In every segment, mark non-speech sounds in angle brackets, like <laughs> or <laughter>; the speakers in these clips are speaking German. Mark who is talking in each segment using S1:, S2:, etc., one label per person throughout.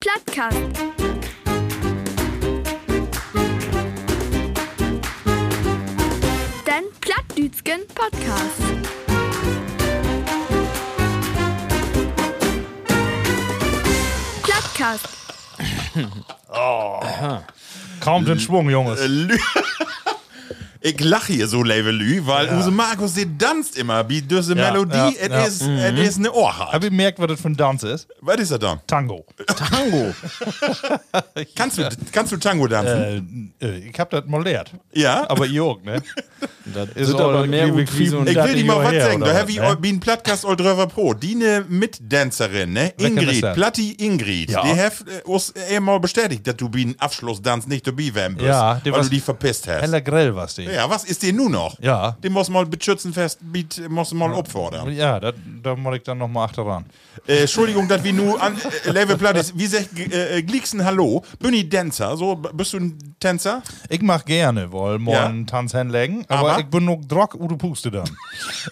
S1: Plattkast. Den Plattdütschen Podcast. Plattkast.
S2: Kaum den Schwung, Junges.
S3: Lü ich lache hier so, Level Lü, weil Use Markus, sie tanzt immer, wie diese
S2: Ja,
S3: Melodie,
S2: ja,
S3: es
S2: ja. Mhm.
S3: ist, es ist eine Ohrhaar.
S2: Hab ich gemerkt, was das für ein Tanz ist?
S3: Was ist das dann?
S2: Tango.
S3: Tango. kannst, du, kannst du Tango tanzen?
S2: Äh, äh, ich hab das mal lehrt.
S3: ja,
S2: Aber ihr auch, ne?
S4: Das
S2: ist
S4: sind
S2: aber
S4: aber mehr
S2: irgendwie
S4: wie wie so ein
S3: ich
S2: das
S3: will dir
S2: nicht
S3: mal was
S2: hierher,
S3: sagen. Da
S2: oder
S3: habe ich
S2: was, ne?
S3: wie ein Plattcast Old River Pro, die eine Mitdancerin, ne?
S2: Wer kann
S3: Ingrid,
S2: das sein?
S3: Platti Ingrid,
S2: Ja.
S3: die hat äh, uns einmal bestätigt, dass du wie ein Abschlusstanz nicht dabei wären bist,
S2: Ja, die
S3: weil du
S2: was-
S3: die verpisst hast.
S2: Heller Grell war's die.
S3: Ja, was ist dir nun noch?
S2: Ja.
S3: Den muss mal beschützenfest, biet, muss mal opfordern.
S2: Ja, dat- da muss ich dann nochmal achteran.
S3: Äh, Entschuldigung, dass wir nur an äh, Level Platt ist. Wie sagt äh, Glicksen Hallo? Bin ich Dancer? So, b- bist du ein Tänzer?
S2: Ich mach gerne, weil morgen
S3: Ja.
S2: Tanz hinlegen, aber,
S3: Aber?
S2: ich bin nur Drock oder
S3: <laughs>
S2: Puste dann.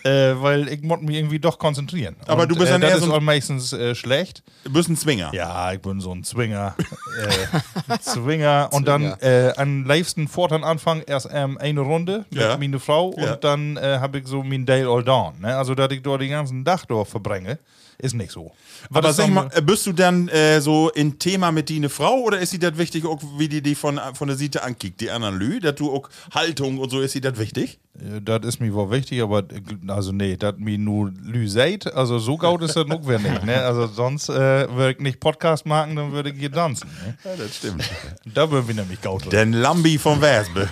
S2: äh, weil ich muss mich irgendwie doch konzentrieren.
S3: Aber du bist
S2: äh,
S3: dann
S2: Das
S3: eher
S2: ist
S3: so ein-
S2: auch meistens äh, schlecht.
S3: Du bist ein Zwinger.
S2: Ja, ich bin so ein Zwinger. <laughs> äh, Zwinger. Und dann äh, am liebsten vor dann Anfang erst ähm, eine Runde mit
S3: Ja.
S2: meiner Frau und
S3: Ja.
S2: dann äh, habe ich so mein Dale All Down. Ne? Also, dass ich dort den ganzen Tag dort verbringe, ist nicht so. Was
S3: Aber
S2: ist
S3: sag
S2: dann-
S3: mal, äh, bist du dann äh, so in Thema mit die eine Frau oder ist sie das wichtig, auch wie die die von, von der Seite ankickt, die anderen Lü, dass du auch Haltung und so, ist sie das wichtig?
S2: Äh, Das ist mir wohl wichtig, aber äh, also nee, das mir nur Lü seid, also so gaut ist das noch wer nicht.
S3: <laughs>
S2: Ne? Also sonst äh, würde ich nicht Podcast machen, dann würde ich hier tanzen. Ne?
S3: Ja, das stimmt.
S2: Da würden wir nämlich gaut.
S3: Denn Lambi von Wesbe.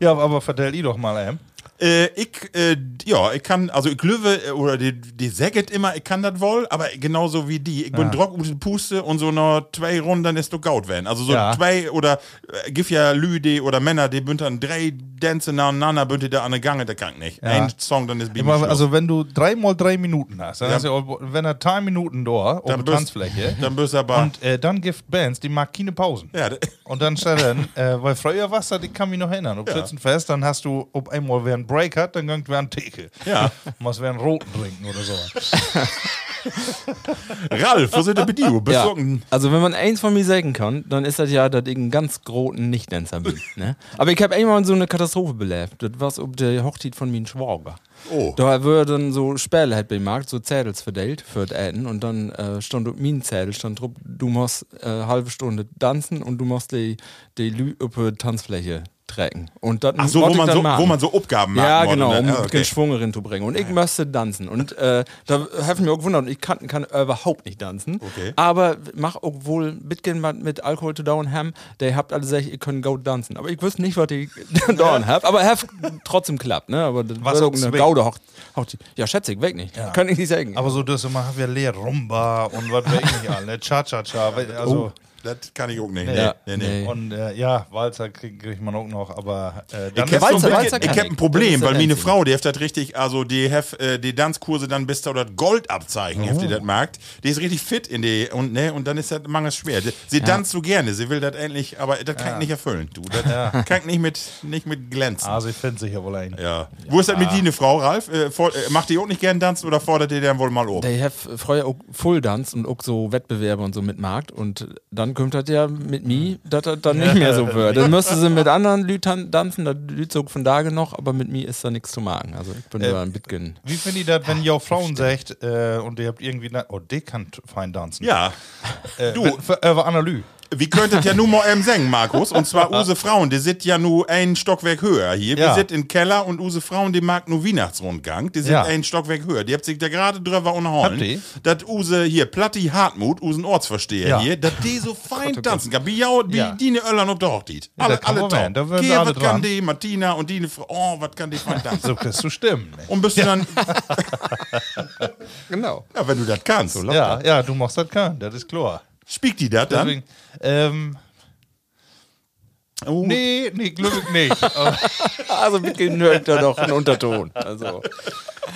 S2: Ja, aber vertell ich doch mal, ähm.
S3: Äh, ich, äh, ja, ich kann, also ich löwe, äh, oder die, die säget immer, ich kann das wohl, aber genauso wie die. Ich bin drock und ich puste und so noch zwei Runden, dann ist doch gaut werden. Also so
S2: Ja.
S3: zwei oder äh, gif ja Lüde oder Männer, die bünd dann drei Dänze nacheinander, bünd die da an der Gange, der kann ich nicht. Ein Song, dann ist Bibi
S2: Immer,
S3: Schluss.
S2: also wenn du dreimal drei Minuten hast, dann
S3: Ja.
S2: hast du, auch- wenn er drei Minuten da auf der
S3: bist-
S2: Tanzfläche
S3: <laughs> Dann bist du aber.
S2: und äh, dann gibt Bands, die mag keine Pausen.
S3: ja, d- <laughs>
S2: Und dann steht dann, äh, weil früher war das, ich kann mich noch erinnern, ob
S3: Ja.
S2: Schützenfest, dann hast du, ob einmal wer einen Break hat, dann gönnt wer einen Theke.
S3: Ja.
S2: Muss wer einen Roten trinken oder so.
S3: Ralf, wo sind denn mit dir? Bist
S4: Ja.
S3: du ein-
S4: Also wenn man eins von mir sagen kann, dann ist das ja, dass ich ein ganz großen
S3: <laughs>
S4: Nicht-Dancer bin. Ne? Aber ich habe einmal so eine Katastrophe belebt. Das war ob der Hochzeit von meinem Schwager.
S3: Oh.
S4: Da wurden so Späle halt beim Markt, so Zettel verdelt für das Essen und dann äh, stand auf mein Zettel, stand drauf, du musst äh, halbe Stunde tanzen und du musst die, die Lü auf die Tanzfläche trecken. Und das
S3: Ach so,
S4: wollte
S3: wo
S4: ich
S3: man
S4: dann
S3: so,
S4: machen.
S3: wo man so Abgaben machen
S4: Ja,
S3: wollte,
S4: genau,
S3: ne?
S4: um
S3: Ah, okay.
S4: den Schwung reinzubringen. Und ich möchte tanzen. Und äh, da habe ich mich auch gewundert, ich kann, kann überhaupt nicht tanzen.
S3: Okay.
S4: Aber mach obwohl mitgehen mit- mit Alkohol zu down haben, der habt alle gesagt, ihr könnt go tanzen. Aber ich wüsste nicht, was ich <laughs> down hab. Aber hab trotzdem klappt, ne? Aber das
S2: Was
S4: war
S2: hat's
S4: eine
S2: weg?
S4: Gaude hoch, hoch, Ja, schätze ich, weg nicht. Kann ich nicht sagen.
S2: Aber so das immer, haben wir leer Rumba und was weiß ich nicht ne? alle, Cha-Cha-Cha.
S3: Oh.
S2: weil- Also,
S3: Das kann ich auch nicht. Nee,
S4: Ja.
S3: nee, nee.
S4: Nee.
S2: Und äh, ja, Walzer kriegt krieg man auch noch, aber äh,
S3: Ich
S2: dann
S3: hab,
S2: ist so
S3: so
S4: Walzer-
S3: ein
S4: Walzer
S3: bisschen,
S4: kann
S3: ich hab
S4: ich.
S3: ein
S4: Das
S3: Problem,
S4: ist
S3: weil
S4: das
S3: meine
S4: Einzige.
S3: Frau, die hat das richtig, also die hef, äh, die Tanzkurse dann bis da oder Gold abzeichen, heft die das merkt. Die ist richtig fit in die und ne und dann ist das manches schwer. Die- Sie tanzt so gerne, sie will das endlich, aber das kann ich nicht erfüllen, du. Das kann ich nicht mit nicht mit glänzen.
S2: Ah, sie findet sich ja wohl ein.
S3: Ja. Wo ist das mit dir, eine Frau, Ralf? Äh, for, äh, macht ihr auch nicht gerne tanzen oder fordert ihr dann wohl mal oben?
S4: Der hat früher auch Full-Dance und auch so Wettbewerbe und so mit Markt. Und dann kommt das ja mit mir, dass das dann nicht mehr so wird. Dann müsste sie mit anderen Lütern tanzen, das Lützog von Tage noch, aber mit mir ist da nichts zu machen. Also ich bin da ein bisschen.
S2: Wie findet ihr das, wenn ihr Frauen sagt äh, und ihr habt irgendwie, na, oh, die kann t- fein tanzen?
S3: Ja.
S2: äh,
S3: du.
S2: wenn- Für, äh, war Analy.
S3: Wir könntet ja nur mal eben singen, Markus. Und zwar Use Frauen, die sind ja nur ein Stockwerk höher hier. Wir
S2: Ja.
S3: sind im Keller und Use Frauen, die mag nur Weihnachtsrundgang. Die sind
S2: Ja.
S3: ein Stockwerk höher. Die habt sich da gerade drüber unterhalten.
S2: Habt ihr?
S3: Dat Use hier, Platti Hartmut, Usen Ortsversteher
S2: Ja. oh
S3: hier, dat die
S2: <laughs>
S3: so fein tanzen kann. Wie ja, wie
S2: Ja.
S3: die ne Öllern ob der Hochzeit.
S2: Ja,
S3: Alle,
S2: da kann
S3: alle
S2: man
S3: top.
S2: werden. Da würden sie
S3: Kehr,
S2: alle
S3: wat kann
S2: dran.
S3: die, Martina und die ne Frau, oh, was kann die fein
S2: <laughs>
S3: tanzen.
S2: So ne? kriegst du Stimmen.
S3: <laughs> Und bist du dann,
S4: Genau.
S3: ja, wenn du das kannst.
S2: <laughs> Ja, ja, du machst das kann, das ist klar.
S3: Spiegt die das dann?
S2: Deswegen, ähm,
S3: Oh,
S2: nee, nee, glücklich nicht. Aber-
S4: Also nörgelt da doch einen Unterton. Also,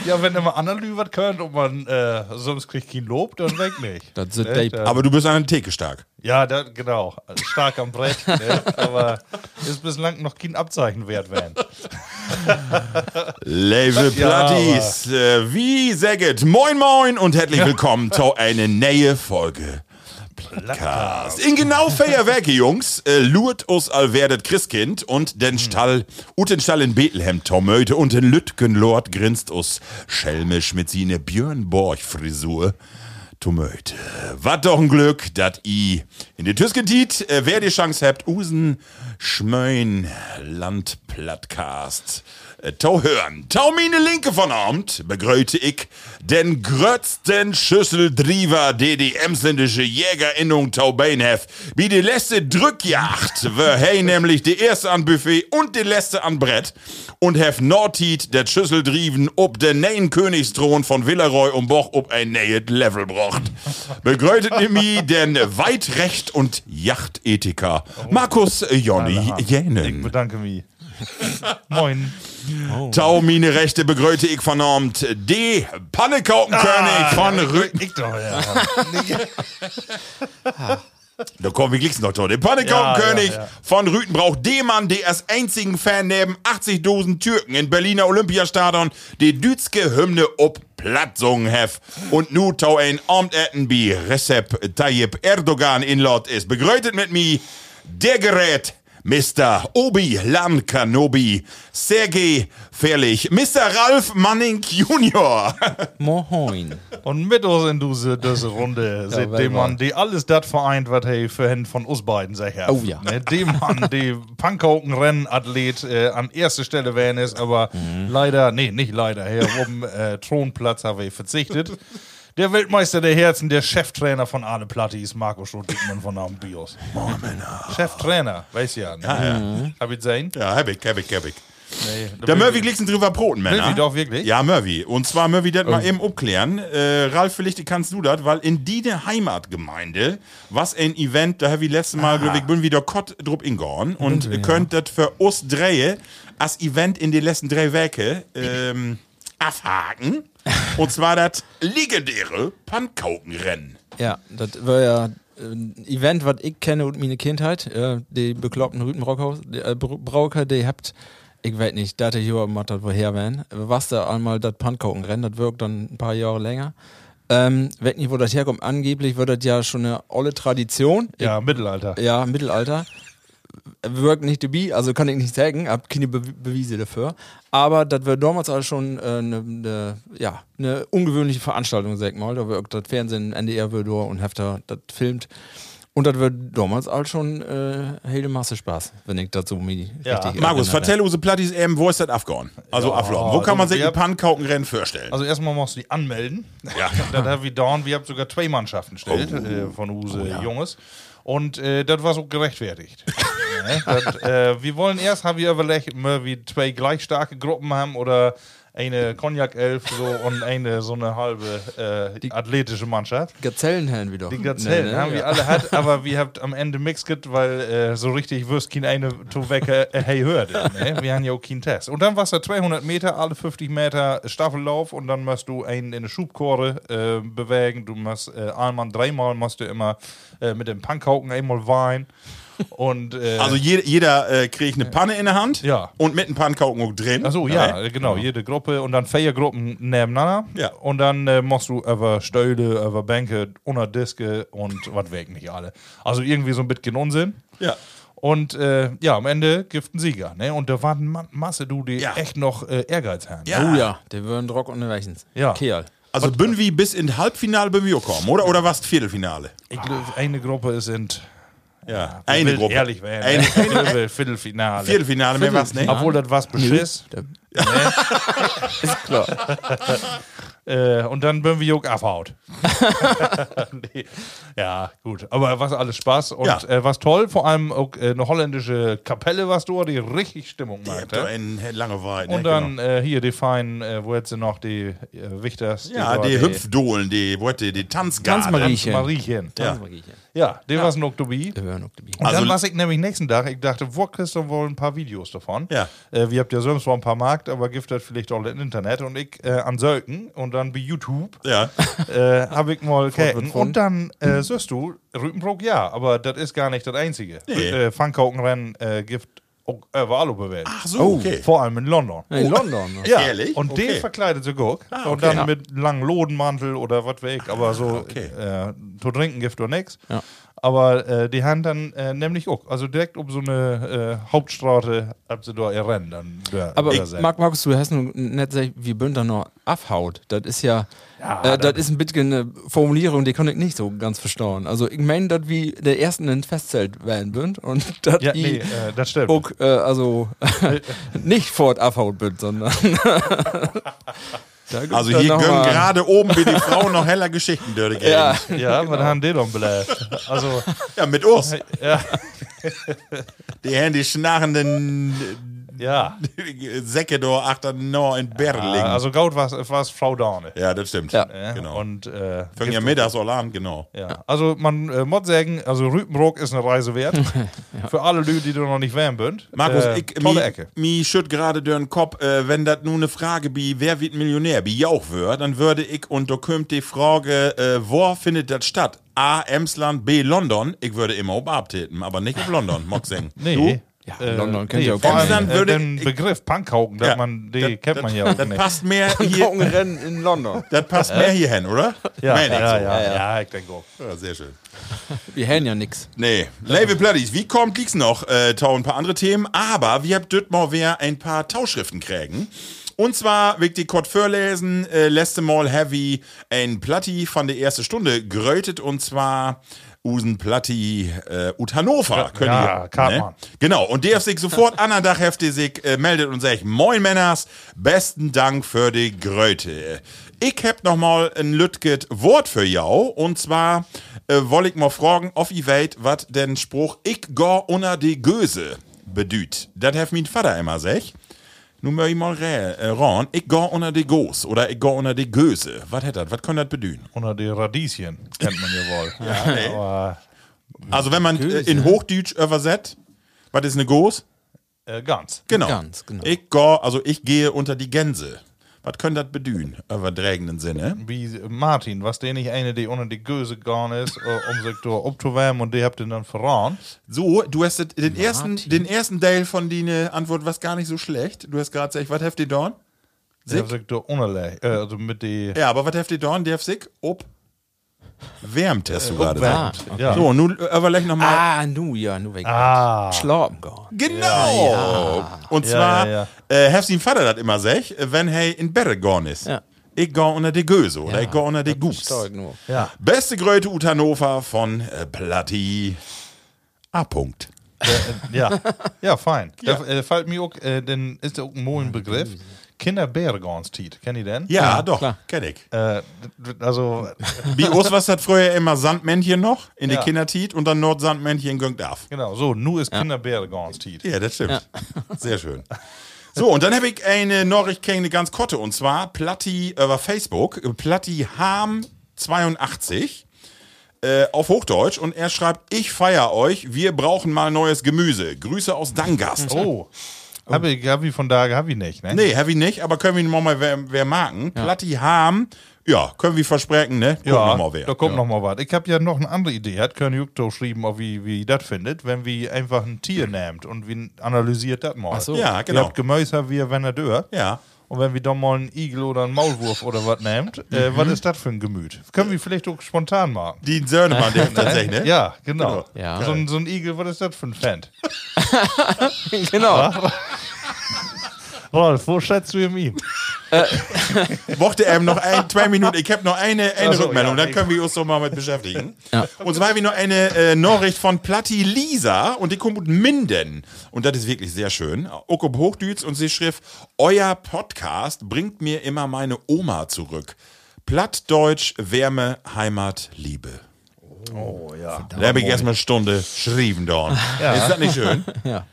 S2: ja, wenn immer anderen Lü was könnt und man äh, sonst kriegt kein Lob, dann weg nicht.
S4: Das sind
S2: Ne,
S4: die-
S2: da-
S3: Aber du bist an der Theke stark.
S2: Ja, da, genau. Stark am Brett, ne? aber ist bislang noch kein Abzeichen wert, wenn.
S3: Label Platties, äh, wie säget, moin moin und herzlich willkommen zu einer neuen Folge. Podcast. In genau Feierwerke, <laughs> Jungs, äh, lurt us all werdet Christkind und den Stall, ut den Stall in Bethlehem, Tomöte und den Lütgenlord grinst us schelmisch mit sine Björn Borch Frisur. Tomöte. Wat doch ein Glück, dat i in den Tüskentit, äh, wer die Chance habt, usen Schmöin Landplattcast. Äh, Tau hören. Tau mine Linke von Abend, begröte ich den grötzten Schüsseldriever, de die emsländische Jägerinnung Tau Bein hef. Wie die letzte Drückjacht, wär hey <laughs> nämlich die erste an Buffet und die letzte an Brett und hef Nordhiet der Schüsseldrieven ob den neuen Königsthron von Villaroy und Boch ob ein neues Level brocht. Begrötet nimi den Weitrecht und Yachtethiker Markus äh, Jonny
S2: Ich
S3: Jänen.
S2: bedanke mich. Moin.
S3: Tau mine Rechte begröte ich vernormt D. Pannekaukenkönig von Rü...
S2: Ah, Ich doch, ja.
S3: Da kommen wir gleich noch drauf. Der Pannekaukenkönig
S2: Ja, ja, ja.
S3: von Rüten braucht den Mann, der als einzigen Fan neben 80 Dosen Türken in Berliner Olympiastadion die dütske Hymne ob Platt sungen hef. Und nu tau ein Amt etten bi Recep Tayyip Erdogan in Lot ist. Begrötet mit mi der Gerät Mr. Obi Wan Kenobi, Sergei Fährlich, Mr. Ralf Manning Jr.
S4: moin.
S2: Und mit uns in diese, diese Runde sind
S4: wer
S2: die
S4: war.
S2: Mann, die alles das vereint, was hey für Händen von uns beiden sei her.
S4: Oh ja.
S2: Ne, die Mann, die Pankauken-Rennathlet äh, an erster Stelle wären ist, aber leider, nee, nicht leider, her oben äh, Thronplatz habe ich verzichtet. Der Weltmeister der Herzen, der Cheftrainer von Arne Platti ist Marco Schuldickmann von Namen Bios. Cheftrainer, weiß ja. Ne? Hab ich gesehen?
S3: Ja, hab ich, hab ich, hab ich.
S2: Nee.
S3: Der Murphy liegt drüber Broten, Männer.
S2: Murphy doch, wirklich? Oh.
S3: Ja, Murphy. Und zwar, Murphy, das mal eben abklären. Äh, Ralf, vielleicht kannst du das, weil in die der Heimatgemeinde, was ein Event, da habe ich letztes
S2: Ah.
S3: Mal, glaub ich bin wieder Kott drup ingeorn und könnt das für uns drehe als Event in den letzten drei Werke ähm,
S2: <laughs>
S3: abhaken. und zwar das legendäre Pankaukenrennen.
S4: Ja, das war ja ein Event, was ich kenne und meine Kindheit. Äh, die bekloppten Rütenbrauker, die, äh, Br- Brauker, die habt, ich weiß nicht, da hatte ich überhaupt das woher wären. Was da einmal das Pankaukenrennen, das wirkt dann ein paar Jahre länger. Ähm, weiß nicht, wo das herkommt. Angeblich wird das ja schon eine olle Tradition.
S2: Ja, Mittelalter.
S4: Ich, ja, Mittelalter. Wirkt nicht to be, also kann ich nicht sagen, hab keine Be Beweise dafür. Aber das war damals auch schon eine äh, ne- ne, ja, ne ungewöhnliche Veranstaltung, sag ich mal. Da wirkt das Fernsehen, NDR wird da und Hefter das filmt. Und das wird damals auch schon äh, hele Masse Spaß, wenn ich dazu mich
S2: Ja. genau
S4: richtig
S3: Markus,
S4: erinnere.
S3: vertell unsere Plattis eben, wo ist das abgehauen? Also, abgelaufen. Wo
S2: also
S3: kann man sich
S2: wir-
S3: ein Pankaukenrennen vorstellen?
S2: Also erstmal musst du die anmelden. <laughs>
S3: Ja.
S2: dann haben wir Dorn, wir haben sogar zwei Mannschaften gestellt äh, von Use Junges. Und äh, das war so gerechtfertigt. <laughs> Ne? das, äh, wir wollen erst, haben wir überlegt, ob wir zwei gleich starke Gruppen haben oder eine Cognac 11 so und eine so eine halbe äh, athletische Mannschaft.
S4: Gazellen hören Ne, wieder.
S2: Die Gazellen
S3: ne?
S2: ne? haben wir alle
S3: <laughs>
S2: hat, aber wir habt am Ende Mix get, weil äh, so richtig wirst kein eine to weg, äh, hey hört. Ne?
S3: <laughs>
S2: Wir haben ja auch keinen Test. Und dann warst du 200 Meter, alle 50 Meter Staffellauf und dann musst du einen in eine Schubchore äh, bewegen. Du musst äh, einmal, dreimal musst du immer äh, mit dem Punkhauken einmal weinen. Und,
S3: <laughs>
S2: äh,
S3: Also je, jeder äh, kriegt eine Panne in der Hand
S2: Ja.
S3: und mit einem Pannkauken drin.
S2: Achso, ja, genau, jede Gruppe und dann vier Gruppen nebeneinander.
S3: Ja.
S2: Und dann äh, machst du über Stöhle, über Bänke, unter Diske und was weg nicht alle. Also irgendwie so ein bisschen Unsinn.
S3: Ja.
S2: Und äh, ja, am Ende gibt ein Sieger. Ne? Und da waren Ma Masse, du, die
S3: Ja.
S2: echt noch äh, Ehrgeiz haben.
S3: Ja.
S4: Oh ja, der würden Rock und Weichens.
S2: Ja.
S4: Kerl.
S3: Also bin
S2: äh,
S3: wie bis in Halbfinale bin wir kommen, oder? Oder was Viertelfinale?
S2: Ich glaub, eine Gruppe sind.
S3: Ja.
S2: Ich
S3: Eine
S2: will
S3: Gruppe.
S2: Ehrlich werden. ne?
S3: Eine-
S2: Eine Viertelfinale.
S3: Viertelfinale, mehr was nicht.
S2: Obwohl das was beschiss.
S4: Der- Ist klar.
S2: Äh, und dann bin wir
S3: <laughs>
S2: Jog abhaut. nee. Ja, gut. Aber was alles Spaß und
S3: Ja.
S2: äh, was toll. Vor allem auch, äh, eine holländische Kapelle, was du die richtig Stimmung macht.
S3: Ja,
S2: <laughs> ja?
S3: in genau. Langeweile.
S2: Und dann äh, hier die feinen, äh, wo jetzt sind noch die äh, Wichters?
S3: Ja,
S2: da,
S3: die Hüpfdohlen, die Worte, die Tanzgarde.
S4: Tanzmarie. Mariechen.
S2: Mariechen. Ja, Ah.
S3: Ja.
S2: die war noch dabei.
S4: Wir hören auch die Bier.
S2: Und
S3: Also-
S2: dann war ich nämlich nächsten Tag, ich dachte, wo kriegst du wohl ein paar Videos davon?
S3: Ja.
S2: Äh, wir habt ja sonst zwar ein paar Markt, aber gibt das vielleicht auch im Internet. Und ich äh, an Sölken und dann bei YouTube <laughs>
S3: Ja.
S2: äh, habe
S3: <laughs>
S2: ich mal
S4: wird
S2: gekeken.
S4: von.
S2: Und dann äh, siehst du, Rütenbrook ja, aber das ist gar nicht das Einzige.
S3: Nee.
S2: Äh, Pfankaukenrennen äh, gibt auch überall bewertet.
S3: Ach so,
S4: Oh.
S3: okay.
S2: Vor allem in London.
S4: In London. ne?
S2: Ja,
S3: Ehrlich?
S2: und
S3: Okay.
S2: den verkleidet sie guck.
S3: Ah,
S2: Und
S3: okay.
S2: dann
S3: Ja. Ah,
S2: mit langem Lodenmantel oder was weiß ich, aber so
S3: okay.
S2: äh, zu trinken gibt doch nichts.
S4: Ja.
S2: Aber äh, die haben dann äh, nämlich auch, also direkt um so eine äh, Hauptstraße ab sie da ihr Rennen dann. da-
S4: Aber
S2: da
S4: ich,
S2: sein.
S4: Marc, Markus, du hast nun nicht gesagt, wie Bündner noch abhaut. Das ist ja,
S2: Ja,
S4: äh,
S2: das-
S4: das ist ein bisschen eine Formulierung, die kann ich nicht so ganz verstauen. Also ich meine, dass wie der Ersten in Festzelt werden bünd und <laughs> dass
S2: ja,
S4: ich
S2: nee, äh, das stimmt.
S4: auch, äh, also <laughs> nicht fort abhaut bünd, sondern <laughs> Da gibt's
S3: Also
S4: dann
S3: hier
S4: noch
S3: gönnen
S4: mal-
S3: gerade oben wie die Frauen noch heller Geschichten,
S2: <laughs>
S3: Dörde
S4: Ja.
S3: ja.
S2: Ja, genau. was haben die dann bleibt? Also,
S3: ja, mit uns.
S2: ja, <laughs>
S3: Die Handy schnarrenden <laughs> äh,
S2: ja.
S3: Säcke da achter Nor in Berling.
S2: ja
S3: Ja,
S2: also, Gaut war es Frau Dorne.
S3: das stimmt.
S4: Ja.
S2: ne?
S3: Genau.
S2: Und, äh,
S3: Fangen ja
S2: gibt-
S3: mittags all an, genau.
S2: Ja. Also man äh, muss sagen, also Rüpenbrook ist eine
S3: <laughs>
S2: Reise wert. Für alle Leute, die du noch nicht wärm bünd.
S3: Markus,
S2: äh,
S3: ich,
S2: tolle
S3: mi-
S2: Ecke.
S3: mi schütt gerade dörren Kopf, äh, wenn das nur eine Frage wie, wer wird Millionär, wie jauch wird, dann würde ich, und da kommt die Frage, äh, wo findet das statt? A, Emsland, B, London. Ich würde immer ob abtäten, aber nicht auf London, Moxing.
S2: <laughs> Nee.
S4: Ja, London kennt ihr auch
S2: vor
S4: gar
S3: nicht.
S2: allem, äh,
S3: Würde
S2: den
S3: ich-
S2: Begriff Punkhauken,
S3: Ja,
S2: ja, man, den kennt man ja auch
S3: Das
S2: nicht.
S3: passt
S2: <laughs>
S3: mehr hier,
S4: Rennen in London.
S3: das passt mehr hierhin, oder?
S2: Ja,
S3: Meine ich
S2: ja,
S3: so.
S2: ja, ja, ich denke auch.
S3: Ja, sehr schön.
S4: Wir hätten ja nix.
S3: Nee,
S2: Äh.
S3: Label Platties, wie kommt, liegt's noch? Äh, tau ein paar andere Themen, aber wir habt Düttmau wer ein paar Tauschriften krägen. Und zwar will die Kurt Förlesen, äh, letzte Mal Heavy ein Platti von der ersten Stunde grötet und zwar Usen Platti äh, ut Hannover. Können
S2: ja,
S3: ihr,
S2: Kartmann.
S3: Genau, und der sich sofort an der Dach heftig sich, äh, meldet und sagt, moin Männers, besten Dank für die Gröte. Ich hab nochmal ein Lütget Wort für jou, und zwar äh, woll ich mal fragen, auf ihr weit, wat denn Spruch, ich go unter die Göse bedüht. Das hef mein Vater immer sech. Nun möcht ich mal rä- äh, ran, ich go unter die Gos oder ich go unter die Göse. Wat hätt dat, wat könnt dat bedühen?
S2: Unter die Radieschen kennt man ja wohl. ja,
S3: nee.
S2: Äh, Aber
S3: Also wenn man äh, in Hochdeutsch übersetzt, was ist eine Gos?
S2: äh, ganz.
S3: Genau.
S4: Ganz, genau.
S3: Ich, go, also ich gehe unter die Gänse. Was können das bedühen? Überdrägenden Sinne.
S2: Wie Martin, was der nicht eine, die unter die Göse gegangen ist, äh, um sich da abzuwärmen und die habt ihr dann verraten.
S3: So, du hast det- den ersten, den ersten Teil von deiner Antwort was gar nicht so schlecht. Du hast gerade gesagt, was heft ihr dorn?
S2: Die habt sich da unterlegt, äh, also mit die...
S3: Ja, aber was heft ihr dorn? Der sich ob wärmt, hast du gerade
S4: Ah,
S3: gesagt.
S2: Ja.
S3: So, nun überleg nochmal.
S4: Ah, nu, ja, nu weg.
S2: Ah.
S4: Schlafen gehen.
S3: Genau! Und
S2: Ja,
S3: zwar,
S2: ja,
S3: Äh, heft ihn Vater das immer sech, wenn hey in Berre gorn ist.
S4: Ja.
S3: Ich go unter die Göse oder
S4: Ja,
S3: ich go unter die Guts.
S4: Stark nur.
S2: Ja.
S3: Beste Gröte ut Hannover von äh, Platti A. Punkt.
S2: Ja, ja, fein. Da äh, fällt mir auch, äh, denn ist auch ein molen Begriff. Kinderbeergornstiet, kennt ihr den?
S3: Ja, doch,
S4: klar.
S3: kenn ich.
S2: Äh, d- d- also,
S3: Wie Ostwas hat früher immer Sandmännchen noch in
S2: Ja.
S3: die Kindertit und dann Nordsandmännchen gönnt af.
S2: genau, so, nu ist Kinderbeergornstiet.
S3: Ja, das stimmt. <laughs> Sehr schön. So, und dann habe ich eine Nachricht gekriegt, eine ganz korte, und zwar Platti äh, über Facebook, äh, Platti Ham 82 äh, auf Hochdeutsch und er schreibt, ich feier euch, wir brauchen mal neues Gemüse. Grüße aus Dangast.
S2: Oh, hab ich, hab ich von da, hab ich nicht, ne?
S3: Nee, Heavy nicht, aber können wir ihn mal wer, wer marken? Platti Ham, ja, können wir versprechen, ne? Gucken
S2: Ja,
S3: wir mal wer.
S2: da kommt noch mal was. Ich habe ja noch eine andere Idee. Hat Körn Jukto geschrieben, ob wie, wie ihr das findet, wenn wir einfach ein Tier nehmt und wir analysiert das mal.
S4: Ach so.
S3: Hm. Ja,
S2: Ihr
S3: genau.
S2: habt Gemäuser, wie wenn er dört.
S3: Ja.
S2: Und wenn wir dann mal einen Igel oder einen Maulwurf oder was nehmt, äh,
S3: Mhm.
S2: was ist das für ein Gemüt? Können wir vielleicht auch spontan machen.
S3: Die
S2: <laughs>
S3: Sörnemann, der tatsächlich, ne?
S2: Ja, genau.
S4: Ja.
S2: So, ein, so ein Igel, was ist das für ein Fan?
S4: <laughs> Genau.
S2: <laughs> Rolf, wo schätzt du ihm ihn?
S3: Mochte er noch ein, zwei Minuten. Ich habe noch eine, eine
S2: Ach so,
S3: Rückmeldung,
S2: ja,
S3: dann können wir uns doch mal mit beschäftigen. Und zwar habe ich noch eine äh, Nachricht von Platti Lisa und die kommt aus Minden. Und das ist wirklich sehr schön. Auch ob Hochdütz und sie schrieb, euer Podcast bringt mir immer meine Oma zurück. Plattdeutsch, Wärme, Heimat, Liebe.
S5: Oh ja.
S3: Da habe ich erstmal eine Stunde schrieben dorn. Ist das nicht schön?
S4: Ja.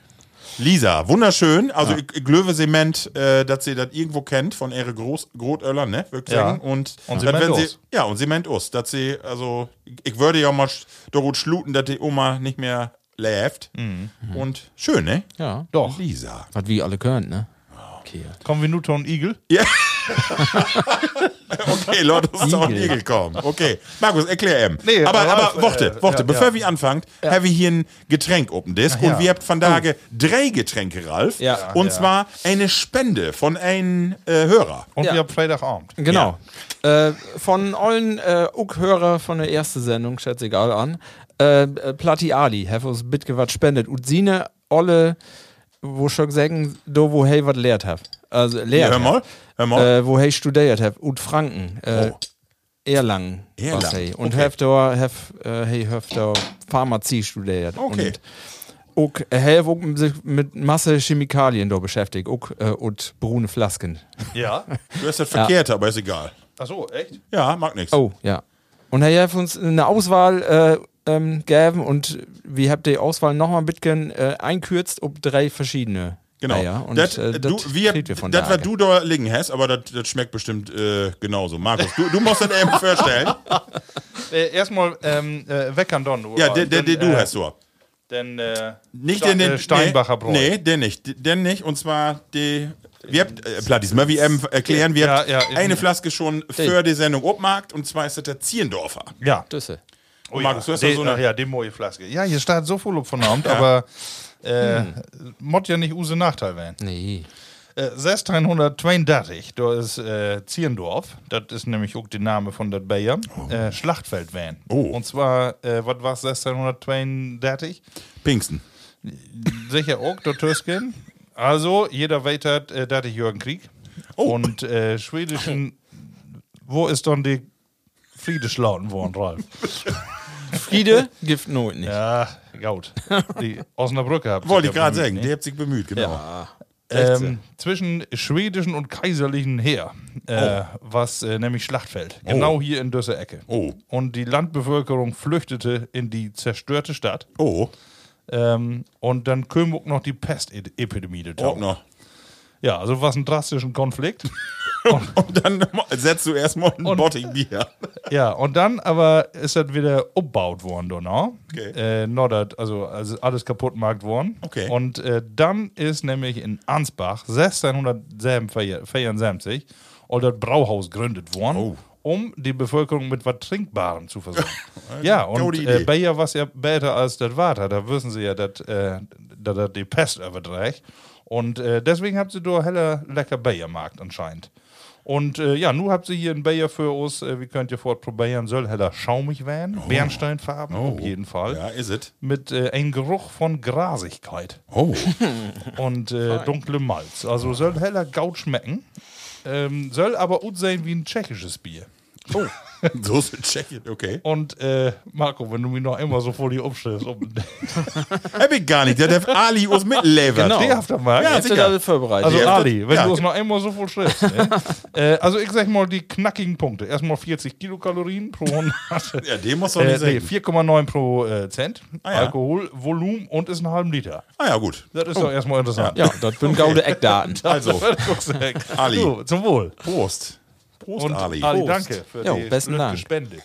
S3: Lisa, wunderschön. Also ich, ich löwe Cement, äh, dass sie das irgendwo kennt von ihre Groß Grotöller, ne? Würd ich
S2: Ja.
S3: sagen. Und,
S2: Und
S3: dann werden
S2: Cement-Us.
S3: Ja, und Cement Us. Dass sie, also ich, ich würde ja mal sch- dort schluten, dass die Oma nicht mehr läft.
S2: Mhm.
S3: Und schön, ne?
S4: Ja.
S2: Doch.
S3: Lisa. <laughs>
S4: Was wie alle können, ne? Okay.
S2: Kommen wir nur zu einem Igel?
S3: Okay, Leute, das ist auch ein
S4: Igel.
S3: Igel kommen. Okay. Markus, erklär eben.
S2: Nee,
S3: aber,
S2: aber-
S3: aber, warte,
S2: äh,
S3: warte,
S2: ja,
S3: bevor
S2: ja.
S3: wir anfangen, haben wir hier ein Getränk open Disk
S2: ja. Oh.
S3: und wir habt von daher drei Getränke, Ralf.
S4: Ja.
S3: Und
S2: Ja.
S3: zwar eine Spende von einem äh, Hörer.
S2: Und
S4: Ja.
S2: wir haben Freitagabend.
S4: Genau. Äh, von allen äh, Uck-Hörer von der ersten Sendung, schätze ich egal an. Äh, äh, Platti Ali, Hefos Bitgewatt spendet. Und sine Olle, wo schon sagen, do wo hey was lehrt hab. Also lehrt.
S3: Hör mal, hör mal.
S4: Äh, wo hey studiert hab. Und Franken. Äh,
S3: Oh.
S4: Erlangen.
S3: Erlangen,
S4: was Hey. Und
S3: okay.
S4: hef da, hef, äh, hey, hef da Pharmazie studiert.
S3: Okay.
S4: Und auch helf auch sich mit Masse Chemikalien da beschäftigt. Auch, äh, und brune Flasken.
S2: Ja.
S3: Du hast das Verkehrte, aber ist egal.
S2: Achso, echt?
S3: Ja, mag nichts.
S4: Oh, ja. Und Herr Jeff uns eine Auswahl äh, ähm, gegeben und wir habt die Auswahl nochmal ein bisschen äh, einkürzt um drei verschiedene.
S3: Genau.
S4: Eier. Und
S3: das,
S4: äh,
S3: äh,
S4: das
S3: du, wir,
S4: kriegt ihr von
S3: das
S4: da.
S3: was du da liegen hast, aber das, das schmeckt bestimmt äh, genauso. Markus, du, du musst das eben
S2: <laughs>
S3: vorstellen.
S2: Äh, erstmal ähm, äh, weckern Don. du.
S3: Ja, der, der, der
S2: Denn,
S3: du
S2: äh,
S3: hast du.
S2: Denn, äh,
S3: Nicht
S2: Sta-
S3: den, den
S2: äh, Steinbacher
S3: nee,
S2: Brot.
S3: Nee, den nicht. Den nicht. Und zwar die. Wir habt, äh, Plattis, mal wie eben erklären, wir
S2: Ja,
S3: habt
S2: ja, eben.
S3: eine Flaske schon für die Sendung Obmarkt und zwar ist das der Zierendorfer.
S2: Ja.
S4: Düsse.
S2: Oh,
S3: Markus, du hast doch so eine-
S2: Ja, die moje Flaske. Ja, hier steht so viel ab von Abend, aber äh,
S3: Hm.
S2: Mott ja nicht Use Nachteil werden.
S4: Nee.
S2: Äh, 1632, da ist äh, Zierendorf, das ist nämlich auch der Name von der Bayer, äh, Schlachtfeld werden.
S3: Oh.
S2: Und zwar, äh, was war 1632?
S3: Pinksten.
S2: Sicher auch, der Tösken. Also, jeder weiß, dass äh, dat ich Jürgen Krieg.
S3: Oh.
S2: Und äh, schwedischen, wo ist dann die Friedeslauten worden, Ralf?
S3: <laughs>
S4: Friede <laughs> gibt Not nicht.
S2: Äh, Ja, gut. Die Osnabrücker habt ihr
S3: Ah. Wollte
S2: ja
S3: ich gerade
S2: bemüht,
S3: sagen,
S2: ne?
S3: der hat sich bemüht, genau.
S2: Ähm, zwischen schwedischen und kaiserlichen Heer, äh, was äh, nämlich Schlachtfeld, genau hier in dieser Ecke.
S3: Oh.
S2: Und die Landbevölkerung flüchtete in die zerstörte Stadt.
S3: Oh,
S2: Ähm, und dann kam auch noch die Pestepidemie. dazu.
S3: auch noch.
S2: Ja, also was ein drastischen Konflikt.
S3: Und dann <laughs> setzt du erstmal ein
S2: Und-
S3: Botting Bier.
S2: ja, und dann aber ist das wieder umbaut worden, Donau.
S3: Okay.
S2: Äh, noddert, also, also alles kaputt gemacht worden.
S3: Okay.
S2: Und äh, dann ist nämlich in Ansbach 1674 all das Brauhaus gegründet worden.
S3: Oh.
S2: Um die Bevölkerung mit was Trinkbarem
S3: <laughs>
S2: zu versorgen. ja, und
S3: gute Idee.
S2: äh, Bayer was ja besser als das Water. Da wissen sie ja, dass äh, dass das die Pest überträgt. Und äh, deswegen habt ihr da heller lecker Bayer-Markt anscheinend. Und äh, ja, nun habt ihr hier einen Bayer für uns. Äh, wie könnt ihr fortprobieren? Soll heller schaumig werden. Bernsteinfarben, auf jeden Fall.
S3: Oh. Ja, ist es.
S2: Mit äh, einem Geruch von Grasigkeit
S3: Oh.
S2: und äh, dunklem Malz. Also soll heller Gaut schmecken. Ähm, soll aber gut sein wie ein tschechisches Bier.
S3: oh. <laughs> so ist es Tschechien, okay.
S2: Und äh, Marco, wenn du mich noch immer so vor die umstellst, um
S3: Hab ich gar nicht, der darf Ali aus mitlevert.
S4: Genau.
S2: der Aftermarkt.
S3: Ja,
S4: Habt ihr
S3: sicher.
S4: da vorbereitet?
S2: Also
S3: Die Hälfte-
S2: Ali, wenn
S3: Ja. genau.
S2: du es noch einmal so voll
S3: <laughs>
S2: schreibst. ne? äh, also ich sag mal die knackigen Punkte. Erstmal 40 Kilokalorien pro 100.
S3: <laughs> Ja, den muss doch
S2: Äh,
S3: nicht
S2: nee,
S3: sehen.
S2: 4,9 pro äh, Cent
S3: Ah, ja.
S2: Alkohol, Volumen und ist einen halben Liter.
S3: Ah ja, gut.
S2: Das ist doch erstmal interessant. <laughs>
S4: Ja, das sind gaude Eckdaten.
S3: Also, Ali.
S2: Du, zum Wohl.
S3: Prost. Prost,
S2: Und
S3: Ali.
S2: Ali,
S3: Prost.
S2: danke für
S4: Jo,
S2: die
S4: besten
S2: blöde
S4: Dank.
S2: Spende.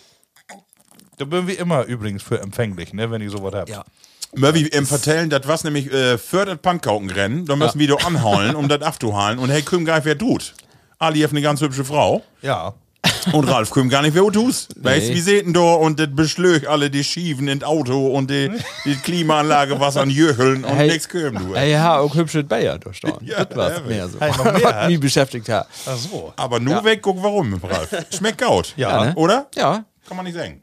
S2: Da bin wir immer übrigens für empfänglich, ne, wenn ich sowas hab.
S4: Ja.
S3: Murphy, im Vertellen, das was nämlich äh, für das Pannkaukenrennen, da müssen wir doch anhauen, um das abzuhalen. Und hey, Küm gar nicht, wer tut. Ali hat eine ganz hübsche Frau.
S2: Ja.
S3: Und Ralf Küm gar nicht, wer tut. Weißt wie seht denn da? Und das beschlöch alle die Schieven in das Auto und die, die Klimaanlage was an Jöcheln und
S4: Hey.
S3: nix Küm, du.
S4: Ja, ja, auch hübsche Bayer durchstauen.
S3: Ja,
S4: das war's
S3: ja,
S4: mehr so. <laughs>
S2: Hey, noch mehr
S4: Was
S2: hat.
S4: mich beschäftigt hat.
S2: Ach so.
S3: Aber nur weg, guck warum, Ralf. Schmeckt gaut.
S2: Ja,
S4: ne?
S3: Oder?
S4: Ja.
S3: Kann man nicht sagen.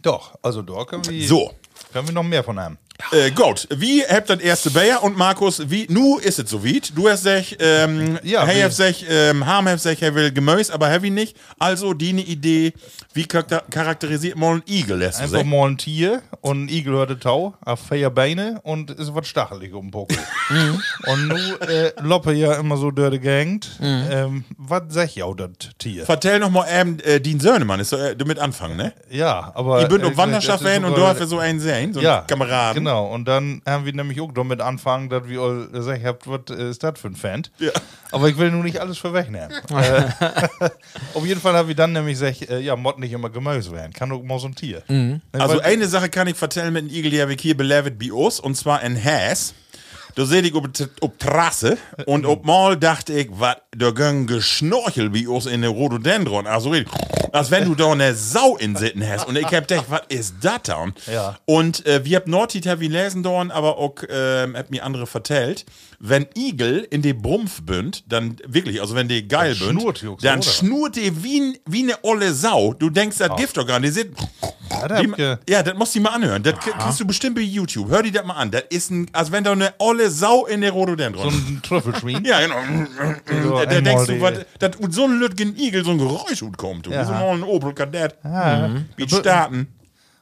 S2: Doch, also da können wir,
S3: So.
S2: können wir noch mehr von haben.
S3: Äh, gut, wie habt das erste Bayer und Markus, wie, nu ist es so weit. Du hast sech, ähm,
S2: Ja,
S3: hey,
S2: wie-
S3: hab sech, ähm, Harm hab sech, er will Gemäß, aber heavy nicht. Also, die ne Idee, wie charakter charakterisiert man einen Igel, lässt du
S2: Einfach
S3: sech.
S2: mal ein Tier und ein Igel hörte Tau, auf vier Beine und ist was stachelig um den Buckel.
S3: Mhm.
S2: und nu äh, Loppe ja immer so dörde gehängt.
S3: Mhm.
S2: Ähm, was sag ich auch das Tier?
S3: Vertell noch mal eben, äh, Dean Sörnemann, ist so, äh, damit anfangen, ne?
S2: Ja, aber.
S3: Die bünd
S2: äh,
S3: um Wanderschaft
S2: das ist
S3: werden und
S2: sogar-
S3: du hast ja so einen sehen, so einen
S2: ja,
S3: Kameraden.
S2: Genau, und dann haben wir nämlich auch damit anfangen, dass wir all gesagt habt, was äh, ist das für ein Fan?
S3: Ja.
S2: Aber ich will nun nicht alles
S3: <laughs>
S2: vorwegnehmen. äh, <laughs> auf jeden Fall haben wir dann nämlich gesagt, äh, ja, Mott nicht immer Gemäuse werden, kann auch mal so ein Tier.
S3: Also
S2: Weil-
S3: eine Sache kann ich vertellen mit dem Igel, die habe ich hier belevet bei uns, und zwar in Haas. Da sehe ich ob, ob Trasse und ob mal dachte ich, was, da gönn geschnorchel bei uns in den Rhododendron. Also richtig, als wenn du da eine Sau in Sitten hast. Und ich hab gedacht, was ist das da?
S2: Ja.
S3: Und äh, wir hab Nordtit hab ich lesen dorn, aber auch ähm, hab mir andere vertellt, wenn Igel in den Brumpf bünd, dann wirklich, also wenn die geil
S2: Dann
S3: bünd,
S2: schnurrt die auch so,
S3: dann
S2: oder?
S3: schnurrt die wie, n- wie eine olle Sau. Du denkst, das Gift doch gar nicht. Die sind
S2: Ja, da hab
S3: die,
S2: ich, äh,
S3: ma- ja, das musst du mal anhören. Das k- kriegst du bestimmt bei YouTube. Hör dir das mal an. Das ist ein, als wenn da eine olle Sau in der
S2: so
S3: Rhododendron.
S2: ein Trüffelschwein.
S3: ja, genau.
S2: So
S3: da da
S2: einmal
S3: denkst du,
S2: die-
S3: was, das tut so ein lütgen Igel, so ein Geräusch gut kommt. Du
S2: Ja.
S3: bist mal ein Opel Kadett.
S2: Ja.
S3: Wie Mhm. starten.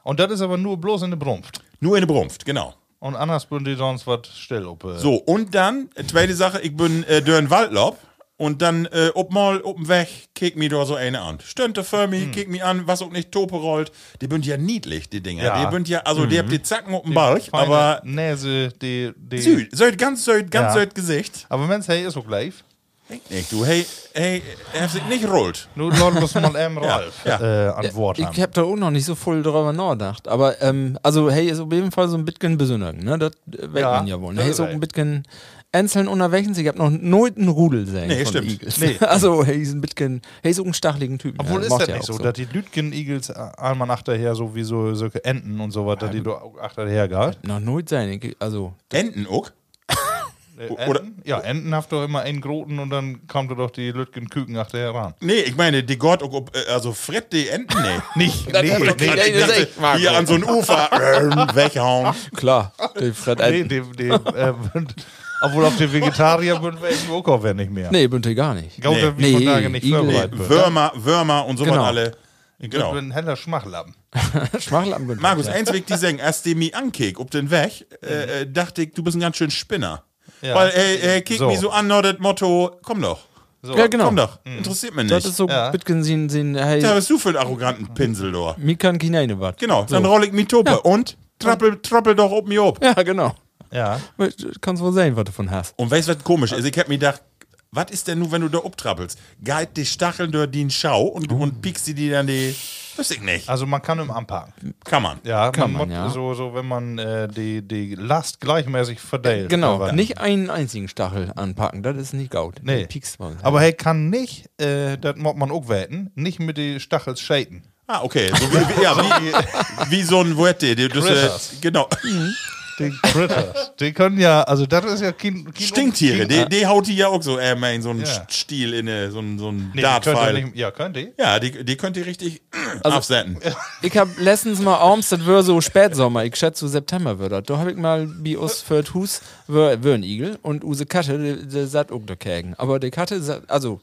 S2: Und das ist aber nur bloß in der Brumpft.
S3: Nur in der Brumpft, genau.
S2: Und anders würden die sonst was still ob. äh,
S3: So, und dann, äh, zweite Sache, ich bin äh, Dörn Waldlaub. Und dann, äh, ob mal, ob weg, kick mir da so eine an. Stönte für
S2: Hm.
S3: mich, kick mir an, was auch nicht, Tope rollt. Die bünd ja niedlich, die Dinger.
S2: Ja. Hm.
S3: Die bünd ja, also die habt die Zacken auf dem Balch,
S2: feine
S3: aber
S2: Näse, die. die
S3: Süd, süd, ganz süd, ganz
S2: Ja.
S3: süd Gesicht.
S2: Aber wenn's hey ist auch live.
S3: Ich, du, hey, hey, er hat sich nicht rollt.
S2: Nur lassen wir's <laughs> mal M.
S3: Ja,
S2: Ralf
S3: ja.
S2: Äh, antworten.
S4: Ich hab da auch noch nicht so voll drüber nachgedacht. Aber, ähm, also, hey, ist auf jeden Fall so ein bisschen besonders, ne? Das äh, weiß
S2: Ja,
S4: man ja wohl. Ne?
S2: das
S4: Hey,
S2: ist
S4: ist auch
S2: right.
S4: ein bisschen einzeln unterwegs. Ich hab noch nooit einen Rudel sehen.
S3: Nee,
S4: von
S3: stimmt.
S4: Igels.
S2: Nee.
S4: <laughs> Also, hey, ist ein bisschen, hey, ist auch ein stacheligen Typen.
S2: Obwohl
S4: ja,
S2: ist
S4: macht
S2: das
S4: ja
S2: nicht
S4: auch
S2: so, dass die Lütgen-Igels einmal nachterher so wie so solche Enten und so was, dass die du auch achterher galt.
S4: Noch nooit sein. Ich- Also,
S3: Entenuck?
S2: Äh,
S3: O- oder-
S2: Enten? Ja, Enten habt doch immer einen Groten und dann kommt doch die Lütgen-Küken achterher ran.
S3: Nee, ich meine, die Gott, ob- ob- äh, also Fred, die Enten, nee.
S2: Nicht, nee, nee,
S3: Ich
S4: nee, <laughs> das ist echt,
S3: dachte,
S4: Marco.
S3: hier an so ein Ufer ähm, weghauen.
S2: <laughs>
S4: klar. Die Fred
S2: nee, dem, dem, äh, obwohl auf den Vegetarier würden wir irgendwo auch wenn nicht mehr.
S4: Nee, Bunte gar nicht.
S2: Gaut nee,
S4: Nee,
S2: wie von Tage nicht
S4: Igel.
S2: vorbereitet wird.
S3: Würmer, Würmer und so
S4: Genau.
S3: was alle.
S2: Genau.
S3: Genau.
S2: Ein heller Schmachlappen.
S4: Schmachel am Günther.
S3: Markus, eins weg, die sagen, erst dem ich ankick, ob den weg, äh, äh, dachte ich, du bist ein ganz schön Spinner.
S2: Ja.
S3: Weil, äh, äh, kick
S2: So.
S3: mich so an, das Motto, komm doch.
S2: So.
S4: Ja, genau.
S3: Komm doch, interessiert mich
S4: Das
S3: nicht.
S4: ist so
S2: Ja.
S4: Bitken sehen, sehen, hey,
S3: Was bist du für einen arroganten Pinsel, da?
S4: mir kann keine was.
S3: Genau,
S4: So.
S3: dann roll ich mich Tope und trappel, trappel doch oben hier ob.
S4: Ja, genau.
S2: Ja.
S4: Kannst wohl sehen, was du von hast.
S3: Und weißt du, was komisch ist? Ich hab mir gedacht, was ist denn nun, wenn du da obtrappelst? Geit die Stacheln durch die Schau und,
S2: Oh.
S3: und piekst die die dann die. Wüsste ich nicht.
S2: Also man kann im Anpacken.
S3: Kann man.
S2: Ja,
S4: Kann
S2: man,
S4: man,
S2: muss
S4: ja.
S2: So, so, wenn man äh, die, die Last gleichmäßig verteilt.
S4: Genau,
S2: Aber-
S4: nicht einen einzigen Stachel anpacken, das ist nicht gaut.
S2: Nee.
S4: Piekst mal.
S2: Aber hey, kann nicht, äh, das mag man auch wetten, nicht mit den Stachels shaten.
S3: Ah, okay. So wie, wie, ja,
S2: <laughs>
S3: wie, wie so ein Wette. die- Das, äh,
S2: Critters.
S3: genau.
S2: <laughs> Die Critters.
S4: <laughs>
S2: die können ja, also das ist ja kein. kein
S3: Stinktiere. Die,
S2: kein-
S3: die haut die ja auch so äh, in so einen
S2: Ja.
S3: Stiel, in äh, so einen, so einen
S2: Nee, die könnt ihr
S3: Dartpfeil.
S2: nicht, Also, ja, könnt ihr.
S3: Ja, die, die könnt ihr richtig <clears throat> absenden.
S2: äh,
S4: Ich hab letztens mal abends, das wär so Spätsommer, ich schätze so September wird das. Da hab ich mal bei uns für das Hus wär, wär ein Igel und use Katte, die, die satt auch der Kägen. Aber die Katte, satt- also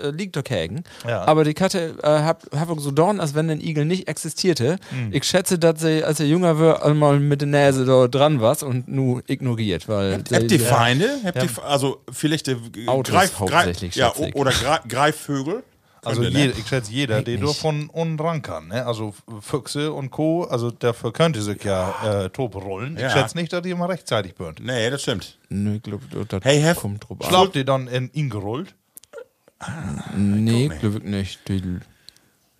S4: äh, liegt der Kägen,
S2: Ja.
S4: aber die Katte äh, hab, hab auch so dorn, als wenn der Igel nicht existierte.
S3: Hm.
S4: Ich schätze, dass sie, als er jünger war, einmal mit der Nase da dran war und nu ignoriert, weil...
S3: Habt
S4: die-
S3: ihr Feinde? Habt ihr, also vielleicht äh,
S4: Autos
S3: Greif,
S4: hauptsächlich,
S3: Greif, ja,
S4: schätze ich.
S3: oder Gra- Greifvögel?
S2: Also
S3: Könnte, ne?
S2: je, ich schätze jeder, der nur von unten ran kann. Ne? Also Füchse und Co., also dafür könnte sich ja äh, Tope rollen.
S3: Ja.
S2: Ich schätze nicht, dass die immer rechtzeitig burnt.
S3: Nee, das stimmt.
S4: Nö, ich glaub, das
S3: Hey, Hef,
S4: kommt drauf an.
S2: Schlaubt ihr dann in ihn gerollt?
S4: Nee, glaub ich nicht. Die,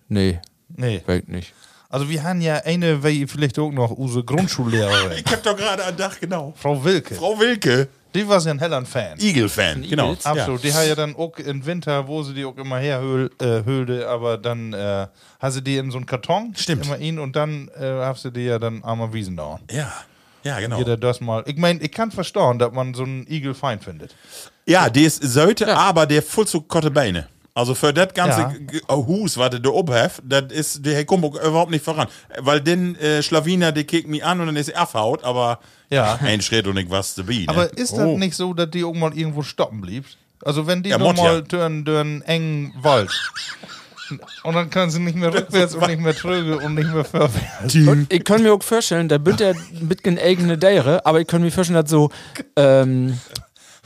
S4: nee,
S2: Nee.
S4: weiß nicht.
S2: Also wir haben ja eine, weil ihr vielleicht auch noch unsere Grundschullehrerin.
S3: Ich hab doch gerade an Dach, genau.
S2: Frau Wilke.
S3: Frau Wilke,
S2: Die war ja ein heller Fan.
S3: Igel-Fan. Genau.
S4: Igels?
S2: Absolut. Die hat ja dann auch im Winter, wo sie die auch immer herhöhlte, äh, höhlte, aber dann äh, hat sie die in so einen Karton.
S3: Stimmt.
S2: Immer ihn und dann äh, hat sie die ja dann einmal Wiesen dauern.
S3: Ja. Ja, genau.
S2: Jeder das mal. Ich meine, ich kann verstauen, dass man so einen Igel fein findet.
S3: ja, die ist Söte, aber der voll zu kotte Beine. Also für das ganze
S2: Ja.
S3: G- äh, Hus, was du opheft, das ist der Herr Kumburg überhaupt nicht voran. Weil den äh, Schlawiner, der kickt mich an und dann ist er abhaut, aber
S2: Ja.
S3: <laughs> ein Schritt und ich was zu bieten.
S2: Aber
S4: oh.
S2: ist
S3: Oh.
S2: das nicht so, dass die irgendwann irgendwo stoppen blieb? Also wenn die
S3: Ja,
S2: ja,
S3: Mott, ja.
S2: nochmal durch einen engen Wald und dann können sie nicht mehr rückwärts und nicht mehr tröge und nicht mehr vorwärts.
S4: Und Hm. ich kann mir auch vorstellen, da
S2: <laughs>
S4: bünd er ein bisschen eigene Dere, aber ich kann mir vorstellen, dass so ähm,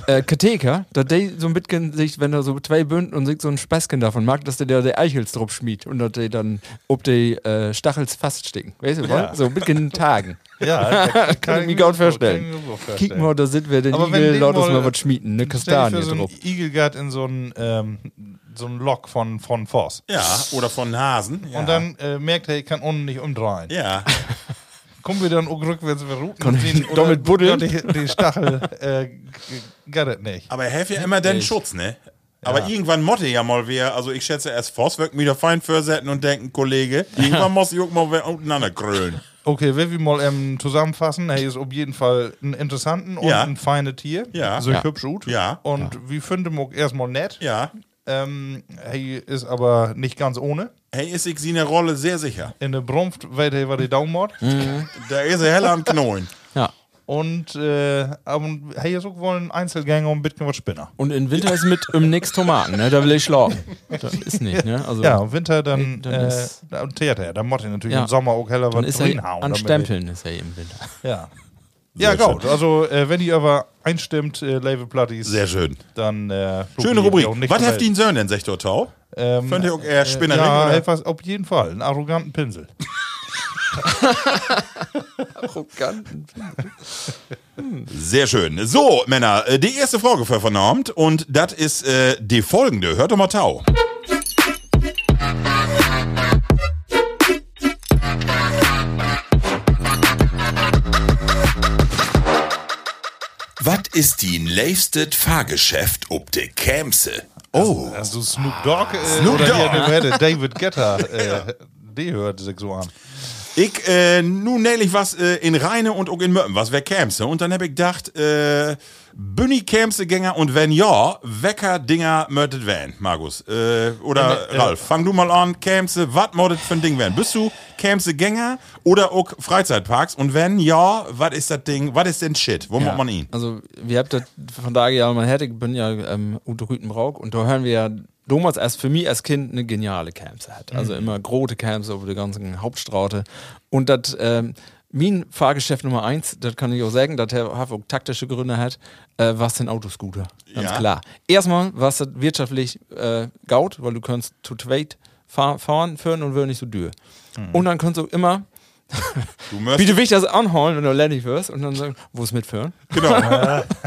S4: äh, Katheker, dass die so ein bisschen sich, wenn da so zwei bünden und sich so ein Späßchen davon macht, dass der der der Eichels drauf schmied und dass die dann ob die äh, Stachels faststecken. Weißt du, was? so ein bisschen
S2: <laughs>
S4: tagen.
S2: Ja, das
S4: Kann ich mir gut vorstellen. Kick mal, da sind wir den
S2: Aber wenn
S4: Igel,
S2: die
S4: laut uns
S2: mal-
S4: mal was schmieden, ne Kastanie
S2: so ein
S4: drauf.
S2: Igelgard in so ein ähm, so ein Lock von von Voss.
S3: ja, oder von Hasen. Ja.
S2: Und dann äh, merkt er, ich kann unten nicht umdrehen.
S3: Ja.
S2: Kommen wir dann auch rückwärts wir ruten und sehen,
S4: <laughs> damit
S2: oder-
S4: buddeln?
S2: Ja, Die, die Stachel äh, g- garret nicht.
S3: Aber helf ja immer den Schutz, ne? Aber irgendwann motte ja mal wer, also ich schätze erst Voss wirkt wieder fein versetzen und denken, Kollege, <laughs> irgendwann muss ich auch mal wer untereinander krölen.
S2: Okay, wenn wir mal ähm, zusammenfassen, er ist auf jeden Fall einen interessanten und
S3: Ja.
S2: ein feines Tier.
S3: Ja.
S2: So
S4: Ja.
S2: hübsch gut.
S3: Ja.
S2: Und wir finden ihn auch erstmal nett.
S3: Ja.
S2: Ähm, er ist aber nicht ganz ohne.
S3: Hey, ist ich seine Rolle sehr sicher.
S2: In der Brunft weiß er, was die Daumen hat.
S4: Hm.
S3: Da ist er heller am Knochen.
S4: Ja.
S2: Und äh, aber er ist auch wohl ein Einzelgänger und ein bisschen was Spinner.
S4: Und im Winter ist mit im nix Tomaten, ne? Da will ich schlafen. Das ist nicht, ne? Also
S2: Ja, im Winter dann,
S4: Dann
S2: äh,
S4: ist-
S2: dann teert er. Dann macht er natürlich
S4: Ja.
S2: im Sommer auch heller
S4: dann
S2: was
S4: ist
S2: drin
S4: er
S2: hauen.
S4: an
S2: damit-
S4: Stempeln ist er im Winter.
S2: Ja. Ja, gut. Also, äh, wenn ihr aber einstimmt, äh, Label Platties,
S3: Sehr schön.
S2: dann. Äh,
S3: Schöne Rubrik. Was
S2: hat
S3: heft ihn Söhnen denn, Sektor Tau?
S2: Ähm,
S3: Könnt ihr auch eher Spinnerin
S2: ja,
S3: oder?
S2: etwas, auf jeden Fall. Einen arroganten Pinsel.
S3: Sehr schön. So, Männer, äh, die erste Frage für vernormt und das ist äh, die folgende. Hört doch mal Tau. Was ist die leifste Fahrgeschäft ob de Kämse? Oh,
S2: Also Snoop Dogg äh,
S3: Snoop
S2: oder
S3: Dogg.
S2: Hier, wer hätte David Guetta, äh, die hört sich so an.
S3: ich äh, nun nähl ich was äh, in Rheine und auch in Möppen, was wär Kämse? Und dann hab ich gedacht, äh, Bunny Kämsegänger und wenn ja, Wecker Dinger mördet wän, Markus. Äh, oder Ralf, fang du mal an, Kämse, wat mordet für ein Ding wän? Bist du Kämsegänger oder auch Freizeitparks? Und wenn ja, wat ist das Ding, wat ist denn Shit? Wo macht man ihn?
S4: Also, wir habt das von daher ja mal hätte, ich bin ja ähm, Ute Rütenbrauck und da hören wir ja damals erst für mich als Kind eine geniale Camps hat. Also immer große Camps über die ganzen Hauptstraute. Und das, ähm, mein Fahrgeschäft Nummer eins, das kann ich auch sagen, dass er auch taktische Gründe hat, äh, was den Autoscooter. Ganz
S3: Ja.
S4: klar. Erstmal, was das wirtschaftlich äh, gaut, weil du kannst zu zweit fahr- fahren, führen und wir nicht so dür. Und dann kannst du immer,
S3: Du
S4: wie
S3: möchtest,
S4: du willst das anholen, wenn du Lenny wirst und dann sagen, wo ist mitführen? <laughs>
S3: genau.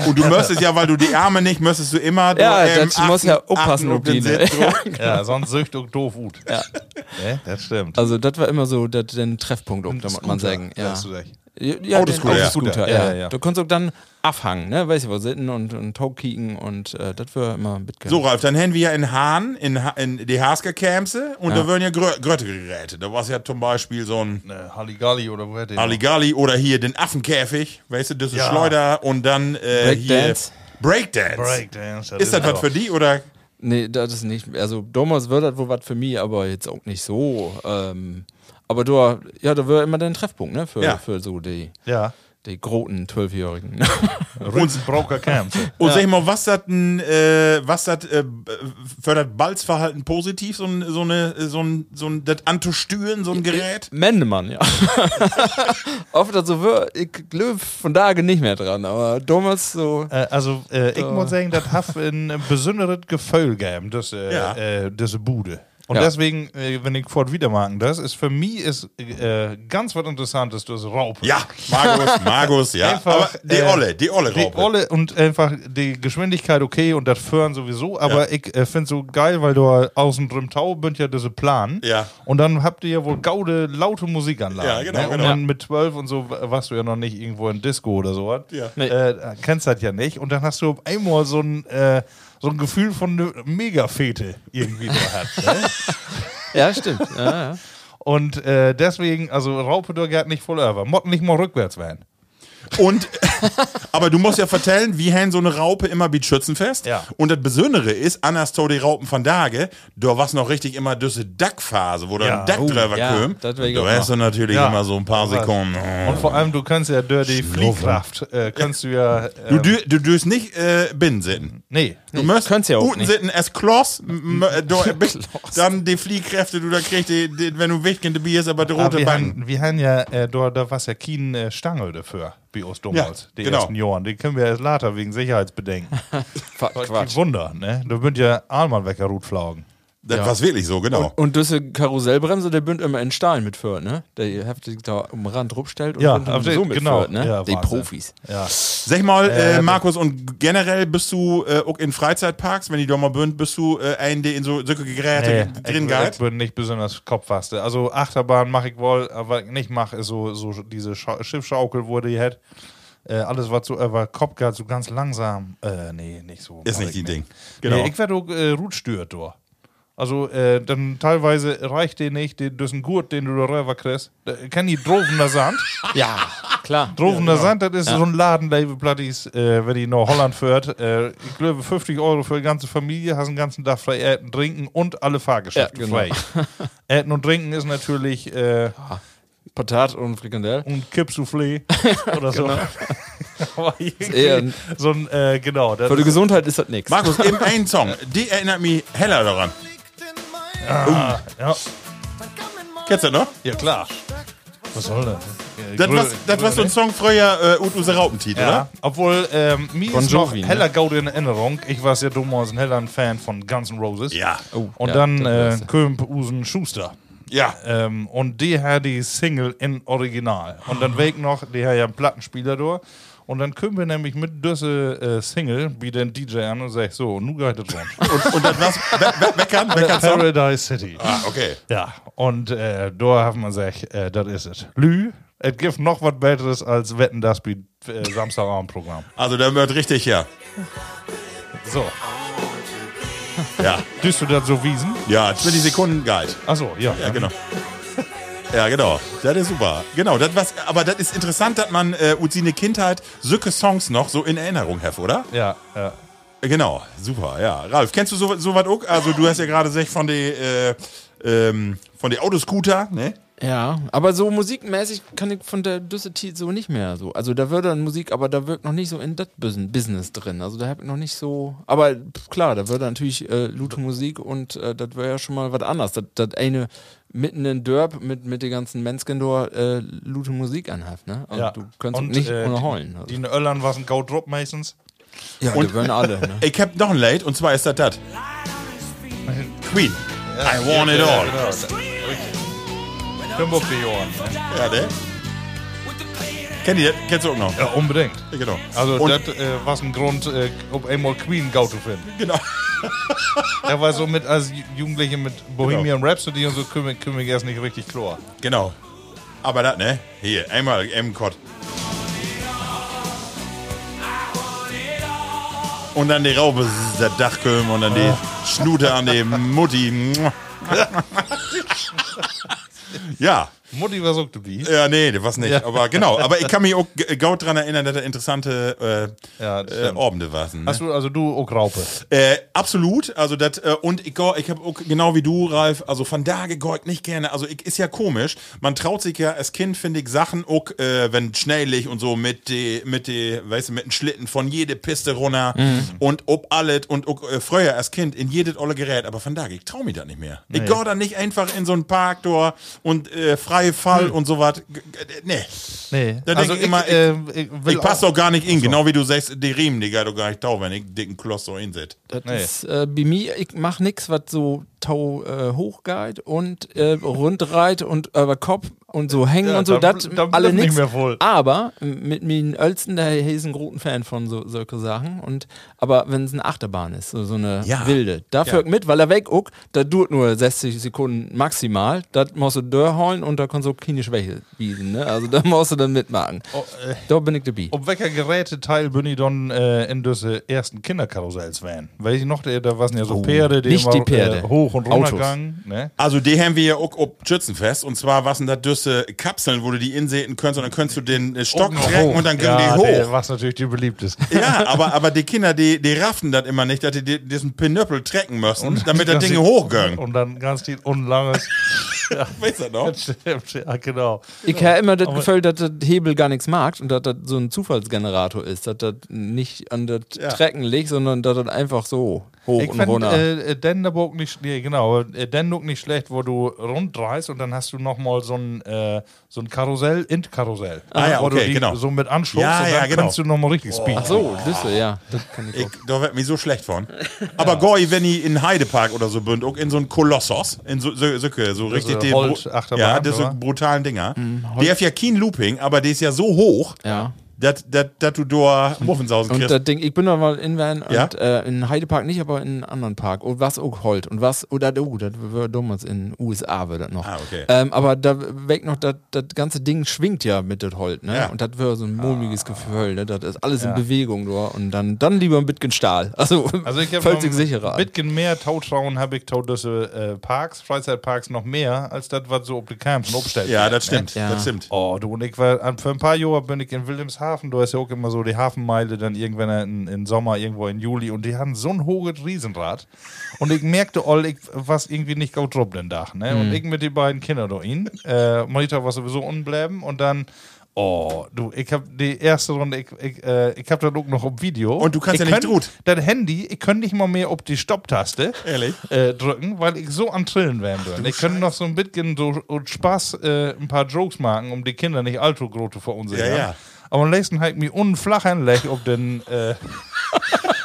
S3: und du möchtest ja, weil du die Arme nicht, möchtest du immer. du,
S4: Ja,
S3: ähm,
S4: das muss ja aufpassen,
S3: achten
S4: ob die.
S3: den Sitz.
S4: <laughs> ne?
S2: Ja, sonst sücht und doof gut. Ja. das stimmt.
S4: Also, das war immer so der den Treffpunkt, um, da muss man
S2: Scooter,
S4: sagen. Ja.
S2: hast du recht.
S4: Ja, ja,
S3: Autoscooter,
S4: den
S3: ja.
S4: Autoscooter,
S2: Ja,
S4: ja.
S2: ja, ja.
S4: Du konntest auch dann abhangen, ne? Weißt du, wo sitten und, und Taukiken und äh, das war immer mitgehört.
S3: So, Ralf, dann haben wir ja in Hahn, in, ha in die Hasker Kämse und
S4: Ja.
S3: da würden ja Grö- Gröttegeräte. Da war es ja zum Beispiel so ein
S2: Ne, Halligalli oder wer hätte
S3: Aligali oder hier den Affenkäfig, weißt du, das ist
S2: Ja.
S3: Schleuder und dann äh,
S4: Breakdance.
S3: hier Breakdance.
S2: Breakdance.
S3: Ist das was
S2: doch-
S3: für die oder?
S4: Nee, das ist nicht. Also, damals war das wohl was für mich, aber jetzt auch nicht so. Ähm, aber du, war- ja, da war immer dein Treffpunkt, ne? Für,
S3: Ja.
S4: für so die,
S2: Ja.
S4: die großen Zwölfjährigen. <laughs>
S2: Rützenbroker Camps.
S3: Und sag ich mal, was das äh, was das äh, fördert Balzverhalten positiv so ein so eine so ein so ein das anzustüren so ein
S2: Äh,
S3: Gerät?
S4: Mendemann, ja. <laughs> Oft das so, wär- ich löw von da nicht mehr dran, aber damals so.
S2: Äh, also, äh, ich muss sagen, das hat ein besonderes Gefühl gegeben, das, äh,
S3: Ja.
S2: äh, das Bude. Und
S4: Ja.
S2: deswegen, äh, wenn ich Fort Wiedermarken das, ist für mich ist, äh, ganz was Interessantes, das Raupe.
S3: Ja,
S2: <laughs>
S3: Markus, Markus, ja.
S2: Einfach,
S3: Aber die
S2: äh,
S3: Olle, die Olle
S2: Die
S3: Raupe.
S2: Olle und einfach die Geschwindigkeit okay und das Föhren sowieso, aber ich äh, finde so geil, weil du außen drin Tau bünd ja diese Plan.
S3: Ja.
S2: Und dann habt ihr ja wohl gaude laute Musikanlagen.
S3: Ja, genau,
S2: ne? Und
S3: genau.
S2: dann mit 12 und so wa- warst du ja noch nicht irgendwo in Disco oder sowas.
S3: Ja.
S4: Nee.
S2: Äh, kennst das ja nicht. Und dann hast du auf einmal so ein, äh, so ein Gefühl von ne Mega-Fete irgendwie da hat. ne?
S3: <laughs>
S4: Ja, stimmt. Ja, ja.
S2: Und äh, deswegen, also Raupe hat nicht voll over. Motten nicht mal rückwärts werden.
S3: Und, <laughs> aber du musst ja vertellen, wie hän so eine Raupe immer wie Schützenfest.
S2: Ja.
S3: Und das Besondere ist, anders to die Raupen von Dage, da war's noch richtig immer düsse Dackphase, wo
S2: Ja,
S3: da ein Dack
S4: oh,
S3: drüber
S4: ja,
S3: kam.
S4: das will ich
S3: Da
S4: auch
S3: hast du natürlich
S2: Ja.
S3: immer so ein paar Sekunden.
S2: Und vor allem, du kannst ja Dirty Fliehkraft, äh, kannst du ja. Äh,
S3: Du, dür- du dürst nicht äh, binnen sitten.
S2: nee.
S3: Du musst
S4: kannst ja auch
S3: guten
S4: nicht.
S3: sitten es Kloss, m- äh,
S2: <laughs>
S3: m- do- dann die Fliehkräfte, du da kriegst, die, die, wenn du wichtig in der Bier ist, aber die
S2: Aber
S3: rote
S2: wir,
S3: Band.
S2: haben, wir haben ja, äh, da, da war ja kein äh, Stangel dafür, wie uns damals,
S3: Ja,
S2: die
S3: genau.
S2: ersten Jahren. Den können wir erst later wegen Sicherheitsbedenken. Die
S4: Quatsch.
S2: Wunder, ne? Da wird ja Ahlmann weg, Ruth Flaugen.
S3: Das war's wirklich so, genau.
S4: Und diese Karussellbremse, der bünd immer in Stahl mit Föhr, ne? Der heftig da am Rand rumstellt und
S2: Ja,
S4: bünd
S2: aber
S4: so mit
S2: genau,
S4: Föhr, ne?
S2: ja,
S4: die
S2: Wahnsinn.
S4: Profis.
S2: Ja.
S3: Sag mal, äh, Markus, und generell bist du äh, auch in Freizeitparks, wenn die doch mal bünd, bist du äh, ein, der in so solche Geräte drin
S2: ich,
S3: geht?
S2: ich bin Äh, nicht besonders kopffaste. Also Achterbahn mache ich wohl, aber was ich nicht mache, ist so, so diese Scha Schiffschaukel, wo die hat. Äh, alles, was so über Kopf geht, so ganz langsam. Äh, nee, nicht so.
S3: Ist
S2: mach
S3: nicht
S2: ich
S3: die Ding. Genau.
S2: Nee, ich werde auch äh, rutstört durch. Also, äh, dann teilweise reicht dir nicht, den, das ist ein Gurt, den du da rüber kriegst. Da, kann die Drovener Sand.
S4: <laughs> Ja, genau. klar.
S2: Drovener Sand, das ist so ein Laden, der Plattis, äh, wenn die nach Holland fährt. Äh, ich glaube, 50 Euro für die ganze Familie, hast den ganzen Tag frei Äten, Trinken und alle Fahrgeschäfte
S4: Ja, genau.
S2: frei. <laughs> Äten und Trinken ist natürlich äh,
S4: Patat und Frikandel.
S2: ein
S4: <laughs>
S2: Kippsoufflé oder so. <laughs> Aber irgendwie
S4: Genau. eher ein-
S2: so ein, äh, genau. Das
S4: Für die Gesundheit ist das nichts.
S3: Markus,
S2: <laughs>
S3: eben ein Song, die erinnert mich heller daran.
S2: ja,
S3: Kennst du das noch?
S2: ja, klar. Was soll das? Äh,
S3: Das
S2: Grö-
S3: war, das war so ein Song früher, äh, und unser Raupentitel,
S2: Ja,
S3: oder?
S2: ne? obwohl ähm, mir
S4: Bon
S2: ist noch
S4: Jovi, ne?
S2: heller Gaudi in Erinnerung. Ich war ja dummerweise ein heller ein Fan von Guns N' Roses.
S3: Ja.
S4: Oh,
S2: Und
S4: ja,
S2: dann äh,
S4: das-
S2: Kömp Usen Schuster.
S3: Ja.
S2: Ähm, und die hat die Single in Original. Und
S4: <laughs>
S2: dann weg noch, die hat ja einen Plattenspieler durch. Und dann können wir nämlich mit diese äh, Single wie den DJ an und sag so, nun geht es
S4: <laughs>
S2: rund.
S3: Und, und das war's. Wer, wer, wer kann? <laughs> Wer kann Song?
S2: Paradise City.
S3: Ah, okay.
S2: Ja, und äh, da haben wir gesagt, äh, das ist es. Lü, es gibt noch was Besseres als Wetten, das wie äh, Samstagabendprogramm.
S3: Also der wird richtig, ja.
S2: So,
S3: Ja.
S2: düst du das so wiesen?
S3: Ja, 20 Sekunden geil.
S2: Achso, ja. ne?
S3: Ja, genau. Ja, genau. Das ist super. Genau, das was, aber das ist interessant, dass man äh, ut sine Kindheit sücke Songs noch so in Erinnerung heft, oder?
S2: Ja, ja.
S3: Genau, super, ja. Ralf, kennst du so, so was auch? Also du hast ja gerade gesagt von die äh, ähm, von die Autoscooter, ne?
S4: Ja, aber so musikmäßig kann ich von der Düssetit so nicht mehr so. Also da wird dann Musik, aber da wirkt noch nicht so in das Bus- Business drin. Also da hab ich noch nicht so. Aber pf, klar, da wird natürlich äh, Lute Musik und äh, das wäre ja schon mal was anderes. Das- Das eine mitten in Dörp mit, mit den ganzen Menschen dort äh, Lute Musik anhaft, ne? Also
S2: ja.
S4: du kannst nicht
S2: äh,
S4: ohne heulen. Also.
S2: Die in Öllern waren Gaudrop Masons.
S4: ja, die werden alle, ne?
S3: Ich hab noch ein Late und zwar ist das das. Queen. I want it all.
S2: Fünf auf die Ohren. ne?
S3: Ja, ne? Kennt ihr das? Kennst du auch noch?
S2: Ja, unbedingt.
S3: Ja, genau.
S2: Also,
S3: und,
S2: das äh, war ein Grund, äh, ob einmal Queen Gaud zu finden.
S3: genau.
S2: Er war so mit als Ju- Jugendliche mit Bohemian Rhapsody und so kümmere kümmere ich erst nicht richtig klar.
S3: Genau. Aber das, ne? Hier, einmal M-Kott. Und dann die Raupe, zzz, der Dachkölm und dann die Schnute an dem Mutti. ja,
S2: Mutti war so die.
S3: ja, nee, das was nicht.
S2: Ja.
S3: Aber genau, aber ich kann mich auch g- gaut dran erinnern, dass da interessante äh,
S2: Ja, das
S3: äh,
S2: stimmt.
S3: Orbende waren. Ne?
S2: Hast du, also du auch Raupe.
S3: Äh, absolut, also das äh, und ich, gau- ich habe genau wie du, Ralf, also von da gegeugt nicht gerne. Also ich, ist ja komisch. Man traut sich ja als Kind finde ich Sachen, auch, äh, wenn schnellig und so mit die mit die, weißt du, mit den Schlitten von jede Piste runter
S2: Mhm.
S3: und ob alles und auch, äh, früher als Kind in jedes olle Gerät. Aber von da ich trau mich das nicht mehr. Ich gau da nicht einfach in so ein Parktor und äh, freie Fall und sowas. G- g- Nee,
S2: <laughs> Nee.
S3: Da
S2: Hm. also
S3: denk ich immer, ich-
S2: äh, ich, will
S3: ich pass
S2: auch- Also.
S3: doch gar nicht in. Genau wie du sagst, die Riemen, die geht doch gar nicht tau, wenn ich dicken Kloss so hinsetze.
S4: Das
S2: Nee.
S4: ist äh, bei mir, ich mach nix, was so tau äh, hochgeht und äh, rundreit und über Kopf und so hängen
S2: Ja,
S4: und so,
S2: da-
S4: das
S2: da
S4: alle
S2: bin ich
S4: nix.
S2: mir wohl.
S4: Aber m- mit mir in Ölsten, der ist ein großen Fan von so, solche Sachen. Und, aber wenn es eine Achterbahn ist, so, so eine
S3: Ja.
S4: wilde, da fährt mit, weil er wegguckt, da dauert nur 60 Sekunden maximal, da musst du durchholen und da kannst du keine Schwäche bieten. Ne? Also da musst du dann mitmachen.
S2: Oh, äh.
S4: da bin ich dabei.
S2: Ob welcher Geräteteil bin ich dann äh, in diese ersten Kinderkarussells van? Weil ich noch, da da waren ja so Pferde, die
S4: Oh. nicht
S2: immer
S4: die Pferde.
S2: Äh, hoch hoch und runter
S4: Autos.
S2: gegangen. Ne?
S3: Also die haben wir ja auch ob Schützenfest und zwar was denn da düsse Kapseln, wo du die insehen könntest und dann könntest du den äh, Stock
S2: noch
S3: trecken
S2: hoch.
S3: und dann gingen
S2: Ja,
S3: die hoch.
S2: der- was natürlich die beliebteste.
S3: Ja, aber, aber die Kinder, die, die raffen das immer nicht, dass die, die diesen Pinöppel trecken müssen, damit das Ding hochgegangen.
S2: Und dann ganz die
S4: <laughs>
S2: unlanges.
S3: Weißt du noch?
S2: Stimmt, <laughs> ja, genau.
S4: Ich habe immer das
S2: Aber-
S4: Gefühl, dass der Hebel gar nichts mag und dass das so ein Zufallsgenerator ist, dass das nicht an das Trecken liegt, sondern dass das einfach so hoch
S2: Ich
S4: und
S2: fand
S4: runter.
S2: äh, Denderburg nicht, nee, genau, äh, Denderburg nicht schlecht, wo du rundreist und dann hast du nochmal so ein, äh, so ein Karussell, Int-Karussell.
S3: Ah, ja,
S2: wo du
S3: okay,
S2: die
S3: genau.
S2: so mit anschubst
S3: Ja,
S2: und
S3: ja,
S2: dann
S3: genau.
S2: kannst du nochmal richtig speeden.
S4: Ach so, Lüsse, ja. Das kann ich
S3: Ich,
S4: auch.
S3: da wird mir so schlecht
S2: <laughs>
S3: von. Aber Goi, wenn ihr in Heidepark oder so bünd, auch in so einen Kolossos, in so, so, so, so richtig
S2: so
S3: den
S2: Holz-
S3: Bru-
S2: Achterbahn,
S3: ja, das so
S2: oder?
S3: brutalen Dinger. der hat ja kein Looping, aber der ist ja so hoch,
S4: Mhm, Ja.
S3: dass dass du da Muffensausen
S4: Und
S3: kriegst.
S4: das Ding, ich bin doch mal in Van
S3: Ja?
S4: und äh, in Heidepark nicht, aber in einem anderen Park. Und was auch Holt. Und was, oder oh, das wäre damals in USA wäre das noch.
S3: Ah, okay.
S4: ähm, aber da weg noch, das das ganze Ding schwingt ja mit das Holt, ne?
S3: Ja. Ah.
S4: Und das wäre so ein mulmiges Gefühl, ne? Das ist alles in Bewegung, du. Und dann, dann lieber ein bisschen Stahl. Also,
S2: Also ich
S4: fällt
S2: habe
S4: sich sicherer an.
S2: bisschen mehr Tautrauen habe ich Taudüsse äh, Parks, Freizeitparks noch mehr, als das, was so ob die Camps und Obstell
S3: ja, das stimmt.
S4: Ja.
S3: Das stimmt.
S2: Oh, du und ich war, an- für ein paar Jahre bin ich in Wilhelmshaven, du hast ja auch immer so die Hafenmeile, dann irgendwann in, in Sommer, irgendwo in Juli und die hatten so ein hohes Riesenrad und ich merkte all, ich was irgendwie nicht gut drauf den Dach, ne?
S3: Mhm.
S2: Und ich mit den beiden Kindern da hin, äh, Marita war sowieso unbleiben und dann, oh, du, ich hab die erste Runde, ich, ich, äh, ich hab da noch auf Video.
S3: Und du kannst
S2: ich
S3: ja nicht
S2: könnt-
S3: drut.
S2: Das Handy, ich könnte nicht mal mehr auf die Stopptaste
S3: Ehrlich?
S2: äh, drücken, weil ich so am Trillen wäre. Ich könnte noch so ein bisschen so und Spaß äh, ein paar Jokes machen, um die Kinder nicht allzu groß zu verunsichern.
S3: Ja, ja.
S2: Aber am nächsten halt mich unflachen Lech ob den
S3: <laughs>
S2: äh,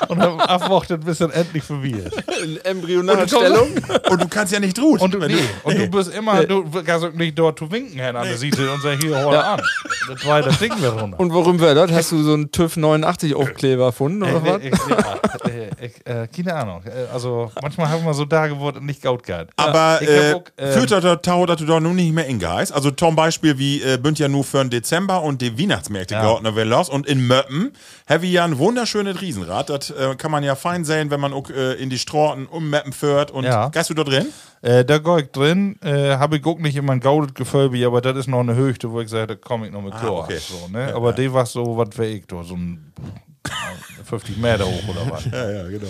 S2: und hab abwartet, bis dann endlich vorbei ist.
S4: In embryonaler Stellung.
S3: Und du kannst ja nicht ruhen.
S2: Und du,
S3: Wenn
S2: nee, und du bist immer, du kannst auch nicht dort zu winken, Herr an der Siete, und sag hier, hol an. Das war das Ding wieder runter.
S4: Und worum wäre das? Hast du so einen TÜV 89 Aufkleber gefunden
S2: Äh,
S4: oder was?
S2: nee, ich, ja, äh, ich, äh, keine Ahnung. Äh, Also manchmal haben wir so da geworden, nicht gaut gehabt.
S3: Aber
S2: Ich hab
S3: äh,
S2: auch, ähm,
S3: führt das Tau, dass du da nun nicht mehr in Geist. Also zum Beispiel wie äh, bünd ja nur für den Dezember und die Weihnachtsmärkte
S2: Ja.
S3: gehalten werden los. Und in Möppen habe ich ja ein wunderschönes Riesenrad. Das äh, kann man ja fein sehen, wenn man auch äh, in die Straßen um Möppen fährt. Und
S2: Ja.
S3: gehst du da drin?
S2: Äh, da gehe ich drin, äh, habe ich auch nicht immer ein gaudet Gefölbe, aber das ist noch eine Höchste, wo ich sage, da komme ich noch mit Chlor.
S3: Ah, okay.
S2: so, ne? aber die war so, was wäre ich da, so ein äh, 50 Meter hoch oder was.
S3: Ja, ja, genau.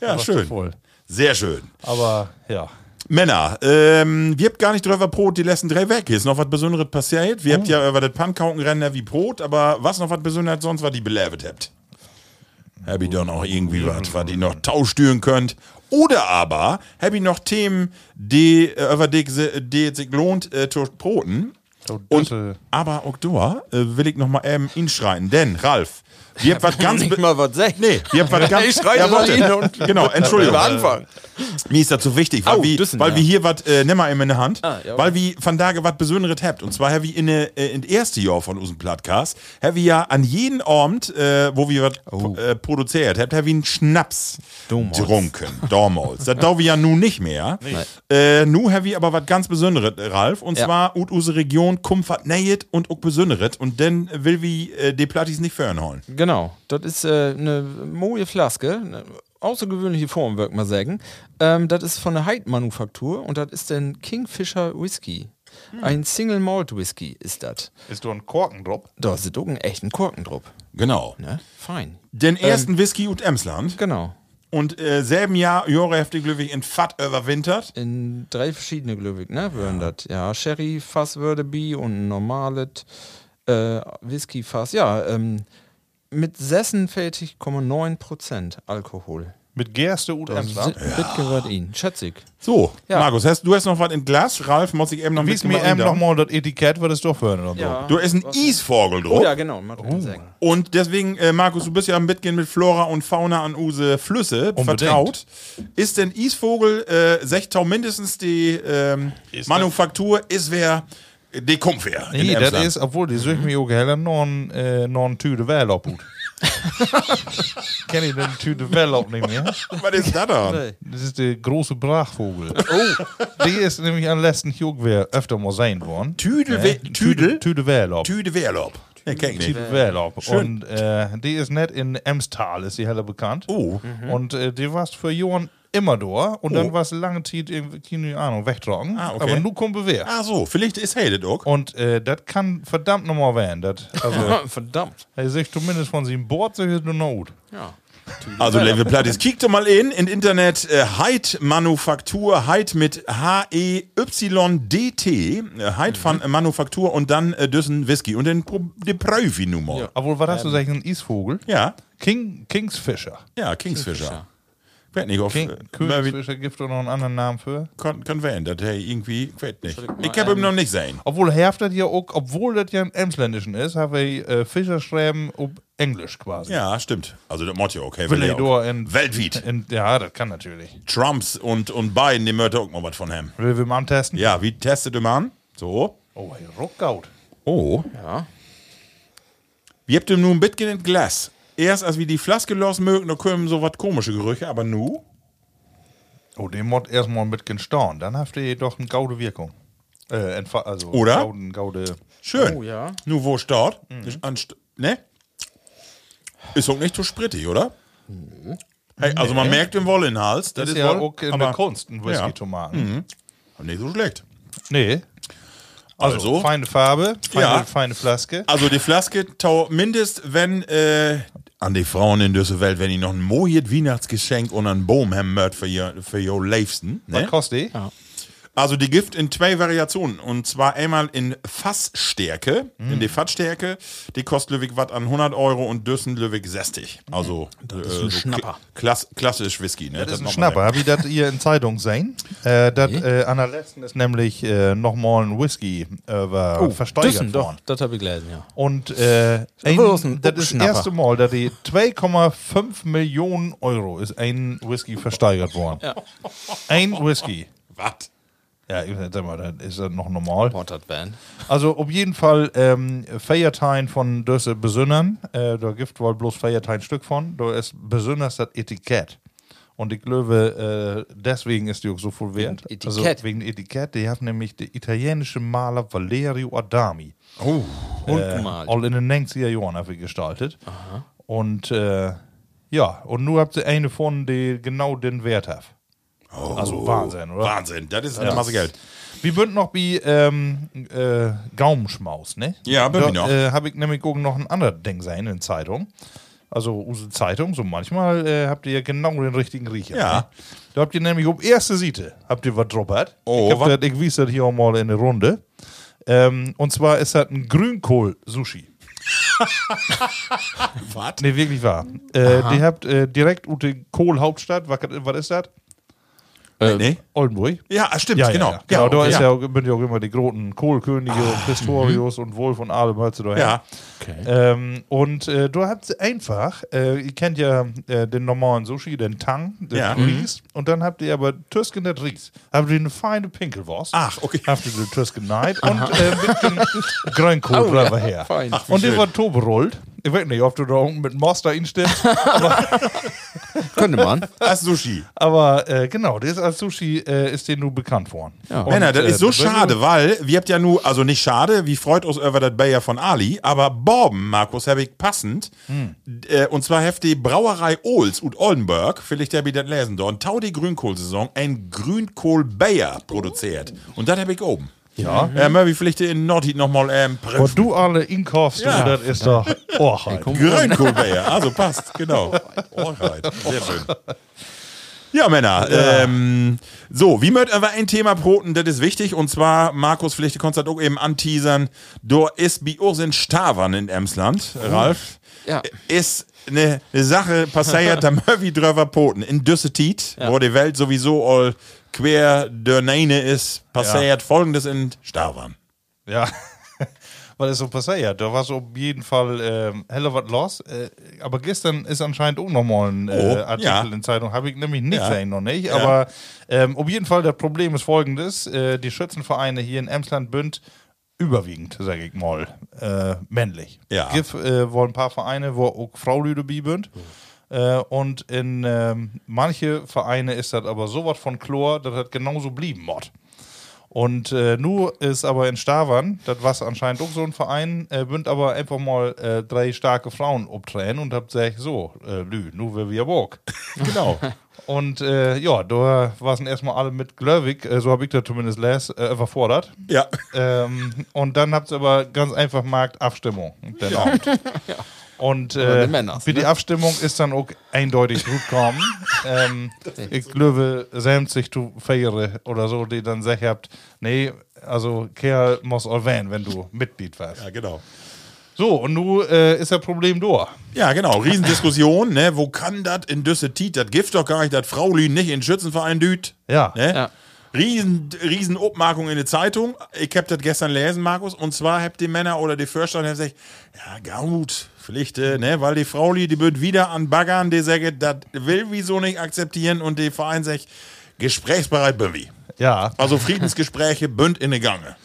S3: Ja, <laughs>
S2: Was
S3: schön.
S2: zu voll.
S3: Sehr schön.
S2: Aber ja.
S3: Männer, ähm, wir habt gar nicht drüber Brot die letzten drei weg. Ist noch was Besonderes passiert? Wir habt ja über das Pannkaukenrennen wie Brot, aber was noch was Besonderes sonst, was die belebt habt? Hab ich doch noch irgendwie was, was ihr noch tauschtüren könnt. Oder aber hab ich noch Themen, die, äh, über die, se- die es sich lohnt, äh, zu broten.
S2: So
S3: Und,
S2: Düssel-
S3: aber auch da äh, will ich noch mal eben inschreiten, denn Ralf, wir habt was ganz...
S4: Nicht
S3: be-
S4: mal was sagen.
S3: Nee, wir habt was ganz...
S4: <laughs> Ich schreite nach
S3: warte.
S4: Ihnen und-
S3: Genau, Entschuldigung.
S4: Über Anfang.
S3: Mir ist das so wichtig, weil,
S4: Au,
S3: wir,
S4: Düssen,
S3: weil
S4: ja.
S3: wir hier was, äh, nimm mal eben in der Hand,
S4: Ah, ja, okay.
S3: weil wir von da was Besonderes habt. Und zwar, wie in der äh, in das erste Jahr von unserem Podcast, haben wir ja an jeden Abend, äh, wo wir was
S4: Oh.
S3: äh, produziert habt, haben wir einen Schnaps
S4: Dormholz.
S3: getrunken. Dormholz. das dauern wir ja nun nicht mehr. Äh, nun haben wir aber was ganz Besonderes, äh, Ralf. Und
S4: Ja.
S3: zwar, ut unsere Region Kumfert Nejet und auch Besonderes. Und dann will wir äh, die Plattis nicht föhren holen.
S4: Genau, das ist äh, eine moje Flaske, eine außergewöhnliche Form, würde man sagen. Ähm, das ist von der Heid-Manufaktur und das ist ein Kingfisher Whisky. Ein Single Malt Whisky ist das.
S2: Ist du ein Korkendrop?
S4: Da ist doch einen echten Korkendruck.
S3: Genau.
S4: Ne? Fein.
S3: Den
S2: Ähm.
S3: ersten Whisky ut Emsland.
S4: Genau.
S3: Und äh, selben Jahr, Jore heftig glücklich in Fat überwintert.
S4: In drei verschiedene Glöwig, ne? Würden das. Ja, Sherry, Fass, Würdebi und ein normales äh, Whisky, Fass. Ja, ähm, mit 46,9% Alkohol.
S2: Mit Gerste und Emsland?
S4: Bitgewört ihn. Schätzig.
S3: So,
S4: Ja.
S3: Markus, hast, du hast noch was in Glas. Ralf, muss ich eben noch ein
S2: Wie ist
S3: bisschen
S2: mir
S3: mal
S2: eben
S3: ändern.
S2: nochmal das Etikett, wird es doch hören oder so?
S3: Du hast einen Eisvogel
S2: Oh.
S3: drauf.
S4: Ja, genau. Martin Senk.
S3: Und deswegen, äh, Markus, du bist ja am Mitgehen mit Flora und Fauna an Use Flüsse
S2: Unbedingt.
S3: vertraut. Ist denn Eisvogel äh, Sechtau mindestens die ähm, Manufaktur? Ist wer die Kumpfer?
S2: Nee, das ist, obwohl, die
S3: Mhm.
S2: suchen mir auch heller noch ein, äh, noch ein
S3: <laughs>
S2: Tüde Wellobhut. Kenn ich den Tüde Wellop nicht mehr?
S3: Was ist das da?
S2: Das ist der große Brachvogel. Oh. Die ist nämlich am letzten Jugwehr öfter mal sein worden.
S3: Tüdel- Tüdel?
S2: Tüdel? Tüdel Wehrlaub.
S3: Tüde Wehrlob. Ja, kenn ich nicht.
S2: Tüdel Wehrlaub.
S3: Schön.
S2: Und äh, die ist nicht in Emstal, ist die heller bekannt.
S3: Oh.
S2: Und äh, die warst für Johann immer durch und dann war es lange Zeit, irgendwie, keine Ahnung, wegtrocken.
S3: Ah, okay.
S2: Aber nun kommt Bewehr.
S3: Ah so, vielleicht ist Hated auch.
S2: Und äh, das kann verdammt nochmal werden. Das, also,
S4: Verdammt.
S2: er sich zumindest von seinem Board sich nur noch gut.
S4: Ja.
S3: Also Level Plattis, kick doch mal in, im Internet äh, Heid Manufaktur, Heid mit H-E-Y-D-T, äh, Heid von äh, Manufaktur und dann äh, Düssen Whisky und den, Pro- die Prövi-Nummer.
S2: Obwohl, was hast du gesagt, ein Eisvogel?
S3: Ähm. Ja.
S2: King, Kingsfisher.
S3: ja, Kingsfisher. Ich weiß nicht, ob äh,
S2: King,
S3: Murray-
S2: Königsfischer gibt es noch einen anderen Namen für.
S3: kann, kann werden, dass er irgendwie, ich weiß nicht. Ich habe ihn noch nicht sehen.
S2: Obwohl Herft das ja auch, obwohl das ja im Emsländischen ist, habe ich äh, Fischer schreiben auf Englisch quasi.
S3: Ja, stimmt. Also das macht ja okay.
S2: Will
S3: will
S2: ich
S3: ja
S2: doch
S3: auch.
S2: in-
S3: Weltweit.
S2: In, ja, das kann natürlich.
S3: Trumps und, und Biden, die möchte auch mal was von haben.
S2: Will wir mal antesten?
S3: Ja, wie testet ihr mal an? So.
S2: Oh, hey, Ruckout.
S3: Oh.
S4: Ja.
S3: Wir habt ihm nun ein bisschen in Glas. Erst als wir die Flaske los mögen, da kommen so was komische Gerüche, aber nu.
S2: Oh, den Mod erstmal mit Gestaun. Dann habt ihr doch eine gaude Wirkung. Äh, entfa- also
S3: Oder?
S2: Gauden, gaude.
S3: Schön.
S4: Oh, ja.
S3: Nu, wo staut?
S2: Mhm.
S3: Anst ne? Ist auch nicht so sprittig, oder? Hey, also man merkt den Wolle in den Hals. Das ist,
S2: Das Mhm. ist ja
S3: Wolle,
S2: auch in der
S3: aber Mhm.
S2: Kunst, ein Whisky-Tomaten.
S3: nicht so schlecht.
S2: Nee. Also,
S3: Also?
S2: feine Farbe, feine,
S3: Ja.
S2: feine Flaske.
S3: Also die Flaske tau mindest, wenn äh, an die Frauen in dieser Welt, wenn ihr noch ein mojet Weihnachtsgeschenk und einen Baum haben mögt für ihr für ihr Liebsten,
S2: Was
S3: ne?
S2: kostet die?
S3: Also die Gift in zwei Variationen und zwar einmal in Fassstärke,
S2: Mhm.
S3: in die Fassstärke, die kostet Lüwig Watt an 100 Euro und Düssen Lüwig 60.
S2: Mhm.
S3: Also das
S4: ist ein Schnapper.
S3: Klass, klassisch Whisky, ne?
S2: Das ist ein
S3: macht man
S2: Schnapper, wie das ihr in Zeitung sehen. Äh, das äh, an der letzten ist nämlich äh, nochmal ein Whisky äh, war versteigert
S4: Düssen, doch.
S2: worden.
S4: Das habe ich gelesen, ja.
S2: Und äh, ein,
S4: bloß ein
S2: das ist das
S4: Schnapper.
S2: erste Mal, dass die 2,5 Millionen Euro ist ein Whisky versteigert worden. Ein Whisky.
S3: Was?
S2: Ja, ich sag mal, das ist das noch normal.
S4: Portert Van.
S2: Also auf jeden Fall ähm, Feiertein von Dösse Besünnern. Äh, da gibt wohl bloß Feiertein Stück von. Da ist Besünners das Etikett. Und ich glaube, äh, deswegen ist die auch so viel wert.
S4: Wegen Etikett.
S2: Also wegen Etikett. Die haben nämlich der italienische Maler Valerio Adami.
S4: Und
S2: Äh,
S4: gemalt.
S2: all in den 90er Jahren habe ich gestaltet. Und äh, ja, und nur habt ihr eine von, die genau den Wert hat.
S4: Oh,
S2: also Wahnsinn, oder?
S3: Wahnsinn, das ist eine Masse Geld.
S2: Wir bünden noch wie ähm, äh, Gaumenschmaus, ne?
S3: Ja, bin
S2: da,
S3: ich noch.
S2: Äh, Habe ich nämlich gucken noch ein anderes Ding sein in Zeitung. Also unsere Zeitung, so manchmal äh, habt ihr ja genau den richtigen Riecher.
S3: Ja.
S2: Ne? Da habt ihr nämlich um erste Seite, habt ihr was droppert.
S3: Oh,
S2: ich,
S3: was?
S2: hab das, ich wies das hier auch mal in der Runde. Ähm, und zwar ist das ein Grünkohl-Sushi.
S3: Was?
S2: Ne, wirklich wahr. Äh, die habt äh, direkt Ute Kohl-Hauptstadt, was, was ist
S3: Äh,
S2: das?
S4: Äh,
S3: Nee?
S2: Oldenburg.
S3: Ja, stimmt,
S2: Ja,
S3: genau.
S2: Ja, genau.
S3: okay,
S2: da
S3: Ah, mhm.
S2: ist ja. auch, sind ja auch immer die großen Kohlkönige und Pistorius und Wolf und Adel hört sie da her.
S3: Ja.
S2: Ähm, und äh, du habt einfach, äh, ihr kennt ja äh, den normalen Sushi, den Tang, den
S3: Ja. Mhm.
S2: Ries. Und dann habt ihr aber Türsken der Ries. Habt ihr eine feine Pinkelwurst.
S3: Ach, okay.
S2: Habt ihr den Türsken Neid und äh,
S3: <laughs>
S2: mit dem Grünkohl
S3: Oh,
S2: drüber her.
S4: fein. Ach,
S3: wie
S2: und der
S3: schön.
S2: war toberollt. Ich weiß nicht, ob du da unten mit Monster
S3: <laughs>
S2: instimmst.
S4: <laughs> Könnte man.
S3: Das ist Sushi.
S2: aber äh, genau, der ist als Sushi äh, ist den nur bekannt worden.
S4: Ja.
S2: Und,
S3: Männer, das
S2: äh,
S3: ist so
S2: der Böse-
S3: schade, weil wir habt ja nur, also nicht schade, wie freut uns über das Bayer von Ali, aber Borben, Markus, habe ich passend.
S2: Hm.
S3: D- Äh, und zwar heft die Brauerei Ohls und Oldenburg, vielleicht hab ich das lesen dort, Tau die Grünkohlsaison, ein Grünkohl Bayer produziert. Und das habe ich oben.
S2: Oh. Ja.
S3: Äh, Murphy, vielleicht in Nordheat nochmal ähm,
S2: Wo du alle inkaufst,
S3: Ja.
S2: ja. das ist doch oh, halt. Orchheit.
S3: Grünkohl Bayer. Also passt, genau. Alright. Sehr schön. Ja, Männer. Ähm, so, wie mögt aber ein Thema broten, das ist wichtig. Und zwar, Markus, vielleicht du konntest das auch eben anteasern. Da ist bei uns in Stavern in Emsland, Ralf.
S4: Ja.
S3: Ist eine ne Sache passiert am Murphy Dröver Poten in Düssetit, wo die Welt sowieso all quer der Neine ist, passiert folgendes in Stavern.
S2: Ja. <laughs> Was ist so passiert? Da war so auf jeden Fall ähm, helle was los. Äh, aber gestern ist anscheinend auch nochmal ein
S3: Oh,
S2: äh, Artikel
S3: ja.
S2: in Zeitung. Habe ich nämlich nicht
S3: Ja.
S2: sehen, noch nicht. Aber ähm, auf jeden Fall, das Problem ist folgendes. Äh, die Schützenvereine hier in Emsland bünd überwiegend, sage ich mal, äh, männlich.
S3: Ja.
S2: Gif äh, wollen ein paar Vereine, wo auch Frau Lüdeby bünd. Äh, und in ähm, manche Vereine ist das aber sowas von Chlor, dass das genauso blieben mod. Und äh, nu ist aber in Stavern, das war anscheinend auch so ein Verein, äh, bünd aber einfach mal äh, drei starke Frauen obtränen und hab gesagt, so, äh, Lü, nu will wir walk. genau. Und äh, ja, da waren erstmal alle mit Glöwig, äh, so hab ich das zumindest les, äh, überfordert.
S3: Ja.
S2: Ähm, und dann habt ihr aber ganz einfach Markt Abstimmung. Den
S4: <laughs>
S2: Abend. Und
S4: Oder
S2: äh,
S4: den Männers, ne?
S2: für die Abstimmung ist dann auch eindeutig gut gekommen. ähm, ich glaube, selbst sich zu feiere oder so, die dann sagt, habt, nee, also Kerl muss erwähnen, wenn du Mitglied warst.
S3: Ja, genau.
S2: So, und nun äh, ist das Problem durch.
S3: Ja, genau. Riesendiskussion, ne? Wo kann das in Düsseldorf? Das gibt doch gar nicht, das Fraulin nicht in Schützenverein düt.
S2: Ja.
S3: Ne?
S4: Ja.
S3: Riesen, riesen Obmarkung in der Zeitung. Ich hab das gestern lesen, Markus. Und zwar habt die Männer oder die Förster haben gesagt, ja, gut, Pflicht, äh, ne? Weil die Frauli, die wird wieder an Baggern, die sagt, das will wieso nicht akzeptieren. Und der Verein sagt, gesprächsbereit bin wir.
S2: Ja.
S3: Also Friedensgespräche <laughs> bünd in der Gange.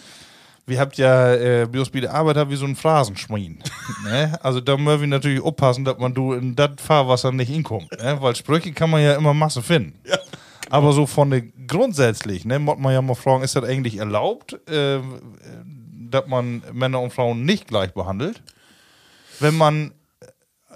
S2: Wir habt ja, äh, bloß bei der Arbeit habt ihr so einen Phrasenschmied. ne? Also da müssen wir natürlich aufpassen, dass man du in das Fahrwasser nicht hinkommt. Ne? Weil Sprüche kann man ja immer Masse finden. Aber so von der grundsätzlich, ne, muss man ja mal fragen, ist das eigentlich erlaubt, äh, dass man Männer und Frauen nicht gleich behandelt? Wenn man,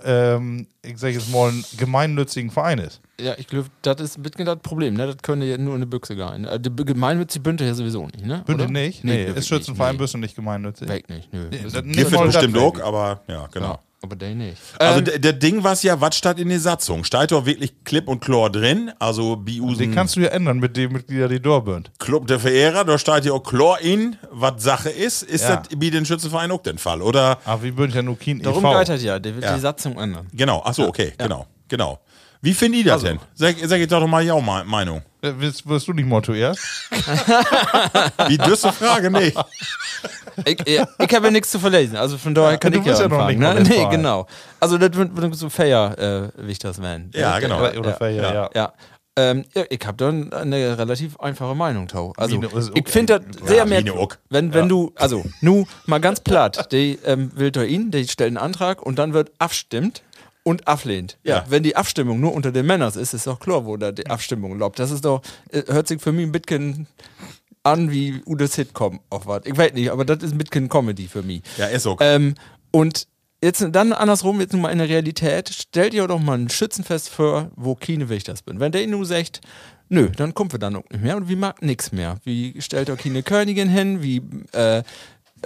S2: ähm, ich sag jetzt mal, einen gemeinnützigen Verein ist.
S4: Ja, ich glaube, das ist ein bisschen das Problem, ne? Das könnte ja nur eine Büchse gehen. Äh, Die gemeinnützige Bünde ja sowieso nicht, ne?
S2: Bünde
S4: Oder?
S2: nicht? Nee,
S4: Bünde
S2: ist Schützenverein
S4: nicht.
S2: bist du nicht gemeinnützig.
S4: Nee. Weg nicht, nö.
S2: Nee,
S4: Ist-
S2: das-
S3: Gibt es
S2: Voll
S3: bestimmt
S2: das
S3: auch,
S2: Weg.
S3: aber ja, genau.
S4: Ja, aber der nicht.
S3: Also
S4: Ähm,
S3: der, der Ding war ja, was stand in der Satzung? Steht doch wirklich klipp und klar drin, also
S2: Den
S3: Biusen
S2: kannst du ja ändern mit dem Mitglieder, die da sind.
S3: Club der Verehrer, da steht ja auch klar in, was Sache ist. Ist
S2: Ja.
S3: das wie den Schützenverein auch den Fall? Oder
S2: Aber Ah, wir bünden ja nur E kein
S4: darum
S2: e.V.
S4: geht das ja, der wird
S3: Ja.
S4: die Satzung ändern.
S3: genau, achso, okay, genau, genau. Wie findet ihr das denn? Sag, sag ich doch mal ja Meinung.
S2: Äh, Willst, willst du nicht mal zuerst?
S3: Wie düsse Frage nicht.
S4: <laughs> Ich, ja, ich habe ja nichts zu verlesen, also von daher kann
S2: du
S4: ich ja,
S2: bist ja noch
S4: anfangen,
S2: nicht mal
S4: ne?
S2: der
S4: Nee,
S2: Fall.
S4: genau. Also das wird, wird so fair, äh, wie ich das meine.
S3: Ja, genau.
S2: Oder, oder fair, ja. ja.
S4: Ja. Ähm, ja, ich habe dann eine relativ einfache Meinung, Tau. Also,
S2: Mine ist
S4: ich
S2: okay.
S4: finde das sehr
S3: Ja,
S4: mehr.
S3: Mine auch.
S4: Wenn, wenn du, also, nu, mal ganz platt, die ähm, will da ihn, die stellt einen Antrag und dann wird abstimmt und ablehnt. Ja,
S3: Ja.
S4: wenn die Abstimmung nur unter den Männern ist, ist doch klar, wo da die Abstimmung lobt. Das ist doch, äh, hört sich für mich ein bisschen an wie Udes Sitcom auf was. Ich weiß nicht, aber das ist ein bisschen Comedy für mich.
S3: Ja, ist okay.
S4: Ähm, und jetzt dann andersrum, jetzt nun mal in der Realität, stellt ihr doch mal ein Schützenfest vor, wo keine Wächters bin. Wenn der nun sagt, nö, dann kommen wir dann auch nicht mehr und wir mag nix mehr. Wie stellt ihr keine Königin hin, wie, äh,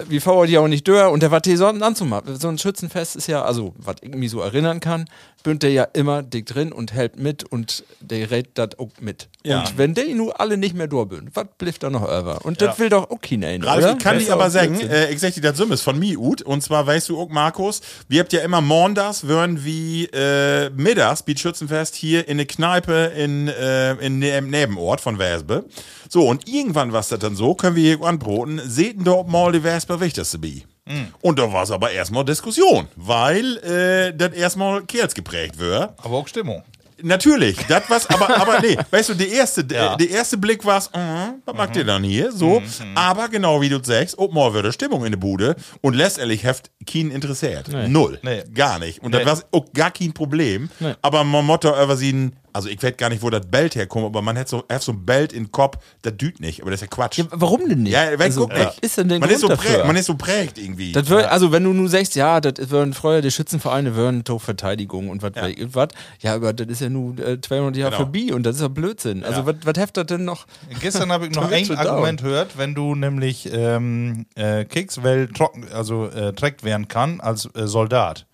S4: wie fauert ihr auch nicht dör und der was die Sonnen anzumachen. So ein Schützenfest ist ja, also, was ich mich so erinnern kann, bünd der ja immer dick drin und hält mit und der rät das auch mit.
S3: Ja.
S4: Und wenn der nun alle nicht mehr dör bünd, was blifft da noch über? Und das will doch auch keiner hin,
S3: Ralf,
S4: Genau. oder?
S3: ich kann
S4: Das
S3: dich
S4: ist
S3: aber
S4: auch
S3: sagen,
S4: Blödsinn.
S3: äh, ich sag dir das Summes von mir, Ut. Und zwar weißt du auch, Markus, wir habt ja immer Mondas, würden wie äh, Middags, Beat Schützenfest, hier in eine Kneipe in, äh, in dem Nebenort von Wespe. So, und irgendwann war das dann so, können wir hier anbroten, sehten dort mal die Wespe wichtigste bi. Und da war es aber erstmal Diskussion, weil äh, das erstmal Kerls geprägt wird.
S2: Aber auch Stimmung.
S3: Natürlich, das was,
S4: <laughs>
S3: aber, aber nee, weißt du, der erste, der, der erste Blick war, was macht
S4: Mhm.
S3: ihr dann hier? So, aber genau wie du sagst, ob mal würde Stimmung in der Bude und letztendlich heft keinen interessiert. Null.
S2: Nee.
S3: Gar nicht. Und
S2: Nee.
S3: das war auch gar kein Problem. Aber man motto über sie, also ich weiß gar nicht, wo das Belt herkommt, aber man hätte so, heft so ein Belt in den Kopf, das düht nicht, aber das ist ja Quatsch.
S4: Ja, warum denn nicht?
S3: Ja, weil
S4: also,
S3: guck nicht.
S4: was Ist denn den
S3: man,
S4: Grund
S3: ist so
S4: dafür?
S3: prägt, man ist so prägt irgendwie.
S4: das wär, Also wenn du nur sagst, ja, das würden früher die Schützenvereine würden doch Verteidigung und was, ja. was, ja, aber das ist ja nur äh, 200 Jahre
S3: Genau.
S4: vorbei und das ist ja Blödsinn. Also
S3: Ja.
S4: was was heftet denn noch?
S2: Gestern
S4: <laughs>
S2: habe ich noch
S4: Too
S2: ein
S4: little
S2: Argument gehört, wenn du nämlich ähm, äh, Keks, weil trocken, also äh, trägt werden kann als äh, Soldat.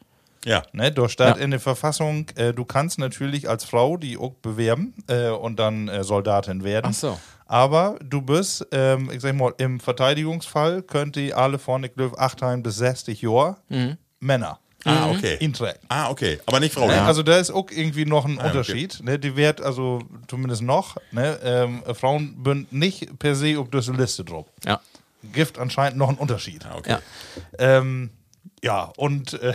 S3: ja.
S2: Ne, da steht
S4: Ja.
S2: in der Verfassung, äh, du kannst natürlich als Frau die auch bewerben äh, und dann äh, Soldatin werden.
S4: Ach so.
S2: Aber du bist, ähm, ich sag mal, im Verteidigungsfall könnt ihr alle vorne Glöw 8 bis 60 Jahre
S4: Mhm.
S2: Männer
S3: Ah, okay.
S2: inträgt.
S3: Ah, okay. Aber nicht Frau.
S2: Ne? Also da ist auch irgendwie noch ein
S3: okay.
S2: Unterschied. Ne? Die wird also zumindest noch, ne? ähm, Frauen sind nicht per se auf diese Liste drauf.
S4: Ja.
S3: Ah,
S2: Gift anscheinend noch ein Unterschied.
S3: okay.
S4: Ja.
S2: Ähm, Ja, und äh,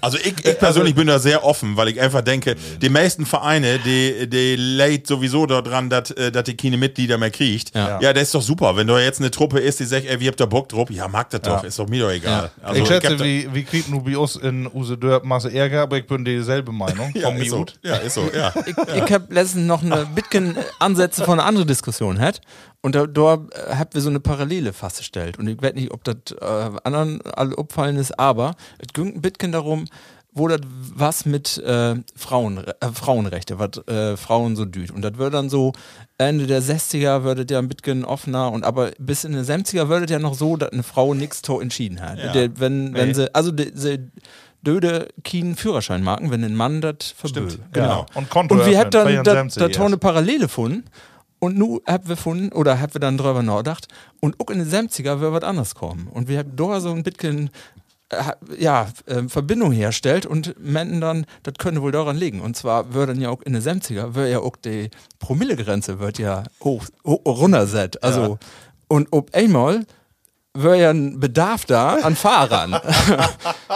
S3: Also ich, ich persönlich bin da sehr offen, weil ich einfach denke, die meisten Vereine, die, die leid sowieso daran, dass äh, dass die keine Mitglieder mehr kriegt. Ja.
S4: Ja.
S3: das ist doch super. Wenn da jetzt eine Truppe ist, die sagt, ey, wir habt da Bock drauf, ja, mag das doch, ist doch mir doch egal.
S4: Ja.
S3: Also,
S2: ich
S3: hab
S2: schätze,
S3: da-
S2: wie, wie kriegt Nubius in Use Dörp Masse Ärger, aber ich bin dieselbe Meinung.
S3: <laughs> ja,
S2: vom
S3: ist so.
S2: Miut.
S3: ja, ist so,
S2: <laughs>
S3: ja.
S4: Ich, ich habe letztens noch eine Bitcoin-Ansätze von einer anderen Diskussion gehabt und da, da äh, habt wir so eine Parallele festgestellt und ich weiß nicht, ob das äh, anderen alle abfallen ist, aber es ging ein Bitcoin darum, wo das was mit äh, Frauen, äh, Frauenrechte, was äh, Frauen so düht. Und das wird dann so, Ende der 60er würdet ja ein Bitcoin offener und aber bis in die 70er würdet ja noch so, dass eine Frau nichts to entschieden hat. Der, wenn, wenn sie, also die, sie döde Kien Führerschein machen, wenn ein Mann das verböde.
S2: genau. Und Konto
S4: Und
S2: öffnen,
S4: wir haben dann
S2: 74
S4: da
S2: erst.
S4: eine Parallele gefunden. Und nu haben wir gefunden, oder haben wir dann drüber nachgedacht, und auch in den 70er wird was anderes kommen. Und wir haben da so ein bisschen äh, ja, äh, Verbindung herstellt und meinten dann, das könnte wohl daran liegen. Und zwar würde dann ja auch in den 70er, wäre ja auch die Promillegrenze wird ja hoch, hoch runterset. Also, und ob einmal wäre ja ein Bedarf da an Fahrern.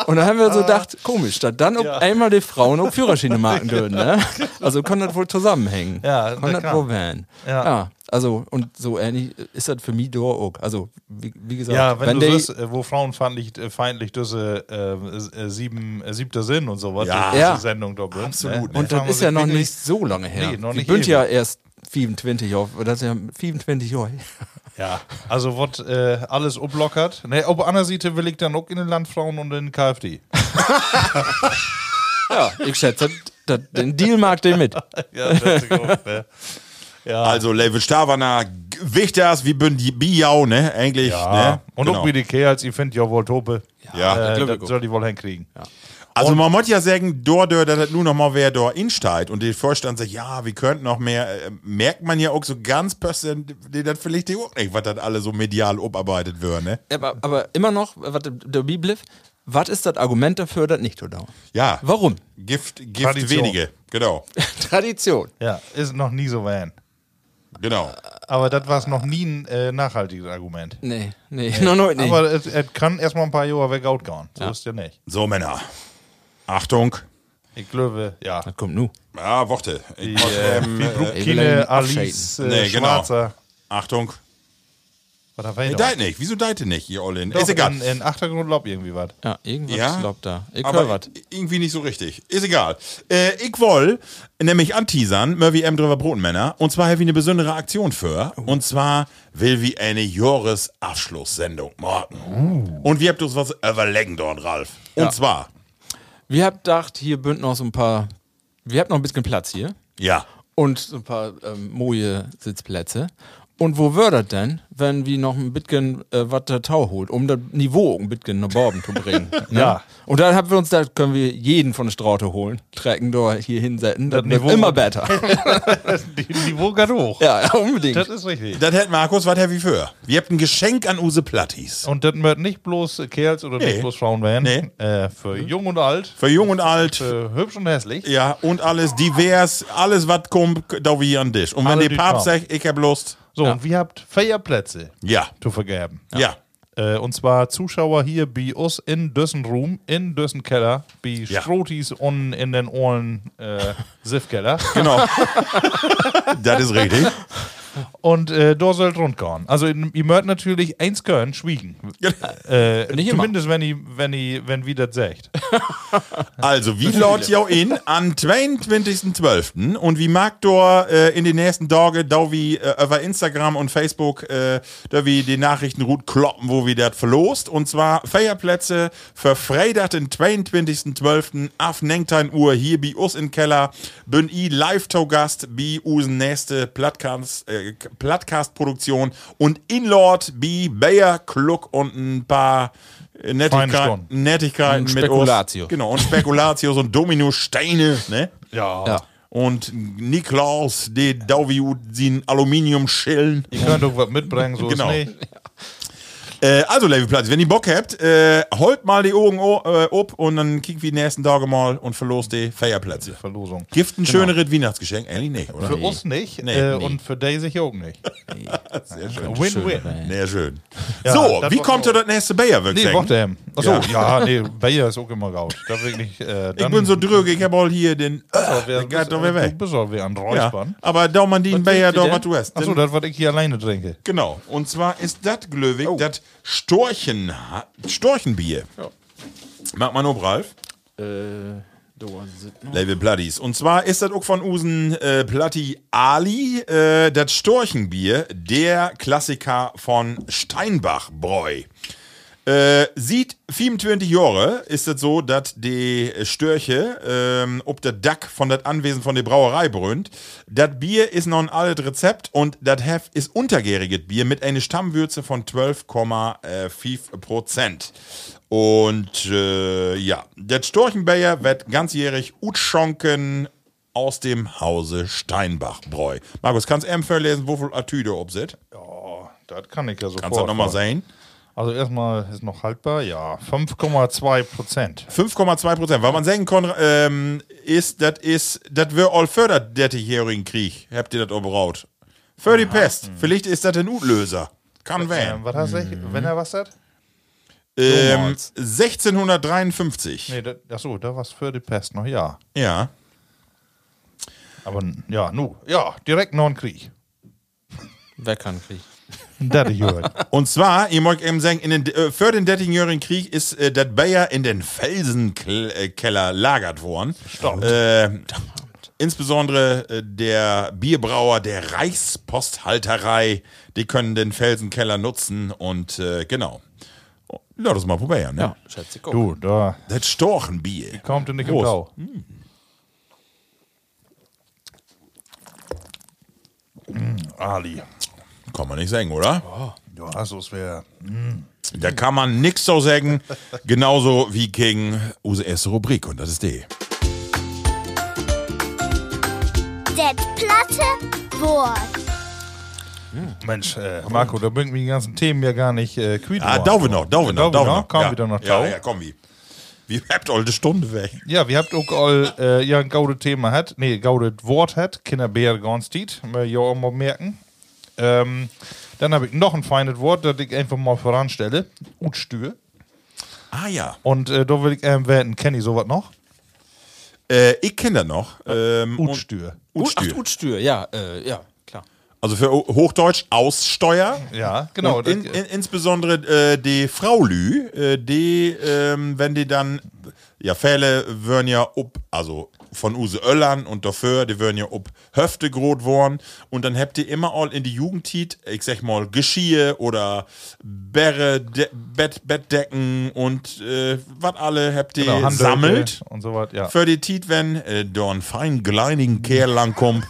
S4: und da haben wir so gedacht, komisch, dass dann ob einmal die Frauen auch Führerscheine machen würden. Ne? Also kann das wohl zusammenhängen.
S2: Ja,
S4: kann
S2: das
S4: das
S2: kann.
S4: wohl werden.
S2: Ja.
S4: Ja. Also, und so ähnlich ist das für mich da auch. Also, wie, wie gesagt,
S2: Ja, wenn, du
S4: die-
S2: siehst, äh, wo Frauen feindlich, äh, feindlich diese äh, äh, sieben, äh, siebter Sinn und sowas,
S3: Ja.
S2: die,
S4: Ja.
S2: die Sendung da bringt,
S3: Absolut,
S2: ne?
S4: Und das
S2: Fangen
S4: ist
S2: wir
S4: ja noch
S2: wirklich-
S4: nicht so lange her.
S2: Nee, noch
S4: ich
S2: nicht
S4: bin
S2: ewig.
S4: ja erst 27 Jahre, das ist ja 27 Jahre.
S2: Ja, also wird äh, alles oblockert. Ne, ob einer Seite will ich dann auch in den Landfrauen und in den KfD.
S4: Ja, ich schätze, das, das, den Deal mag den mit.
S2: Ja, das ist auch, ne?
S3: Also Level Stavana, g- wichtig ist, wie bin die Biau, ne? Eigentlich,
S2: ja.
S3: ne?
S2: Und
S3: Genau.
S2: auch wie die Kerls, ihr findet ja wohl Tope.
S3: Ja.
S2: äh,
S4: glaub
S2: das
S4: ich auch.
S2: soll die wohl hinkriegen.
S3: Also man muss ja sagen, dort, dass das nur noch mal wer dort insteigt und der Vorstand sagt, ja, wir könnten noch mehr, äh, merkt man ja auch so ganz persönlich, die das vielleicht die auch nicht, was das alle so medial abarbeitet wird, ne?
S4: Aber, aber immer noch, was der Bibliff, was ist das Argument dafür, das nicht zu dauern?
S3: Ja.
S4: Warum?
S3: Gift, Gift
S2: Tradition.
S3: wenige, genau,
S4: Tradition.
S2: Ja, ist noch nie so van.
S3: genau.
S2: Aber das war noch nie ein äh, nachhaltiges Argument.
S4: Nee, nee, nee. noch heute nicht.
S2: Aber es, es kann erstmal ein paar Jahre weg outgehen. So ist ja nicht.
S3: So Männer, Achtung,
S2: Ich glaube, ja.
S4: das kommt nu.
S3: ja, Worte, ich
S2: Die,
S3: muss,
S2: äh,
S3: ähm,
S2: wie
S4: ich will ihn
S2: Brookine, Alice, äh,
S3: abschalten. Nee, genau.
S2: Schwarzer.
S3: Achtung,
S2: Was haben wir hier
S3: ihr
S2: noch?
S3: deit nicht, wieso deit ihr nicht, ihr Ollen?
S2: Doch,
S3: Ist egal.
S2: In, in Achtergrund lob irgendwie was.
S4: Ja, irgendwas
S3: Ja,
S4: glaubt da. Ich höre
S3: aber
S4: was.
S3: i- irgendwie nicht so richtig. Ist egal. Äh, ich woll nämlich anteasern, Murphy M. drüber Brotenmänner, und zwar wie eine besondere Aktion für. Und zwar will wie eine Joris-Abschlusssendung morgen. Und wir habt uns was überlegen dort, Ralf. Und zwar,
S4: Wir habt gedacht, hier bünden noch so ein paar, wir habt noch ein bisschen Platz hier
S3: ja,
S4: und so ein paar ähm, moje Sitzplätze. Und wo wär das denn, wenn wir noch ein bisschen äh, was der Tau holt, um das Niveau ein bisschen nach Borben zu bringen? <laughs> ne?
S2: Ja.
S4: Und dann haben wir uns da, können wir jeden von der Straute holen, trecken da hier hinsetzen. Das,
S2: Das
S4: wird
S2: Niveau-
S4: immer besser. <laughs>
S2: Die Niveau geht hoch.
S4: ja, ja, unbedingt.
S2: Das ist richtig.
S3: das hätten Markus, was hätten wir für? Wir habt ein Geschenk an Use Plattis.
S2: Und das wird nicht bloß Kerls oder
S3: Nee.
S2: nicht bloß Frauen werden.
S3: Nee. Mhm.
S2: Äh, für jung und alt,
S3: Für jung und alt.
S2: für hübsch und hässlich.
S3: Ja, und alles divers, alles was kommt, da wie an Tisch. Und wenn
S2: Alle
S3: der
S2: die
S3: Papst
S2: Traum.
S3: sagt, ich hab Lust,
S2: So, und wir habt Feierplätze
S3: ja,
S2: zu vergeben.
S3: ja.
S2: Äh, und zwar Zuschauer hier bei uns in Düssen Room, in Düssen Keller, bei
S3: Ja.
S2: Strotis und in den Ohren
S3: <laughs>
S2: äh, Siffkeller.
S3: Genau. <laughs> das ist richtig.
S2: und äh, da sollt rundgehen. Also in- ihr mögt natürlich eins können, schwiegen. Äh,
S4: Nicht immer.
S2: zumindest wenn ihr, wenn ihr, wenn wie
S3: <laughs>
S2: das sagt.
S3: Also, wie laut jau in am 22.12. und wie mag Dor äh, in den nächsten Tagen, da wie äh, über Instagram und Facebook, äh, da wie die Nachrichten gut kloppen, wo wir das verlost. Und zwar Feierplätze für Freitag, den 22.12. af 19 Uhr hier bei uns in Keller. Bin i live to Gast bei usen nächste Plattcast, äh, Plattcast-Produktion und in Lord bei Bayer Kluck und ein paar äh, Nettigkeiten,
S2: Stunden.
S3: Nettigkeiten
S4: Und
S3: mit uns.
S4: Spekulatio.
S3: Genau, und Spekulatius und Dominosteine, ne?
S4: Ja.
S3: Und Niklaus, die Dauviut, sind Aluminiumschillen.
S2: Ihr könnt auch was mitbringen, so
S3: Genau.
S2: ist nicht.
S3: Äh, also, Levi Platz, wenn ihr Bock habt, äh, holt mal die Augen o- äh, ob und dann kickt wie nächsten Tage mal und verlost die Feierplätze.
S2: Verlosung.
S3: Gibt ein schöneres Weihnachtsgeschenk? Eigentlich nicht, oder?
S2: Genau. Für uns nicht
S3: Nee,
S2: äh,
S3: nee.
S2: und für Daisy auch nicht.
S3: Sehr schön.
S2: Win-win.
S3: Sehr schön.
S2: Ja,
S3: so,
S2: das
S3: wie
S2: war-
S3: kommt ihr das nächste Bayer
S2: Nee,
S3: wirklich?
S2: Rotterdam. Achso,
S3: Ja.
S2: ja. ja, nee, Bayer ist auch immer raus. Da wirklich, äh,
S3: ich
S2: dann,
S3: bin so drüg, ich hab all hier den.
S2: Ja, wer- äh,
S3: der geht doch
S2: du
S3: wieder weg.
S2: bist auch wieder an
S3: Ja,
S2: Räuspern.
S3: aber da man den Bayer
S4: willst du
S3: da
S4: denn?
S3: was du hast.
S2: Achso, das, was ich hier alleine trinke.
S3: Genau. Und zwar ist das Glöwig, das Storchen, Storchenbier. Mag man ob, Ralf?
S4: Äh, du sind noch.
S3: Level Platties. Und zwar ist das auch von Usen äh, Platti Ali, äh, das Storchenbier, der Klassiker von Steinbach-Bräu. Äh, sieht 24 Jahre ist es so, dass die Störche ähm, ob der Dack von das Anwesen von der Brauerei brünt. Das Bier ist noch ein altes Rezept und das Hef ist untergäriges Bier mit einer Stammwürze von 12,5 Prozent. Und äh, ja, der Storchenbayer wird ganzjährig utschonken aus dem Hause Steinbach-Bräu. Markus, kannst du eben vorlesen, wo viel Atüde ob sit?
S2: Ja, das kann ich ja sofort.
S3: Kannst du das nochmal sehen?
S2: Also erstmal ist noch haltbar, ja. 5,2 Prozent.
S3: 5,2 Prozent. Weil man sagen kann, ähm, ist, das ist, das wir all fördert, der jährigen Krieg. Habt ihr das auch braut? Für die Pest. Vielleicht ist das ein Utlöser. Kann
S2: Ähm,
S3: werden.
S2: was hast du? Wenn er was hat?
S3: Ähm, 1653.
S2: Nee, das, achso, da war es für die Pest noch, ja.
S3: Ja.
S2: Aber n- ja, nu. Ja, direkt noch ein Krieg.
S4: Wer kann kriegen?
S2: Das halt. ich gehört.
S3: <laughs> Und zwar, ihr mögt eben sagen, in den, äh, für den 13-jährigen Krieg ist äh, das Bayer in den Felsenkeller lagert worden.
S2: Stimmt.
S3: Äh, insbesondere äh, der Bierbrauer der Reichsposthalterei, die können den Felsenkeller nutzen und äh, genau. Lass das mal probieren, ne?
S4: Ja, schätze ich auch.
S2: Du, da
S3: Das Storchenbier.
S2: kommt er nicht im
S3: Prost.
S2: Tau.
S3: Mm. Mm,
S2: Ali.
S3: Kann man nicht sagen, oder?
S2: Ja,
S3: Also,
S2: so es wäre.
S3: Da kann man nichts so sagen. Genauso wie gegen unsere erste Rubrik und das ist die.
S6: Das platte Wort.
S2: Mensch, äh, Marco, da bringt mir die ganzen Themen ja gar nicht äh, quiet.
S3: Ah, Dauwe noch, Dauwe noch, Dauwe noch.
S2: Komm
S3: ja.
S2: wieder noch
S3: Ja,
S2: Tau.
S3: ja, komm wie. Wie habt all die Stunde weg.
S2: Ja, wir habt auch all, äh, ja, ein gaudet Thema hat, nee, gaudet Wort hat, Kinderbär Gonstied, mal ja auch mal merken. Ähm, dann habe ich noch ein feines Wort, das ich einfach mal voranstelle. Utstür.
S3: Ah ja.
S2: Und äh, da will ich ähm, werden, kenne ich sowas noch?
S3: Äh, ich kenne das noch. Ähm, und-
S2: Utstür.
S4: Ach,
S3: Utstür.
S4: Utstür, ja, äh, ja, klar.
S3: Also für Ho- Hochdeutsch Aussteuer.
S2: Ja, genau.
S3: Und
S2: das-
S3: in, in, insbesondere äh, die Fraulü, äh, die, ähm, wenn die dann, ja, Fälle würden ja ob, also von Use Öllern und dafür, die würden ja ob Höfte grot worden und dann habt ihr immer all in die Jugendtit, ich sag mal, Geschirr oder Bäre, De Bett, Bettdecken und äh, was alle habt ihr
S2: genau, Handel,
S3: sammelt.
S2: äh, Und sowas, ja.
S3: Für die Tiet, wenn äh, Don fein kleinigen Kerl
S2: <laughs>
S3: langkommt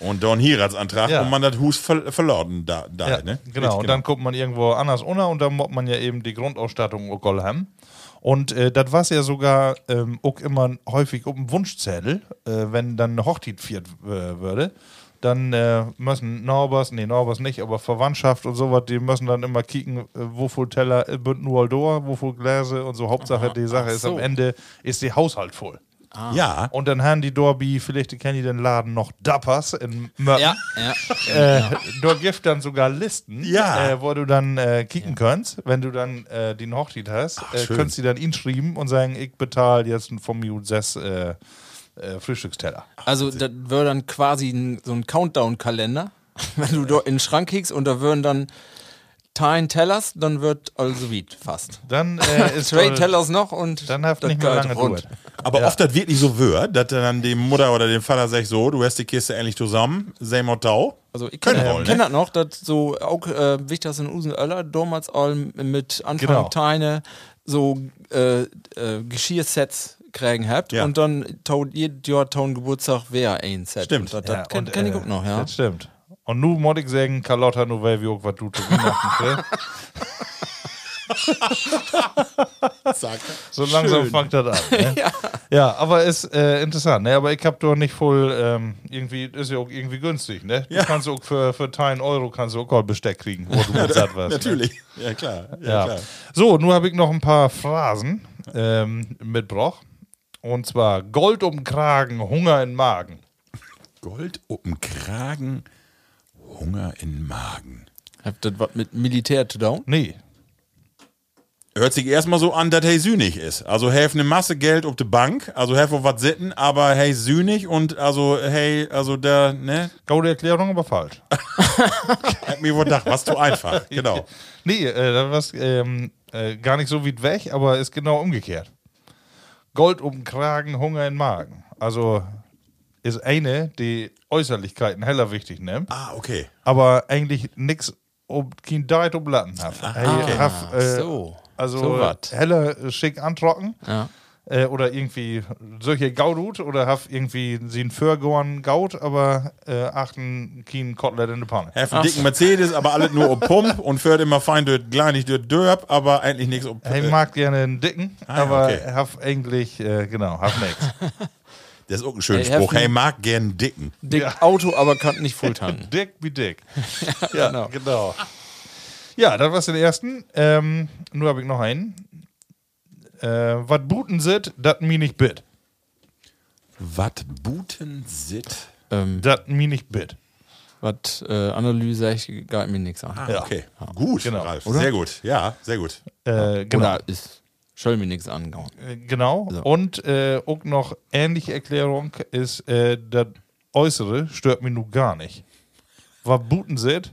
S3: und Don Heiratsantrag
S2: Ja.
S3: und man das Hus ver verloren da, da
S2: ja,
S3: ne?
S2: Genau, und dann guckt man irgendwo anders unter und dann mobbt man ja eben die Grundausstattung auch all haben. Und äh, das war ja sogar ähm, auch immer häufig um Wunschzettel, äh, wenn dann eine Hochzeit viert äh, würde. Dann äh, müssen Norbers, nee, Norbers nicht, aber Verwandtschaft und sowas, die müssen dann immer kicken, äh, wofür Teller äh, bünden nur Aldor, wofür Gläser und so. Hauptsache, die Sache ist am Ende, ist der Haushalt voll.
S3: Ja.
S2: Und dann haben die Dorby, vielleicht kennen die den Laden noch Dappers in Mörten
S4: Ja, ja.
S2: äh, dort gibt dann sogar Listen,
S3: Ja.
S2: äh, wo du dann äh, kicken kannst, wenn du dann äh, die Hochzeit hast, äh,
S3: schön.
S2: kannst du dann ihn schreiben und sagen, ich bezahle jetzt von mir sechs äh, äh, Frühstücksteller.
S4: Also, das wäre dann quasi ein, so ein Countdown-Kalender. <laughs> Wenn du dort in den Schrank kickst und da würden dann Tyne Tellers, dann wird also wie fast.
S2: Dann
S4: <laughs>
S2: äh, ist
S4: Trey
S2: wohl-
S4: Tellers noch und
S2: dann haft
S4: das
S2: nicht mehr
S4: geht
S2: lange
S4: rund.
S2: Ruhe.
S3: Aber oft das wirklich so wird, dass dann die Mutter oder dem Vater sagt so, du hast die Kiste endlich zusammen, same und tau.
S4: Also ich
S3: Können
S4: kenne
S3: wollen,
S4: kenn
S3: ne?
S4: das noch, dass so auch äh, Wichters und Usenöller damals all mit Anfang
S2: Genau.
S4: Teine so äh, äh, Geschirrsets kriegen habt
S3: Ja.
S4: und dann taut ihr Jahr taun Geburtstag wer ein Set.
S3: Stimmt.
S4: Und Das,
S2: Ja,
S4: das kenn,
S2: und,
S4: kenn ich
S2: äh,
S4: auch noch, ja.
S2: Das stimmt. Und nu muss ich sagen,
S4: <laughs>
S2: Carlotta Novell, wie auch was du zu Weihnachten kriegst.
S3: Zack.
S2: So langsam fängt das
S3: <laughs>
S2: an. Ne? ja. aber ist äh, interessant. Ne? Aber ich hab doch nicht voll, ähm, irgendwie, ist ja auch irgendwie günstig. Ne? Du
S3: Ja.
S2: kannst auch für, für 10 Euro kannst du auch ein Besteck kriegen, wo du
S3: <laughs>
S2: mit satt warst.
S3: Natürlich. Ja, klar.
S2: Ne? Ja.
S3: klar.
S2: So, nun habe ich noch ein paar Phrasen ähm, mitbracht. Und zwar Gold um Kragen, Hunger im Magen.
S3: Gold oben Kragen, Hunger in Magen.
S4: Habt das was mit Militär zu tun?
S2: Nee,
S3: Hört sich erstmal so an, dass hey sühnig ist. Also hey eine Masse Geld auf de Bank, also hey auf was sitten, aber hey sühnig und also hey, also da, ne?
S2: gute Erklärung, aber falsch.
S3: Hätt mir wohl gedacht, was du
S2: <laughs>
S3: einfach. Genau.
S2: Nee, äh, das war's, ähm, äh, gar nicht so weit weg, aber ist genau umgekehrt. Gold um den Kragen, Hunger im Magen. Also ist eine, die Äußerlichkeiten heller wichtig nimmt,
S3: Ah, okay.
S2: aber eigentlich nix um kein Diet um Latten hat. Ah,
S4: so.
S2: Also
S4: So wat.
S2: heller äh, schick antrocken.
S4: Ja.
S2: Äh, oder irgendwie solche Gaudut oder haf irgendwie sie einen Förgorn Gaut, aber äh, achten kein Kotelett in der Panne.
S3: Hey, einen dicken Mercedes, aber alles nur um Pump und fährt immer fein durch klein, nicht durch Dörp, aber eigentlich nichts um
S2: Äh, Ich mag gerne einen dicken,
S3: ja,
S2: aber
S3: okay.
S2: hab eigentlich, äh, genau, hab nix.
S3: Das ist auch ein schöner
S4: Hey,
S3: Spruch.
S4: Heffen-
S3: Hey, mag gern dicken.
S4: Dick Auto, aber kann nicht
S3: <laughs>
S4: voll tanken.
S2: dick wie dick. ja, genau. Ja, das war's den ersten. Ähm, nur habe ich noch einen. Äh, was booten sit, dat mi nicht bit.
S3: Wat buten sit?
S4: Ähm,
S2: Dat mi nicht bit.
S4: was äh, Analyse, ich galt mir nichts an.
S3: Ah,
S2: Ja.
S3: okay. Gut,
S2: Genau.
S3: Ralf.
S4: Oder?
S3: Sehr gut. Ja, sehr gut.
S2: Äh, genau.
S4: Oder ist soll mir nichts angehauen.
S2: Äh, genau.
S4: So.
S2: Und äh, auch noch ähnliche Erklärung ist, äh, das Äußere stört mich nur gar nicht. Was booten sit,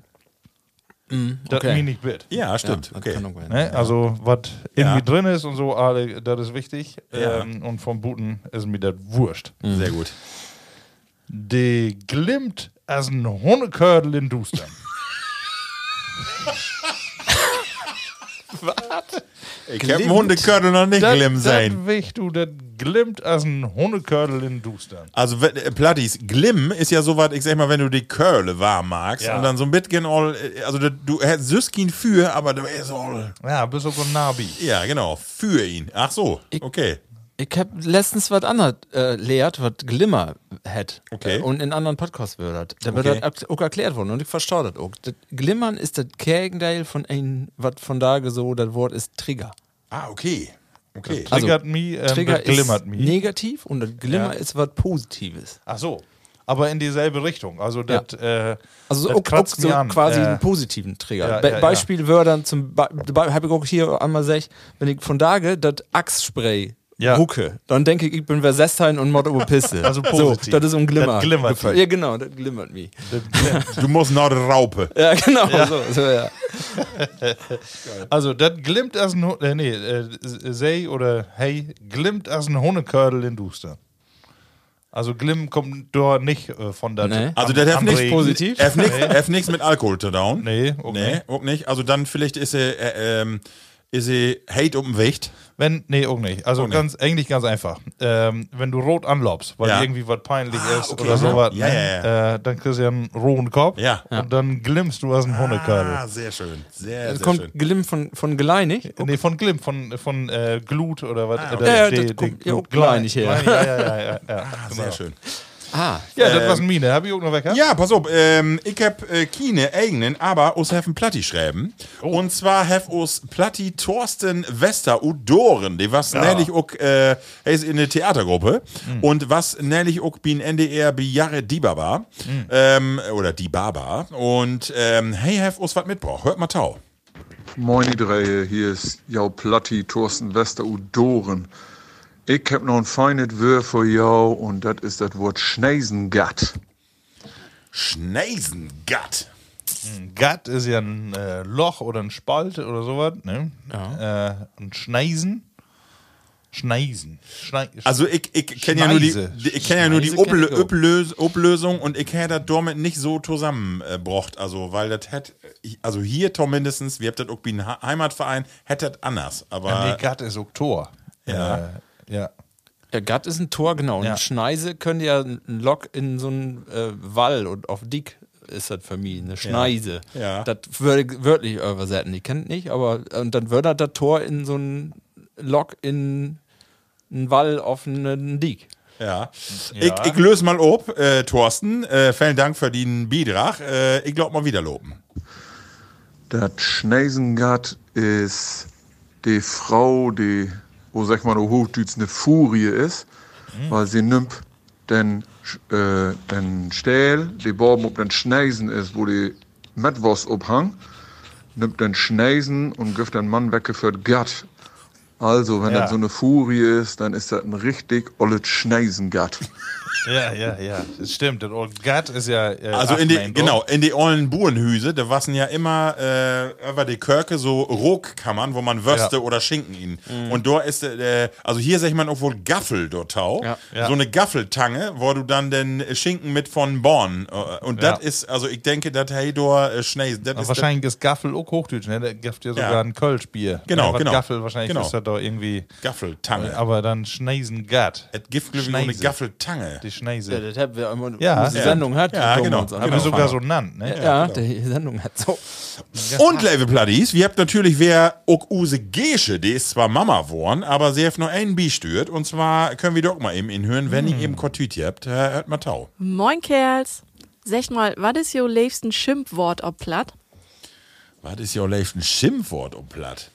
S2: dat
S4: okay.
S2: mi nicht bit.
S3: Ja, stimmt.
S4: das
S3: okay.
S4: kann auch werden.
S2: Ne? Also, was in
S3: Ja.
S2: mir drin ist und so, alle, das ist wichtig.
S3: Ja.
S2: Ähm, und vom Booten ist mir das wurscht.
S3: Sehr gut.
S2: Die glimmt als ein Hundekördel in
S4: <laughs>
S2: Dustern.
S3: Ich hab einen Hundekörner noch nicht glimm sein.
S2: Das wicht du, das glimmt als ein Hundekördel in Dustern.
S3: Also, wenn- äh, Plattis, Glimm ist ja sowas, ich sag mal, wenn du die Curle warm magst
S2: Ja.
S3: und dann so ein bisschen all, äh, also du- du hättest Süskin für, aber du ist all.
S2: Ja, bist du so ein Nabi.
S3: Ja, genau, für ihn. Ach so, okay.
S4: Ich habe letztens was anderes äh, lehrt, was Glimmer hat.
S3: Okay.
S4: Äh, und in anderen Podcasts wird das. Da wird
S3: Okay.
S4: das auch erklärt worden und ich verstehe das auch. Das Glimmern ist das Gegenteil von ein, was von da so, das Wort ist Trigger.
S3: Ah, okay. Okay.
S4: Also,
S2: Triggert mi, ähm,
S4: Trigger
S2: das glimmert
S4: ist
S2: mi.
S4: negativ und das Glimmer ist was Positives.
S2: Ach so. Aber in dieselbe Richtung. Also, das äh, das
S4: Also auch, auch
S2: kratzt
S4: so
S2: mir an.
S4: quasi
S2: Äh,
S4: einen positiven Trigger.
S2: ja,
S4: Be
S2: ja, ja.
S4: Beispielwörtern zum Be habe ich auch hier einmal gesagt, wenn ich von da das Achsspray
S2: Ja.
S4: rucke, dann denke ich, ich bin Versestein und
S2: <laughs>
S4: Mord über Pisse.
S2: Also
S4: So,
S2: positiv.
S4: das ist um Glimmer.
S2: Das glimmert halt.
S4: gefallen.
S2: mich.
S4: Ja, genau, das glimmert mich.
S3: Du musst noch eine Raupe.
S4: Ja, genau, so, so ja.
S2: also, das glimmt als ein Hun- äh, nee, äh, sei oder hey, glimmt als ein Hundekördel in Dustern. Also, glimm kommt da nicht äh, von der.
S4: Nee.
S3: Also der darf nicht
S4: positiv?
S3: F nix, F nix mit Alkohol zu down.
S2: Nee, auch
S3: nee,
S2: nicht.
S3: auch nicht. Also dann vielleicht ist sie, äh, ähm, ist sie Hate um den Wicht.
S2: Wenn, nee, auch nicht. Also
S3: Auch nicht.
S2: ganz, eigentlich ganz einfach. Ähm, wenn du rot anlobst, weil
S3: Ja.
S2: irgendwie was peinlich ist
S3: okay.
S2: oder
S3: Mhm.
S2: sowas,
S3: Ja,
S2: ne?
S3: ja,
S2: Äh, dann kriegst du ja einen rohen Kopf
S3: Ja.
S2: und dann glimmst du aus dem Hundekörper.
S3: Ah, sehr schön. Sehr,
S4: Das
S3: sehr
S4: kommt
S3: schön.
S4: Glimm von, von geleinig.
S2: Nee, von Glimm, von, von äh, Glut oder was.
S3: Ah,
S2: äh,
S3: okay.
S4: Ja, ja,
S2: die-
S4: das
S2: die
S4: kommt-
S2: Glut-
S4: ja, klein ich her.
S2: Klein, Ja, ja, ja. ja, ja,
S3: Ah,
S2: genau.
S3: sehr schön.
S4: Ah,
S2: Ja,
S3: Ähm,
S2: das war's Mine. Hab ich auch noch weg? gehabt?
S3: Ja, pass auf. Ähm, ich hab äh, keine eigenen, aber us have Platti schreiben. Und zwar have us Platti Thorsten Wester Udoren. Die was nämlich auch, äh, er ist in der Theatergruppe. Und was nämlich auch bin NDR Biare Dibaba. Ähm, oder Dibaba. Und ähm, hey, have us was mitbraucht. Hört mal tau.
S7: Moin die Dreie, hier ist Jau Platti, Thorsten Wester Udoren. Ich hab noch ein feines Wör für Jau und das ist das Wort Schneisengatt.
S3: Schneisengatt.
S2: Ein Gatt ist ja ein äh, Loch oder ein Spalt oder sowas. Ne? Ja. Äh, ein Schneisen. Schneisen. Schnei
S3: Also ich, ich kenne ja nur die,
S2: Schneise.
S3: die- ich kenn ja nur die
S4: Schneise kenn
S3: Oblö-
S4: ich auch.
S3: Oblös- Oblösung und ich hätte das damit nicht so zusammengebracht, also weil das hätte, also hier zumindestens, wir habt das irgendwie einen Ha- Heimatverein, hätte das anders,
S2: nee,
S3: aber
S2: Gatt ist auch Tor.
S3: äh, Ja.
S2: Äh, ja.
S4: Ja, Gatt ist ein Tor, genau. Und
S2: Ja.
S4: Schneise könnte ja ein Lok in so einen äh, Wall und auf Dick ist das für mich, eine Schneise.
S3: Ja.
S4: äh, Das würde ich wörtlich übersetzen. Ich kenne nicht, aber und dann würde das Tor in so ein Lok in einen Wall auf einen Dieg.
S3: Ja. Ich, ich löse mal ob, äh, Thorsten. Äh, vielen Dank für den Beitrag. Äh, ich glaube mal wieder loben.
S7: Das Schneisengat ist die Frau, die, wo sag mal, Hochdütz eine Furie ist, weil sie nimmt den, Sch- äh, den Stähl, die Borben ob den Schneisen ist, wo die Metwurst obhang, nimmt den Schneisen und gibt den Mann weg für das Gatt. Also, wenn
S2: Ja.
S7: das so eine Furie ist, dann ist das ein richtig olles Schneisengat.
S2: Ja, ja, ja. Das stimmt. Das Old Gut ist ja. Äh,
S3: Also in die,
S2: Achmein, doch?
S3: genau, in die ollen Burenhüse, da waren ja immer äh, über die Körke so Rohkammern, wo man Würste
S2: Ja. Mhm.
S3: oder Schinken ihn. Und da ist, äh, also hier sag ich mal auch wohl Gaffel dort tau.
S4: Ja.
S2: Ja.
S3: So eine Gaffeltange, wo du dann den Schinken mit von Born. äh, Und das
S2: Ja.
S3: ist, also ich denke, das hey dort äh, Schneis, das
S2: Aber
S3: ist
S2: wahrscheinlich ist Gaffel auch Hochdeutsch, ne? Der gibt dir sogar
S3: Ja.
S2: ein Kölschbier.
S3: Genau,
S2: ne? Was
S3: genau.
S2: Gaffel wahrscheinlich
S3: Genau.
S2: ist das doch irgendwie. äh,
S3: das Gaffeltange.
S2: Aber dann Schneisen Gut.
S3: Es gibt glaube ich, auch eine
S2: Schneise.
S3: Gaffeltange.
S2: Die Schneise.
S4: das haben wir immer
S2: Ja.
S4: die Sendung hat.
S3: Ja,
S4: gucken wir
S3: genau.
S4: uns an.
S2: Haben wir sogar so genannt, ne?
S4: Ja, die Sendung hat so. <laughs>
S3: Und Level Pladies, wir habt natürlich wer auch Use Gesche, die ist zwar Mama worden, aber sie hat noch einen Bi stört. Und zwar können wir doch mal eben inhören, wenn ihr eben Kortüt habt, äh, hört mal tau.
S8: Moin Kerls. Sag mal, was ist jo liebsten Schimpfwort ob platt?
S3: Was ist ja leicht ein Schimpfwort um platt?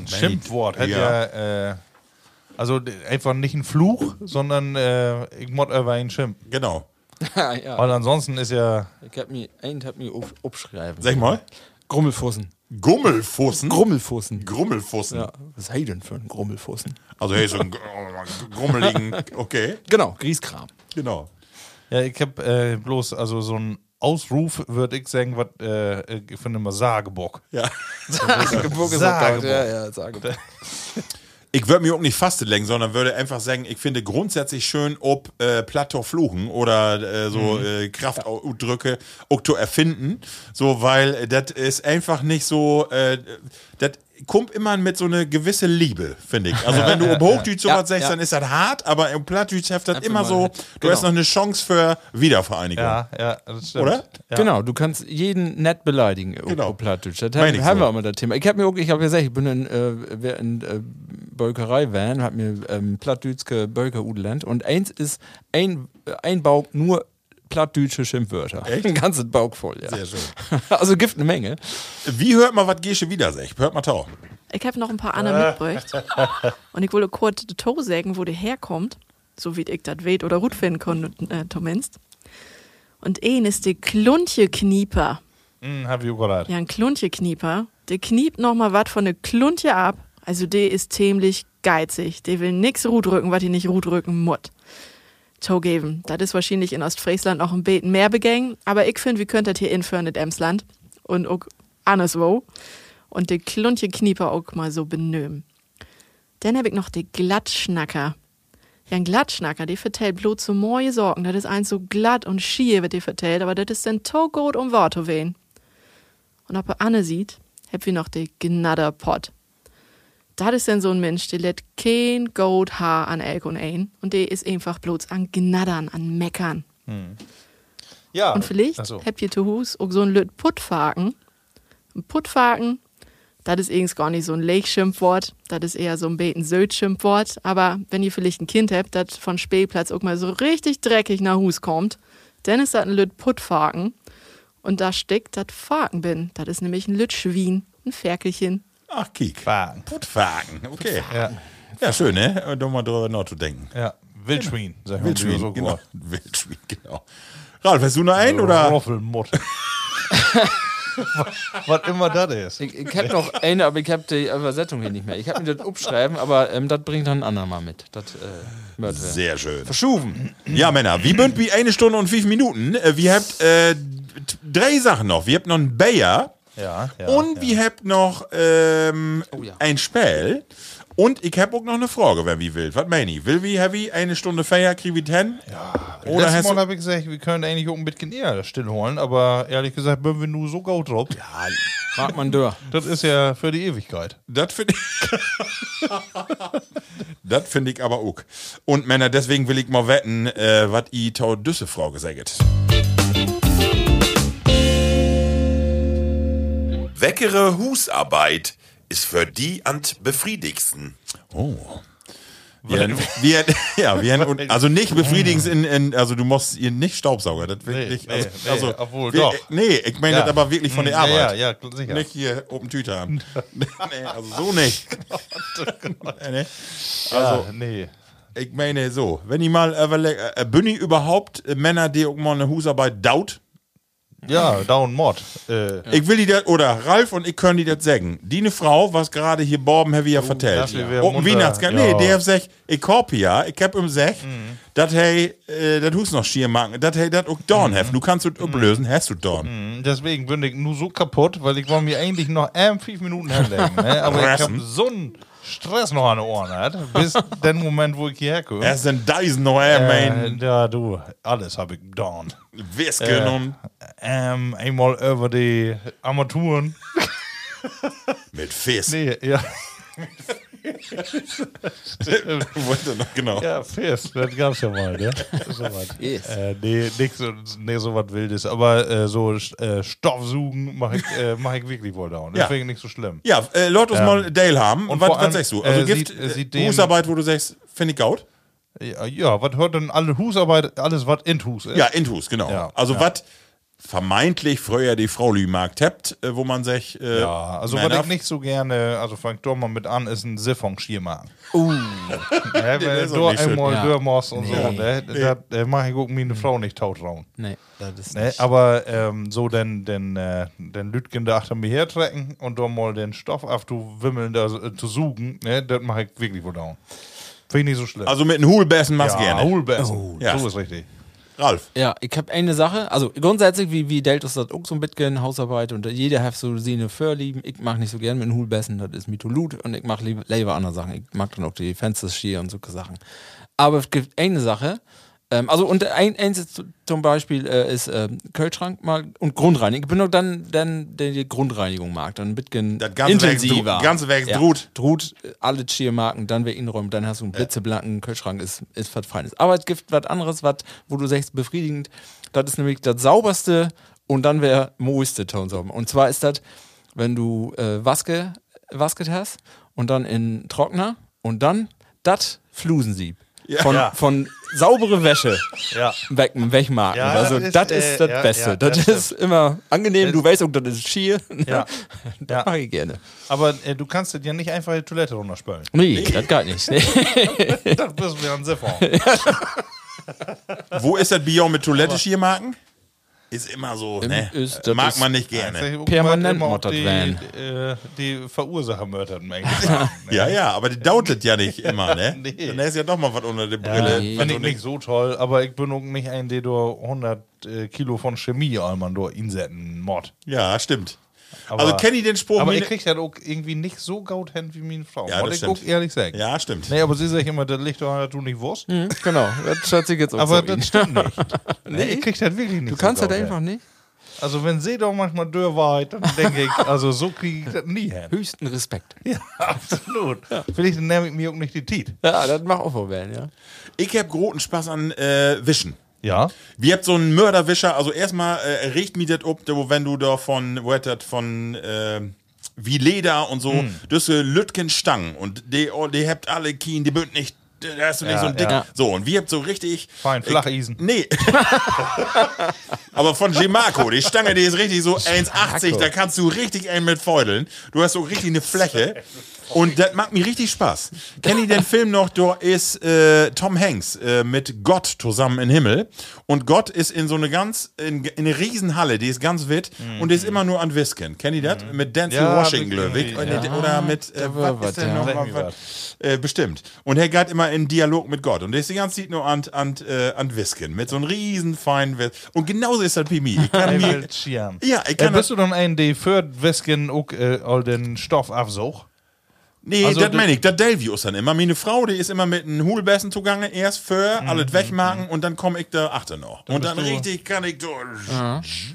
S2: Ein Schimpfwort. Hat ja.
S3: Ja.
S2: äh, also d- einfach nicht ein Fluch, sondern äh, ich mod über einen Schimpf.
S3: Genau.
S4: Ja, ja.
S2: Weil ansonsten ist ja.
S4: Ich hab mich, einen hat mich auf, aufschreiben.
S3: Sag mal,
S4: Grummelfussen.
S3: Gummelfussen.
S4: Grummelfussen.
S3: Grummelfussen.
S4: Ja, was sei denn für ein Grummelfussen?
S3: Also hey, so ein gr- grummeligen, okay,
S4: Genau, Grieskram.
S3: genau.
S2: Ja, ich hab äh, bloß, also so ein Ausruf, würde ich sagen, was äh, ich finde immer Sagebock.
S3: Ja.
S4: Sageburg
S2: ist auch da.
S4: Ja, ja, Sageburg.
S3: Ich würde mir auch nicht faste lenken, sondern würde einfach sagen, ich finde grundsätzlich schön, ob äh, Plato fluchen oder äh, so äh, Kraftausdrücke auch zu erfinden. So, weil äh, das ist einfach nicht so, äh, das kommt immer mit so eine gewisse Liebe, finde ich. Also wenn du um Hochdeutsch
S4: Ja,
S3: sowas sagst,
S4: ja.
S3: dann ist das hart, aber im Plattdeutsch heft das
S4: Einfach
S3: immer
S4: mal
S3: so,
S4: halt.
S3: du hast
S4: Genau.
S3: noch eine Chance für Wiedervereinigung.
S2: Ja, ja, das stimmt.
S3: Oder?
S2: Ja.
S4: Genau, du kannst jeden nett beleidigen.
S3: Genau.
S4: Genau. Plattdeutsch. Das
S3: Meine ich
S4: haben
S3: so.
S4: wir auch mal das Thema. Ich habe mir auch, ich habe gesagt, ich bin in, äh, wer in äh, Bölkerei-Van, habe mir ähm, Plattdütske Bölker Udland und eins ist ein, äh, ein Baug nur plattdütsche Schimpfwörter.
S3: Echt?
S4: Ein ganzes Baug voll, ja.
S3: Sehr schön.
S4: <laughs> Also gibt eine Menge.
S3: Wie hört man, was Gesche wieder sagt? Hört mal tau.
S8: Ich hab noch ein paar andere mitgebracht. Und ich wollte kurz de Toe sagen, wo der herkommt. So wie ich das weht oder gut finden konnte, äh, zumindest. Und een ist de Kluntje-Knieper.
S2: Hm, hab ich auch gerade.
S8: Ja, ein Kluntje-Knieper. Der kniept noch mal wat von der Kluntje ab. Also der ist ziemlich geizig. Der will nix Ruht rücken, wat die nicht Ruht rücken mut. Togeben. Das ist wahrscheinlich in Ostfriesland noch ein Beten mehr begängen. Aber ich finde, wir könnten das hier inführen in Emsland. Und auch anderswo. Und den Kluntje-Knieper auch mal so benömen. Dann hab ich noch den Glattschnacker. Ja, ein Glattschnacker, der vertellt bloß so moje Sorgen. Das ist eins so glatt und schier, wird der vertellt. Aber das ist dann to gut, um Wort zu wählen. Und ob er Anne sieht, hab wir noch den Gnadderpott. Das ist denn so ein Mensch, der lädt kein Gold Haar an Elk und Ein und der ist einfach bloß an Gnaddern, an Meckern.
S2: Ja. also.
S8: Und vielleicht
S2: Ach so.
S8: habt ihr zu Hus auch so ein Lüt Puttfaken. Ein Puttfaken, das ist übrigens gar nicht so ein Lechschimpfwort, das ist eher so ein beten schimpfwort Aber wenn ihr vielleicht ein Kind habt, das von Spielplatz auch mal so richtig dreckig nach Hus kommt, dann ist das ein Lüt Puttfaken. Und da steckt das Faken bin. Das ist nämlich ein Lüt Schwien, ein Ferkelchen.
S3: Ach, Kiek.
S2: Faken.
S3: Putfagen, okay.
S2: Ja,
S3: Ja, schön, ne? Und doch mal drüber nachzudenken.
S2: ja. Wildschwein, sag ich mal.
S3: Wildschwein,
S2: so
S3: genau.
S2: gesagt.
S3: <laughs> Wildschwein, genau. Ralf, hast du noch einen oder?
S2: <laughs> Roffelmotte. Was immer das ist.
S4: Ich, ich habe noch eine, aber ich habe die Übersetzung hier nicht mehr. Ich habe mir das abschreiben, aber ähm, das bringt dann ein andermal mit. Das äh, wird werden.
S3: Sehr schön.
S4: Verschuben.
S3: Ja, Männer, wie bünd wie eine Stunde und fünf Minuten. Äh, Wir habt äh, t- drei Sachen noch. Wir habt noch einen Bayer
S2: Ja, ja.
S3: und wir habt noch ähm,
S4: ja.
S3: ein Spell. Und ich hab auch noch eine Frage, wenn wie will. Was meine ich? Will wie heavy eine Stunde Feier, krieg ich hin? Ja. Oder hast
S2: Letztes Mal
S3: du...
S2: habe ich gesagt, wir können eigentlich auch ein bisschen eher stillholen, aber ehrlich gesagt, wenn wir nur so gut drauf,
S4: Mag man Dörr.
S2: das ist ja für die Ewigkeit.
S3: Das finde ich... das finde ich aber auch. Und Männer, deswegen will ich mal wetten, äh, was i Tau Düsse Frau gesagt.
S9: Weckere Husarbeit
S10: ist für die ant befriedigsten.
S3: Oh. Wir, wir, ja, wir,
S2: <laughs>
S3: und- also nicht befriedigend in, in, also du musst ihr nicht Staubsauger, das will
S2: Nee,
S3: nicht,
S2: nee,
S3: also,
S2: nee,
S3: also
S2: obwohl,
S3: wir,
S2: doch.
S3: nee, ich meine
S2: Ja. Mhm. Hm,
S3: das aber wirklich von der
S2: Ja,
S3: Arbeit.
S2: ja, ja, sicher.
S3: Nicht hier oben Tüte
S2: <laughs>
S3: haben. nee, also so nicht.
S2: Oh
S3: Nee, nee. Also,
S2: Ah, nee.
S3: ich meine so, wenn ich mal überleg- äh, bin ich überhaupt äh, Männer, die auch mal eine Husarbeit daut,
S2: Ja, Down Mod. Äh,
S3: ich will die das, oder Ralf und ich können die das sagen. Die eine Frau, was gerade hier Borben Heavy ja vertellt.
S2: das wär
S3: Oh, ein
S2: munter.
S3: Weihnachtsgang.
S2: Ja. Mhm.
S3: Nee, der hat gesagt, ich hab ja, ich hab im Sech, dat hey, äh, dat hust noch schier machen, dat hey, dat auch Dorn
S2: Mhm.
S3: heft. Du kannst es ablösen, hast du Dorn.
S2: deswegen bin ich nur so kaputt, weil ich wollte mir eigentlich noch ähm, fünf Minuten hinlegen. Ne? Aber ich habe
S3: Pressen.
S2: so einen Stress noch an den Ohren, hat, bis den Moment, wo ich hierher komme.
S3: Erst ein Dyson noch, äh, mein
S2: Äh, ja, du, alles habe ich down.
S3: Wesken und
S2: Ähm, einmal über die Armaturen.
S3: mit Fes.
S2: Nee, ja.
S3: <laughs> Wollte noch, genau.
S2: Ja, Fizz, das gab's ja
S3: <laughs>
S2: mal, ne? So was. Äh, nee, nix, und- nee, so was Wildes. Aber äh, so äh, Stoffsugen mache ich, äh, mach ich wirklich wohl down.
S3: Ja.
S2: Deswegen nicht so schlimm.
S3: Ja, äh, lass uns mal Dale haben. Und
S2: Ähm, und
S3: was
S2: vor allem,
S3: was sagst du? Also
S2: äh,
S3: Gift,
S2: sieht- äh, sieht
S3: äh,
S2: den-
S3: Husarbeit, wo du sagst, finde ich gaut?
S2: Ja, ja was hört denn alle Husarbeit, alles was in Hus ist?
S3: Ja, Intus, genau.
S2: Äh, Ja,
S3: also
S2: ja.
S3: was vermeintlich früher die Frau Lümarkt hebt, äh, wo man sich... Äh,
S2: Ja, also
S3: Männer-
S2: was ich nicht so gerne, also fang doch mal mit an, ist ein Siphon-Schiermagen. <laughs> Uh. ja,
S3: der
S2: wenn
S3: ist
S2: du
S3: auch nicht schön.
S2: einmal
S4: Ja.
S2: Dörrmoss und so,
S4: Nee.
S2: ne? Das äh, mach ich auch meine Frau nicht tautrauen.
S4: Nee, das ist
S2: Ne,
S4: nicht.
S2: aber ähm, so den, den, äh, den Lütgen da achter mir hertrecken und dann mal den Stoff auf du wimmeln da so, äh, zu sugen, ne, das mache ich wirklich wohl down. Finde ich nicht so schlimm.
S3: Also mit einem Hulbessen machst
S2: ja,
S3: du gerne.
S2: Hohlbessen.
S3: ja.
S2: So ist richtig.
S3: Ralf.
S4: Ja, ich hab eine Sache, also grundsätzlich, wie, wie Delt ist das auch so ein bisschen Hausarbeit und jeder hat so seine Vorlieben. Ich mach nicht so gern mit Hulbessen, das ist Mytholut und ich mach lieber, lieber andere Sachen. Ich mag dann auch die Fensterschier und solche Sachen. Aber es gibt eine Sache, ähm, also und ein, eins ist zu- zum Beispiel äh, ist ähm, Kühlschrank mal und Grundreinigung. Ich bin doch dann, dann der die Grundreinigung mag, dann ein bisschen
S3: Das ganze Werk
S4: intensiver.
S3: dru- ganze Werk drut.
S4: Drut, äh, alle Schiermarken, dann wer inräumt, dann hast du einen blitzeblanken Kühlschrank, ist, ist was Feines. Aber es gibt was anderes, was, wo du sagst, befriedigend, das ist nämlich das sauberste und dann wäre moiste Tonsauber. Und zwar ist das, wenn du äh, Waske, wasket hast und dann in Trockner und dann das Flusensieb. Von,
S2: Ja.
S4: von saubere Wäsche
S2: Ja.
S4: weg, wegmarken.
S2: Ja,
S4: also
S2: das ist,
S4: das ist
S2: äh,
S4: das
S2: ja,
S4: Beste.
S2: ja,
S4: das,
S2: das
S4: ist immer angenehm. Du weißt auch, das ist schier. <laughs>
S2: Ja.
S4: das
S2: Ja.
S4: mache ich gerne.
S2: Aber äh, du kannst das ja nicht einfach die Toilette runterspülen.
S4: Nee, das geht
S2: <laughs>
S4: nicht. Nee.
S2: das bist du ja ein Siphon.
S3: Wo ist das Bier mit Toilette Schiermarken? Ist immer so, ne?
S4: ist- das
S3: Mag
S4: ist-
S3: man nicht
S2: Das ist
S3: gerne.
S2: ja auch
S4: Permanent
S2: immer auch
S4: mottert
S2: die,
S4: werden.
S2: äh, die Verursacher mördert <laughs> ne?
S3: Ja, ja, aber die dautet ja
S2: <laughs>
S3: nicht immer, ne?
S2: Nee.
S3: Dann ist ja doch mal was unter der
S2: Ja,
S3: Brille.
S4: nee.
S3: Was
S2: Finde ich
S3: unter-
S2: nicht so toll, aber ich bin auch nicht ein, der durch 100 äh, Kilo von Chemie einmal durch Insetten mord.
S3: Ja, stimmt.
S2: Aber-
S3: also kenn ich den Spruch.
S2: Aber
S3: mir-
S2: ich krieg das auch irgendwie nicht so gaut hin wie meine Frau.
S3: Ja,
S2: Wollte
S3: das
S2: ich
S3: stimmt.
S2: guck ehrlich sagen.
S3: ja, stimmt.
S2: Nee, aber sie sagt immer, das liegt doch an, dass du nicht wusst.
S4: Hm, genau, das schätze ich jetzt auch
S2: Aber
S4: so
S2: das
S4: ihn.
S3: <laughs>
S2: stimmt nicht. nee, ich krieg das wirklich nicht
S4: Du kannst
S2: so
S3: halt
S4: das
S2: gaut
S4: einfach nicht.
S2: hin. Also wenn sie doch manchmal dürr war, dann
S3: <laughs>
S2: denke ich, also so kriege ich das nie hin.
S4: Höchsten Respekt.
S2: Ja, absolut. Vielleicht nehme ich mir auch nicht die Tiet.
S4: Ja, das macht auch wohl werden, ja.
S3: Ich hab großen Spaß an äh, Wischen.
S2: Ja.
S3: Wir habt so einen Mörderwischer, also erstmal äh, riecht mir das ob, da, wenn du da von, wo hat das, von, äh, wie Leder und so,
S2: Hm.
S3: das ist Lütgen Stangen und die, oh, die habt alle Kien, die bünd nicht, da hast du nicht
S2: Ja,
S3: so ein dick.
S2: ja.
S3: So, und wir habt so richtig.
S2: Fein, Flacheisen.
S3: Ich, nee. Aber von Gemarco, die Stange, die ist richtig so 1,80, da kannst du richtig einen mit feudeln. Du hast so richtig eine Fläche. Und das macht mir richtig Spaß. Kennt ihr den Film noch? Da ist äh, Tom Hanks äh, mit Gott zusammen im Himmel. Und Gott ist in so eine ganz, in, in eine Riesenhalle, die ist ganz wit und die ist immer nur an Whisken. Kennt ihr das? Mit Denzel
S2: Ja,
S3: Washington,
S2: hab ich
S3: glaube ich.
S2: gesehen,
S3: Oder- Oder mit, äh,
S4: Da war
S3: was
S4: was,
S3: ist denn
S4: ja.
S3: noch
S2: Sag
S3: mal
S2: mir
S3: was? Äh, bestimmt. Und er geht immer in Dialog mit Gott. Und der ist die ganze Zeit nur an, an, äh, an Whisken. Mit so einem riesen feinen Whis Und genauso ist das bei mir. Ich
S2: <laughs>
S3: kann
S2: Ich
S3: mir,
S2: will schieren.
S3: ja, ich
S2: Äh,
S3: kann
S2: bist du dann ein, der für Wesken auch äh, all den Stoff aufsucht?
S3: Nee,
S2: also
S3: das
S2: das-
S3: meine ich. Das Delvio ist dann immer. Meine Frau, die ist immer mit einem Hulbessen zugange. Erst für,
S2: Mhm,
S3: alles wegmachen und dann komme ich da achter noch. und dann
S2: bist du-
S3: richtig kann ich da. Ich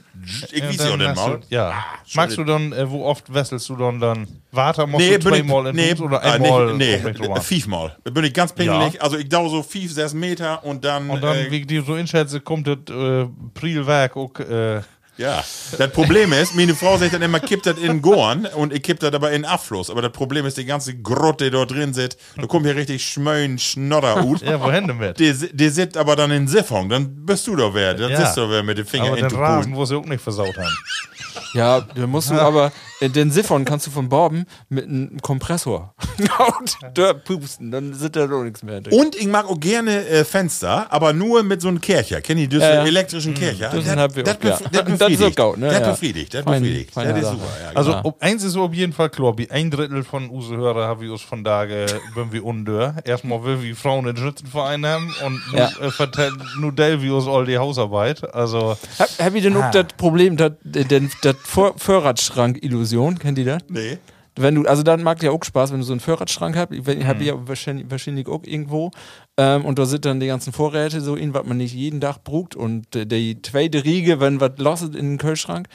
S2: Ja,
S3: weiß ja
S2: dann
S3: nicht
S2: hast
S3: mal.
S2: Du, ja.
S3: Ah,
S2: Magst du dann, äh, wo oft wesselst du dann dann? Warte, musst
S3: Nee,
S2: du
S3: bin ich,
S2: zweimal in
S3: nee,
S2: Hus oder um
S3: ah, nee,
S2: einmal? kommt nicht
S3: nee,
S2: drüber
S3: äh,
S2: an?
S3: fünfmal. Bin ich ganz pingelig.
S2: Ja.
S3: Also ich dauere so fünf, sechs Meter und dann.
S2: Und dann,
S3: äh,
S2: wie ich dir so einschätze, kommt das äh, Prilwerk auch äh,
S3: Ja, das Problem ist, meine Frau sagt dann immer, kippt das in Gorn und ich kippt das aber in Abfluss. Aber das Problem ist, die ganze Grotte, die dort drin sitzt, da kommt hier richtig Schmöen, Schnodder ut.
S2: Ja, wohin damit?
S3: Die, si- die sitzt aber dann in Siphon, dann bist du doch wer. Dann
S2: Ja.
S3: sitzt doch wer mit den Fingern
S2: Aber
S3: in
S2: den
S3: den
S2: Rasen,
S3: Boden.
S2: wo sie auch nicht versaut haben.
S4: Ja, da musst du aber, äh, den Siphon kannst du vom Borben mit einem <laughs> Kompressor laut da pusten, dann sind da doch nichts mehr drin.
S3: Und ich mag auch gerne äh, Fenster, aber nur mit so einem Kercher. Kennt ihr diese
S4: Ja, ja.
S3: elektrischen Kercher?
S4: Äh, mm, das haben wir
S3: das
S4: auch, ja.
S3: bef-
S4: Das
S3: das
S4: ist
S3: befriedigt.
S4: auch gut, ne?
S3: Das
S4: Ja.
S3: befriedigt, das
S4: Fein-
S3: befriedigt.
S4: feine
S3: Das ist
S4: Sache.
S3: super. Ja,
S2: Also,
S4: Ja.
S2: ob eins ist auf jeden Fall klar. Wie ein Drittel von unseren Hörern haben wir uns von Tage, wenn wir undör. Erstmal will wir Frauen in Schützenverein haben und
S4: Ja.
S2: nun, äh, verteilt nur Dell wie uns all die Hausarbeit. Also,
S4: Hab, hab ich denn auch das Problem, äh, das Vorratsschrank-Illusion, kennt ihr das?
S3: genau. nee.
S4: Wenn du, also dann mag ja auch Spaß, wenn du so einen Vorratsschrank habt. Ich mhm. habe ja wahrscheinlich, wahrscheinlich auch irgendwo. Ähm, und da sind dann die ganzen Vorräte, so in, was man nicht jeden Tag brucht. Und äh, die zweite Riege, wenn was los ist in den Kühlschrank.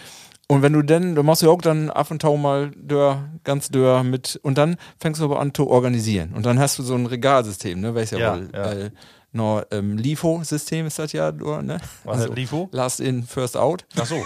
S4: Und wenn du dann, du machst ja auch dann ab und zu mal dör, ganz dör mit. Und dann fängst du aber an zu organisieren. Und dann hast du so ein Regalsystem, ne? Weißt ja,
S2: Ja,
S4: wohl.
S2: ja.
S4: Äh, no, ähm, LIFO-System ist das ja, nur, ne?
S2: Was ist LIFO?
S4: Last in, first out.
S2: ach
S4: <laughs>
S2: so.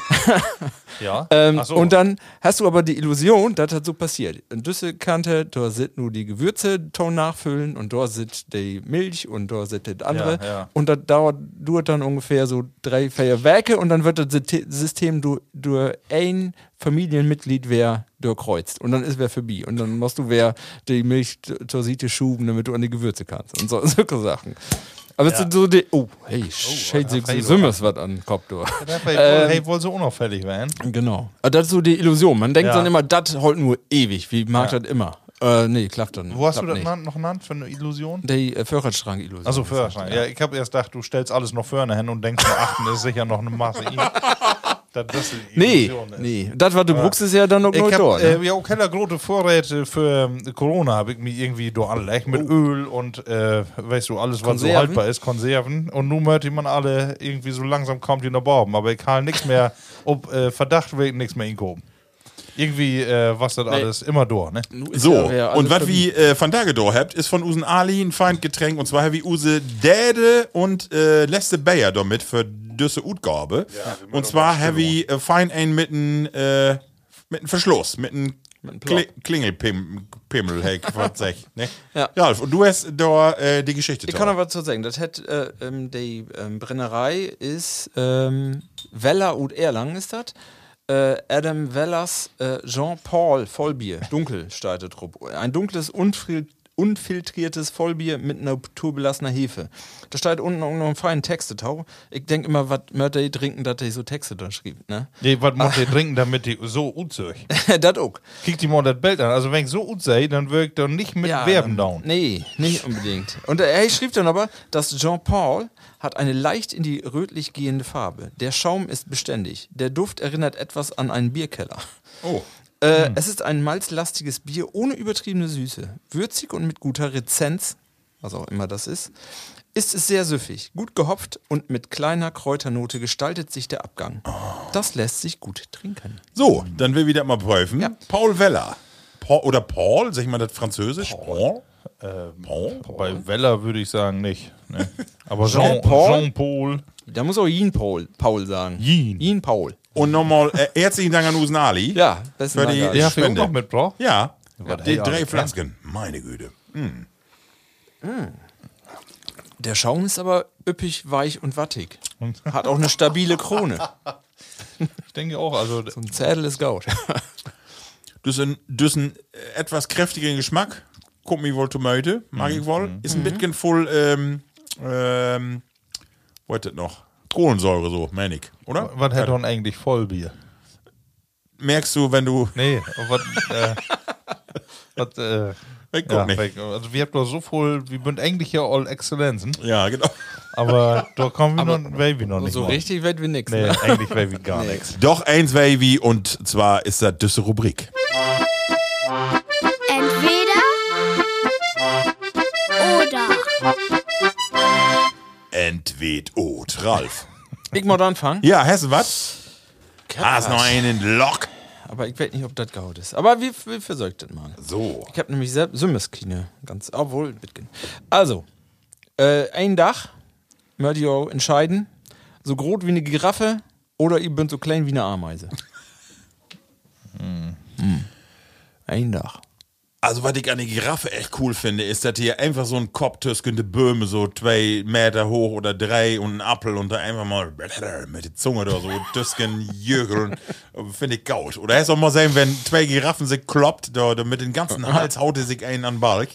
S2: ja.
S4: Ähm,
S2: ach so.
S4: Und dann hast du aber die Illusion, dass das so passiert. In Düsselkante, da sind nur die Gewürze Ton nachfüllen und da sind die Milch und da sind das andere.
S2: Ja, ja.
S4: Und das dauert, dauert dann ungefähr so drei, vier Werke und dann wird das Syte- System durch, durch ein Familienmitglied wer durchkreuzt. Und dann ist wer für B. Und dann musst du wer die Milch t- zur Siete schuben, damit du an die Gewürze kannst. Und so, <laughs> so Sachen. Aber es sind so die. Oh, hey, shade sich
S2: Alfredo.
S4: Sümmes was an den Kopf durch.
S2: Raphael, hey, wohl
S4: ähm,
S2: so unauffällig werden.
S4: Genau. Aber Das ist so die Illusion. Man denkt
S2: Ja.
S4: dann immer, das holt nur ewig. Wie mag das immer? Äh, nee, klappt dann.
S2: Wo hast du
S4: klappt
S2: das
S4: nicht.
S2: na- noch genannt für eine Illusion?
S4: Die äh, Förderschrank-Illusion.
S2: Also Führerschein. Ja, ich habe erst gedacht, du stellst alles noch vorne hin und denkst, nur achten ist sicher noch eine Masse. <laughs> I. Dass das die
S4: Nee,
S2: Illusion ist.
S4: nee. Das, was du bruchst, ist ja dann noch nur
S2: Ich hab,
S4: dort.
S2: äh,
S4: Ne?
S2: ja, auch heller große Vorräte für ähm, Corona habe ich mir irgendwie da angelegt mit Öl und äh, weißt du, alles, was
S4: Konserven.
S2: so haltbar ist, Konserven. Und nun hört man alle irgendwie so langsam kommt die nach Borben. Aber ich kann nichts <laughs> mehr, ob äh, Verdacht will nichts mehr inkoben. Irgendwie äh, was das alles immer durch, ne?
S3: So,
S4: Ja, ja,
S3: und
S4: alles
S3: was wie äh, Van Dagedor habt, ist von Usen Ali ein Feindgetränk. Und zwar haben wir Use Däde und äh, Leste Bayer damit für Düsse Utgabe. und zwar haben wir äh, fein ein mit einem äh, mit einem Verschluss, mit einem Kli Klingelpimmel,
S4: <laughs>
S3: hey, was sag ich, ne?
S4: Ja.
S3: Ralf, und du hast da äh, die Geschichte
S4: Ich
S3: drauf.
S4: kann aber dazu sagen, das hat, äh, ähm, die ähm, Brennerei ist ähm, Weller und Erlangen ist das. Äh, Adam Wellers äh, Jean-Paul Vollbier, dunkel, startet Rupp. Ein dunkles, unfil unfiltriertes Vollbier mit naturbelassener Hefe. Da steht unten auch noch einen feinen Text drauf. Ich denke immer, was Mörder die trinken, dass die so Texte da schrieben. Ne?
S2: Nee, was muss ihr trinken, damit die so unzüch?
S4: das auch.
S2: Kick die mal das Bild an. Also wenn ich so gut sei, dann wirkt doch nicht mit Werben down.
S4: Nee, nicht unbedingt. Und er er schrieb dann aber, dass Jean-Paul hat eine leicht in die rötlich gehende Farbe. Der Schaum ist beständig. Der Duft erinnert etwas an einen Bierkeller.
S3: Oh.
S4: Äh,
S2: Hm.
S4: Es ist ein malzlastiges Bier ohne übertriebene Süße. Würzig und mit guter Rezenz, was auch immer das ist, ist es sehr süffig, gut gehopft und mit kleiner Kräuternote gestaltet sich der Abgang. Das lässt sich gut trinken.
S3: So, dann will wieder mal prüfen.
S4: Ja.
S3: Paul Weller. Paul, oder Paul, sag ich mal das Französisch? Paul?
S4: Äh,
S3: Paul?
S2: Bei Weller würde ich sagen nicht.
S3: <laughs>
S2: Ne? Aber
S4: Jean-Paul?
S3: Also
S2: Jean-Paul.
S4: Da muss auch Jean Paul, Paul sagen.
S2: Jean.
S4: Jean Paul.
S3: Und nochmal äh, herzlichen Dank an Usen Ali.
S4: Ja, besten
S3: Für
S4: Dank.
S3: die-
S4: Alter.
S2: Der hat auch
S3: Spende.
S2: noch mitgebracht.
S3: Ja, die
S2: ja,
S3: drei
S2: ja.
S3: Flasken. Meine Güte.
S4: Der Schaum ist aber üppig, weich und wattig. <laughs> Hat auch eine stabile Krone.
S2: Ich denke auch. Also d-
S4: Ein Zädel ist Gaut.
S3: Das ist ein, das ist ein äh, etwas kräftigen Geschmack. Kommt mir wohl Tomate, mag ich wohl. Ist ein bisschen voll, ähm, ähm, was ist das noch? Kohlensäure, so, meine ich, oder?
S2: was hätte man eigentlich Vollbier?
S3: Merkst du, wenn du.
S2: Nee, <laughs> was. äh, was äh,
S3: Ich guck
S2: ja,
S3: nicht.
S2: weg. Also wir haben doch so voll, wir sind eigentlich ja all Exzellenzen,
S3: Ja, genau.
S2: aber da kommen wir noch, weil wir noch nicht.
S4: So
S2: mal.
S4: richtig wird wie nix.
S2: Nee,
S4: Ne?
S2: eigentlich weil wir gar nichts.
S3: Doch eins, Wavy, und zwar ist das diese Rubrik.
S6: Entweder oder.
S3: Entwed Ot, Ralf.
S4: Ich mal anfangen.
S3: Ja, Hessen, was? Hast noch einen Lock.
S4: Aber ich weiß nicht, ob das Gaut ist. Aber wir, wir versorgt das mal.
S3: So.
S4: Ich habe nämlich selbst Sümmeskine. Ganz, obwohl, Bitgen. Also, äh, ein Dach, Mördio entscheiden. So groß wie eine Giraffe Oder ihr bin so klein wie eine Ameise. Hm. Ein Dach.
S3: Also, was ich an der Giraffe echt cool finde, ist, dass hier einfach so ein Kopf töskende Böhme, so zwei Meter hoch oder drei und ein Apfel und da einfach mal mit der Zunge da so tösken, jögeln. Finde ich gaut. Oder hättest auch mal sehen, wenn zwei Giraffen sich kloppt, da, da mit dem ganzen Hals haut er sich einen an Balk.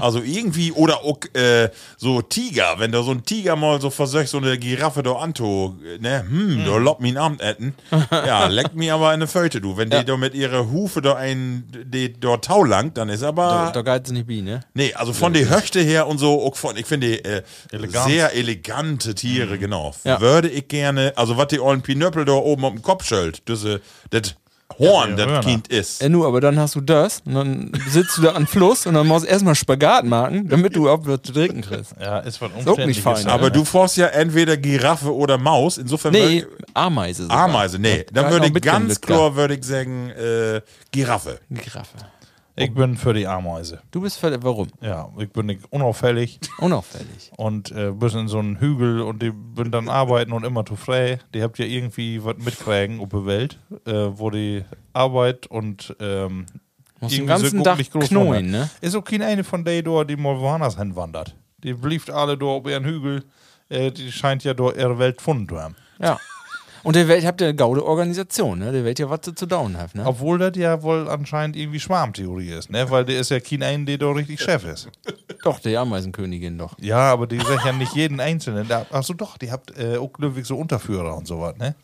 S3: Also irgendwie, oder auch, äh, so Tiger, wenn da so ein Tiger mal so versöcht, so eine Giraffe da anto, ne, hm, da lobt mich einen Abend etten. Ja, leck mir aber eine Föte, du. Wenn die da mit ihrer Hufe da einen, die da tau langt, dann ist
S4: Da,
S3: aber.
S4: da geizt nicht wie, ne?
S3: Nee, also von der Höchte her und so, auch von, ich finde äh,
S2: Elegant.
S3: sehr elegante Tiere, genau.
S4: Ja.
S3: Würde ich gerne, also was die ollen Pinöppel da oben auf dem Kopf schält, das äh, das Horn,
S2: Ja, die
S3: das
S2: Hörner.
S3: Kind ist.
S4: Äh, nur, aber dann hast du das und dann sitzt du da an Fluss und dann musst du erstmal Spagat machen, damit du überhaupt was zu trinken kriegst.
S2: Ja, ist was
S4: auch nicht
S2: umständliches.
S4: fein,
S2: ne?
S3: Aber du forst ja entweder Giraffe oder Maus, insofern würde
S4: Nee,
S3: ich,
S4: Ameise. sogar.
S3: Ameise, nee, dann
S4: kann
S3: würde
S4: auch
S3: ich
S4: mitgehen,
S3: ganz
S4: das kann.
S3: klar, würde ich sagen, äh, Giraffe.
S4: Giraffe.
S2: Ich bin für die Ameise.
S4: Du bist ver warum?
S2: Ja, ich bin nicht unauffällig
S4: Unauffällig.
S2: und äh, bis in so einen Hügel und die bin dann arbeiten und immer zu frei. Die habt ja irgendwie was mitkriegen auf der Welt, äh, wo die Arbeit und ähm,
S4: Musst den
S2: irgendwie
S4: ganzen
S2: so
S4: Tag
S2: gucklich groß
S4: knurren,
S2: wandern.
S4: ne?
S2: Ist auch keine eine von denen, da, die mal woanders hinwandert. Die blieft alle da auf ihren Hügel. Äh, die scheint ja da ihre Welt gefunden zu haben.
S4: Ja. Und der Welt habt ihr eine gaude Organisation, ne? Der Welt ja was zu- zu down habt, ne?
S2: Obwohl das ja wohl anscheinend irgendwie Schwarmtheorie ist, ne? Weil der ist ja kein ein, der da richtig Chef ist.
S4: doch, der Ameisenkönigin doch.
S2: Ja, aber die sagt ja nicht jeden Einzelnen. Da, ach so, doch, die habt äh, auch Glückwig so Unterführer und sowas, ne?